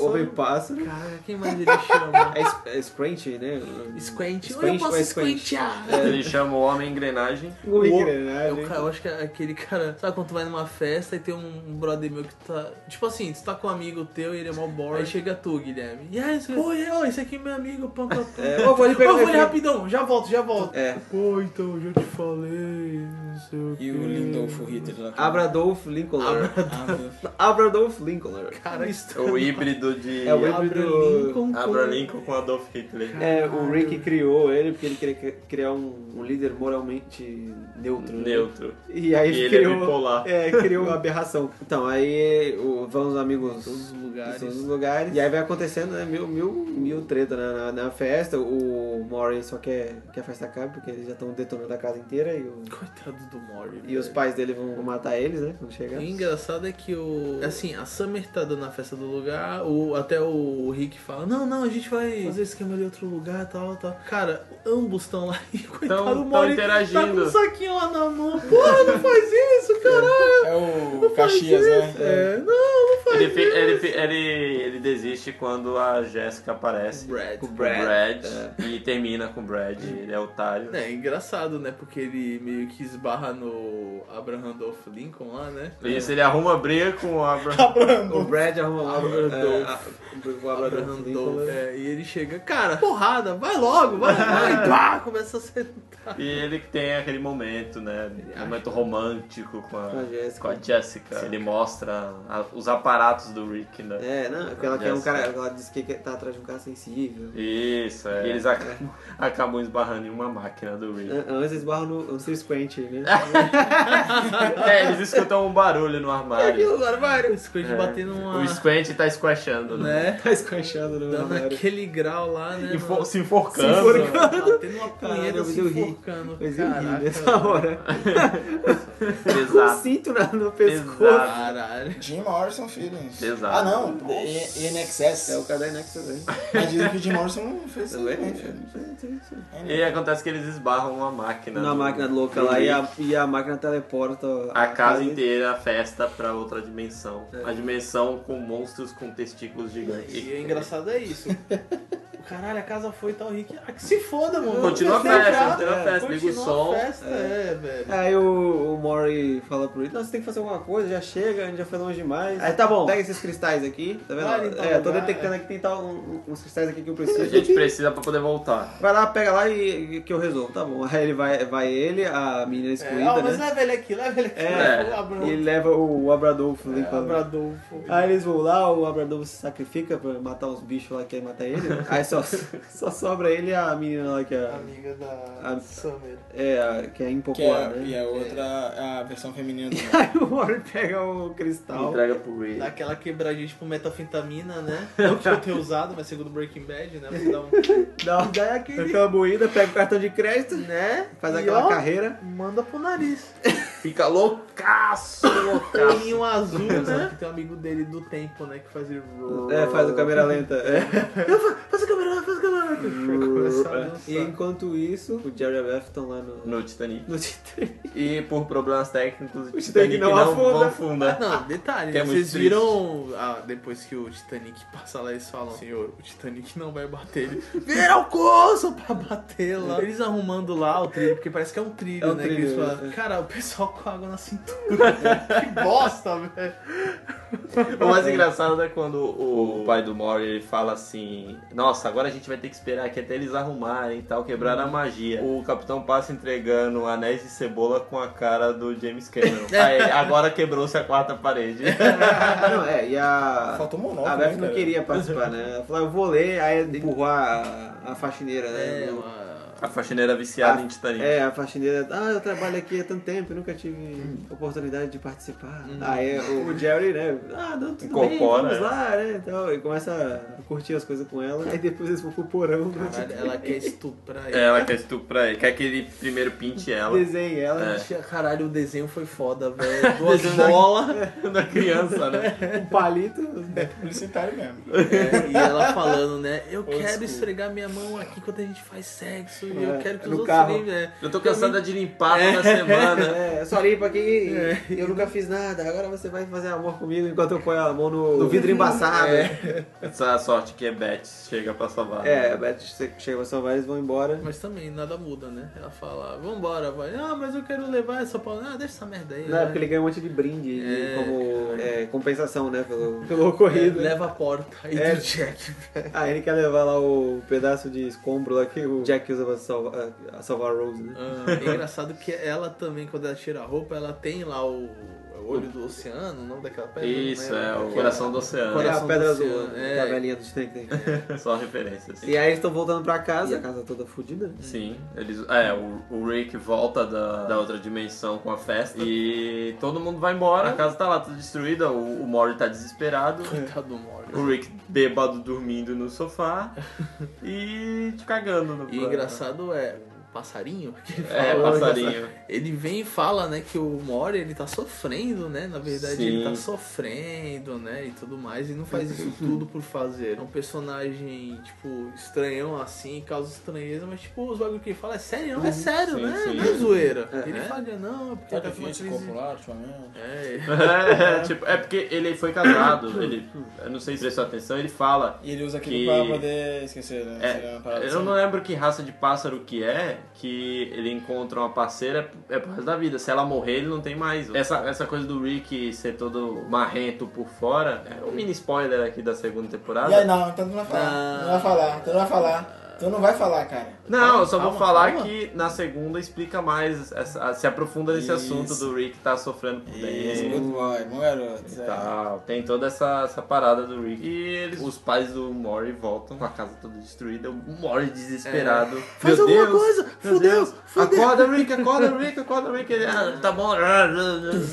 S6: Homem pássaro.
S9: Cara, quem mais ele chama?
S6: É, s- é Scrunch, né?
S9: Squint. Ou eu
S6: Squint,
S9: posso
S6: vai Squint.
S9: squintear.
S8: É, Ele chama o homem engrenagem.
S6: O Rick,
S9: É, o
S6: né?
S9: cara- eu acho que é aquele cara, sabe quando tu vai numa festa e tem um brother meu que tá. Tipo assim, tu tá com um amigo teu e ele é mó boring. Aí chega tu, Guilherme. E aí, esse- Oi, oi, esse aqui é meu amigo, pam, pam, pam.
S6: É, eu vou ali
S9: Ô,
S6: pegar
S9: vou
S6: meu
S9: ali
S6: filho.
S9: rapidão, já volto, já volto.
S6: É.
S9: Pô, então, eu já te falei, não sei o
S7: E o Lindolfo Hitler lá.
S6: Abradolf Lincoln.
S7: Abra-
S6: Abradolf Lincoln.
S9: Cara, isso
S8: O híbrido de
S6: É o
S9: Abre
S6: híbrido-
S9: Lincoln. com-
S8: Abra Lincoln com Adolf Hitler.
S6: É, o Rick criou ele porque ele queria cri- criar um, um líder moralmente neutro. né?
S8: Neutro.
S6: E aí
S8: E ele é
S6: criou,
S8: bipolar.
S6: é, criou uma aberração. Então, aí o, vão os amigos
S9: Todos os
S6: em
S9: lugares.
S6: todos os lugares. E aí vai acontecendo né, mil, mil, mil treta na, na, na festa. O Maury só quer que a festa acabe porque eles já estão detonando a casa inteira e, o-
S9: Coitado do Mori.
S6: e os pais dele vão matar eles, né? Quando chegar.
S9: O engraçado é que o. Assim, a Summer tá dando a festa do lugar, o, até o Rick fala: Não, não, a gente vai fazer esquema de outro lugar tal, tal. Cara, ambos estão lá e coitado
S8: Tão-
S9: o Mori
S8: tão interagindo.
S9: Tá com um saquinho lá na mão. Porra, não faz isso, caralho.
S7: É o
S9: Não faz
S7: Caxias,
S9: isso.
S7: né?
S9: É, não, não faz
S8: Ele, fi-
S9: isso.
S8: ele, fi- ele, ele desiste quando a Jéssica aparece.
S9: Brad.
S8: Com o Brad.
S6: É.
S8: E termina com o Brad. Ele é otário.
S9: É engraçado, né? Porque ele meio que esbarra no Abraham Randolph Lincoln lá, né?
S6: É.
S8: Isso, ele arruma briga com o Abra.
S6: O Brad arruma lá
S9: Abradolf.
S6: É, o Abradolf
S9: Abraham
S6: Lincoln.
S9: Randolph.
S8: né?
S9: É, e ele chega, cara, porrada, vai logo, vai, vai, pá, começa a ser.
S8: E ele que tem aquele momento, né? Momento romântico com a,
S6: Com a Jéssica.
S8: com a Jessica. Ele mostra a- os aparatos do Rick, né?
S6: É, não, porque ela quer um
S8: Jessica.
S6: cara. Ela disse que tá atrás de um cara sensível.
S8: Isso, é. E eles acabam, acabam esbarrando em uma máquina do Rick.
S6: An- Né, Antes esbarra no, no seu squint, né?
S8: É, eles escutam um barulho no armário.
S9: Aquilo, armário. Esse coisa de bater numa.
S8: É. O Squint tá squashando, né?
S9: né?
S6: tá esquanchando no
S9: Dando
S6: armário.
S9: aquele grau lá, né?
S8: Enfo-
S9: mano?
S8: se enforcando.
S9: Batendo uma punheta,
S6: Caralho,
S9: se
S6: eu ri.
S9: enforcando.
S6: Mas eu ri nessa
S9: Caraca.
S6: hora. Um
S8: Exato.
S6: cinto na- no pescoço.
S8: Exato.
S9: Caralho.
S7: Jim Morrison Feelings.
S8: Exato.
S7: Ah, não. E-
S6: É
S7: INXS.
S6: o caderno que você vem.
S7: Mas dizem que o Jim Morrison não fez isso.
S6: Também,
S7: né, filho?
S6: né?
S8: E acontece que eles esbarram uma máquina.
S6: Na
S8: do-
S6: máquina louca
S8: do
S6: lá e
S8: Rick.
S6: a, e a máquina teleporta
S8: A casa inteira, a festa pra outra dimensão. A dimensão com monstros com testículos gigantes.
S9: E o engraçado é isso. Caralho, a casa foi e tal, Rick. Ah, que se foda, mano.
S8: Continua
S9: Não
S8: a
S9: quer
S8: festa,
S9: fechar.
S8: continua a festa, liga o
S9: É, Continua a
S8: som.
S9: festa, é, velho.
S6: Aí o, o Mori fala pro Rick, não, você tem que fazer alguma coisa, já chega, a gente já foi longe demais. Aí tá bom, pega esses cristais aqui, tá vendo?
S9: Vai limpar
S6: é,
S9: o
S6: tô
S9: lugar,
S6: detectando aqui, tem tal, um- uns cristais aqui que eu
S8: A
S6: preciso.
S8: gente precisa pra poder voltar.
S6: Vai lá, pega lá e e que eu resolvo, tá bom. Aí ele vai, vai ele, a menina excluída,
S9: É, ó, mas
S6: né?
S9: leva ele aqui, leva ele aqui.
S6: É,
S9: leva o Abrão.
S6: E ele leva o, o Abradolfo ali
S9: É,
S6: pra-
S8: né?
S9: Abradolfo.
S6: Aí eles vão lá, o Abradolfo se sacrifica pra matar os bichos lá que querem matar ele. né? Aí só, só sobra ele e a menina lá que é,
S9: Amiga
S8: Ah,
S9: da
S8: tá.
S6: A-
S9: Summer.
S6: é, a- que é
S7: Que é,
S6: impopular, né?
S7: e a
S15: é
S7: outra, a versão feminina do
S6: Aí o Mori pega o cristal.
S8: Entrega pro Rick.
S9: Dá aquela quebradinha tipo metanfetamina, né? Não que eu tenha usado, mas segundo Breaking Bad, né? Você dá um...
S6: Dá
S9: Daí aquele...
S6: aquela moída, pega o cartão de crédito, né? Faz
S9: E
S6: aquela
S9: ó.
S6: carreira.
S9: Manda pro nariz.
S8: Fica loucaço, loucaço.
S9: Olhinho azul, né? Tem um amigo dele do tempo, né? Que faz... ele-
S6: É, faz o câmera lenta. É.
S9: Faz a câmera, faz a câmera. Começar a
S6: E
S9: dançar.
S6: enquanto isso, o Jerry e a Beth estão lá no,
S8: No Titanic.
S6: no Titanic.
S8: E por problemas técnicos, o
S6: Titanic
S8: Titanic,
S6: não
S8: não,
S6: afunda.
S8: afunda.
S9: Não, detalhe,
S8: Que é
S9: né?
S8: muito
S9: vocês
S8: triste.
S9: viram ah, depois que o Titanic passa lá eles falam, senhor, o Titanic não vai bater ele. Vira o coço pra bater lá. Eles arrumando lá o trilho, porque parece que é um trilho,
S6: É um
S9: né? que
S6: trilho,
S9: eles falam,
S6: é.
S9: Cara, o pessoal com água na cintura. que bosta, velho.
S8: O mais engraçado é quando o pai do Mori ele fala assim: Nossa, agora a gente vai ter que esperar aqui até eles arrumarem e tal, quebrar
S6: Uhum.
S8: a magia. O capitão passa entregando anéis de cebola com a cara do James Cameron. Aí, agora quebrou-se a quarta parede.
S6: Não, é, e a.
S7: Faltou monóculo.
S6: A
S7: né,
S6: Beth não
S7: cara?
S6: queria participar, né? Ela falou, eu vou ler, aí empurrou a, a faxineira, né?
S9: É,
S6: No-
S9: uma...
S8: A faxineira viciada em Titanic.
S6: É, a faxineira, ah, eu trabalho aqui há tanto tempo, eu nunca tive oportunidade de participar. Aí o, o Jerry, né, ah, não, tudo bem,
S8: Incorpora,
S6: vamos
S8: né?
S6: lá, né, então, e começa a curtir as coisas com ela, aí depois eles vão pro porão, né,
S9: Caralho, ela quer estuprar ele.
S8: Ela quer estuprar ele, quer que ele primeiro pinte ela.
S6: desenha ela,
S8: É.
S9: Caralho, o desenho foi foda, velho. Duas bolas
S8: Da criança, né?
S6: um palito,
S15: Publicitário mesmo.
S9: é, e ela falando, né? Eu
S15: Old
S9: quero
S15: school.
S9: esfregar minha mão aqui quando a gente faz sexo. E eu
S6: É,
S9: quero que
S6: no
S9: os outros
S6: carro.
S9: nem é.
S8: Eu tô cansada de limpar toda semana.
S6: é, eu só limpo aqui e eu nunca fiz nada, agora você vai fazer amor comigo enquanto eu ponho a mão no, no vidro embaçado. É,
S8: Essa sorte que é Beth chega pra salvar. né?
S6: é a Beth che- chega pra salvar, eles vão embora.
S9: Mas também nada muda, né? Ela fala, vambora, vai. Ah, mas eu quero levar essa pau. Ah, deixa essa merda aí.
S6: Não,
S9: vai.
S6: porque ele ganha um monte de brinde de-
S9: É,
S6: como é, compensação, né, pelo, pelo
S9: É,
S6: ocorrido.
S9: leva a porta aí
S6: né? É.
S9: do Jack.
S6: Ah, ele quer levar lá o pedaço de escombro lá que o Jack usa pra salvar, ah, salvar a Rose, né?
S9: Ah, é engraçado que ela também, quando ela tira a roupa, ela tem lá o, é o olho do oceano, o nome daquela pedra. não
S8: Isso,
S9: lembro.
S8: é, o
S9: Aquela-
S8: coração do oceano.
S6: É a
S9: Coração
S6: pedra
S9: do
S6: azul,
S9: oceano,
S6: né?
S9: é.
S6: da velhinha do Titanic.
S8: Só referências.
S6: E aí eles estão voltando pra casa, a casa toda fodida. né?
S8: Sim, eles. É, o, o Rick volta da, da outra dimensão com a festa e todo mundo vai embora. A casa tá lá, tá destruída, o, o Mori tá desesperado.
S9: Coitado tá do Morgan.
S8: O Rick bêbado dormindo no sofá e te cagando no
S9: E o engraçado é o passarinho que ele
S8: É,
S9: fala,
S8: passarinho.
S9: Ele vem e fala, né, que o Mori ele tá sofrendo, né? Na verdade,
S8: Sim.
S9: ele tá sofrendo, né? E tudo mais. E não faz isso tudo por fazer. É um personagem, tipo, estranhão assim, causa estranheza, mas tipo, os bagulho que ele fala é sério, não é sério,
S8: Sim,
S9: né?
S8: sim.
S9: Não é zoeira.
S6: É.
S9: Ele fala, não, é
S15: Tá
S9: porque ele tá com uma
S15: difícil
S9: crise.
S15: copular ultimamente.
S9: É,
S8: É, tipo, é porque ele foi casado, ele. Eu não sei se prestou atenção, ele fala
S15: E ele usa aquilo
S8: Que-
S15: pra poder esquecer, né? Seria uma parada
S8: É, eu
S15: assim.
S8: não lembro que raça de pássaro que é, que ele encontra uma parceira, é pro resto da vida. Se ela morrer, ele não tem mais. Essa, essa coisa do Rick ser todo marrento por fora, é um mini spoiler aqui da segunda temporada.
S15: E aí, não, então tu não vai falar.
S9: Ah.
S15: Não vai falar, então não vai falar. Então não vai falar, cara.
S8: Não, eu só vou
S9: Calma,
S8: falar
S9: calma.
S8: que na segunda explica mais, essa- se aprofunda nesse
S15: Isso.
S8: assunto do Rick tá sofrendo por
S15: Isso,
S8: dentro.
S15: good boy, bom garoto.
S8: e
S15: é.
S8: tal. Tem toda essa, essa parada do Rick. E eles, os pais do Mori voltam com a casa toda destruída. O Mori desesperado.
S9: Faz
S8: Meu
S9: alguma
S8: Deus,
S9: coisa,
S8: meu
S9: fudeu,
S8: Deus.
S9: fudeu.
S8: Acorda, Rick, acorda, Rick, acorda, Rick. Ele, ah, tá bom.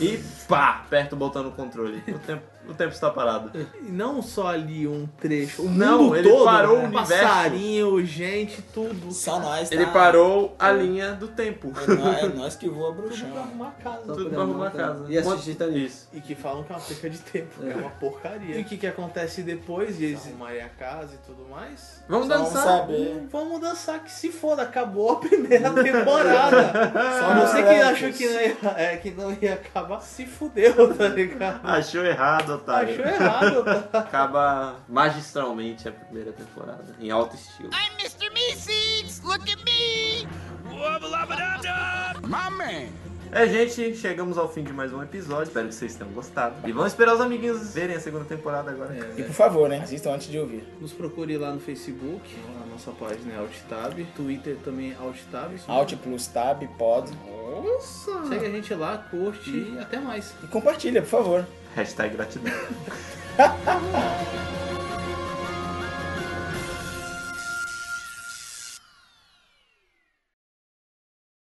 S8: E pá, aperta o botão no controle. O tempo, o tempo está parado.
S9: E não só ali um trecho, o
S8: Não,
S9: mundo
S8: ele
S9: todo,
S8: parou o
S9: né?
S8: universo.
S9: passarinho, gente, tudo.
S15: Só nós, tá?
S8: Ele parou a linha do tempo.
S15: É nós, é nós que voa
S9: Tudo
S15: bruxão.
S9: pra arrumar casa.
S8: Tudo pra arrumar tá a casa.
S6: E assistir Titanic.
S8: Isso.
S9: E que falam que é uma perca de tempo, que é uma porcaria. E o que, que acontece depois de eles arrumarem a casa e tudo mais?
S8: Vamos
S15: Só vamos
S8: dançar.
S15: saber.
S9: Hum, Vamos dançar, que se foda, acabou a primeira temporada. Só
S15: nos
S9: você que
S15: créditos.
S9: achou que não, ia, é, que não ia acabar, se fudeu, tá ligado?
S8: Achou errado, otário.
S9: Achou errado, tá?
S8: Acaba magistralmente a primeira temporada, em alto estilo.
S4: I'm Mr. Meeseeks! Look at me!
S1: My man.
S8: É, gente, chegamos ao fim de mais um episódio. Espero que vocês tenham gostado. E vamos esperar os amiguinhos verem a segunda temporada agora.
S15: E por favor, né? Assistam antes de ouvir.
S9: Nos procure lá no Facebook, na nossa página é AltTab, Twitter também é AltTab.
S15: Alt plus tab, pod.
S9: Nossa! Segue a gente lá, curte e até mais.
S15: E compartilha, por favor.
S8: Hashtag gratidão.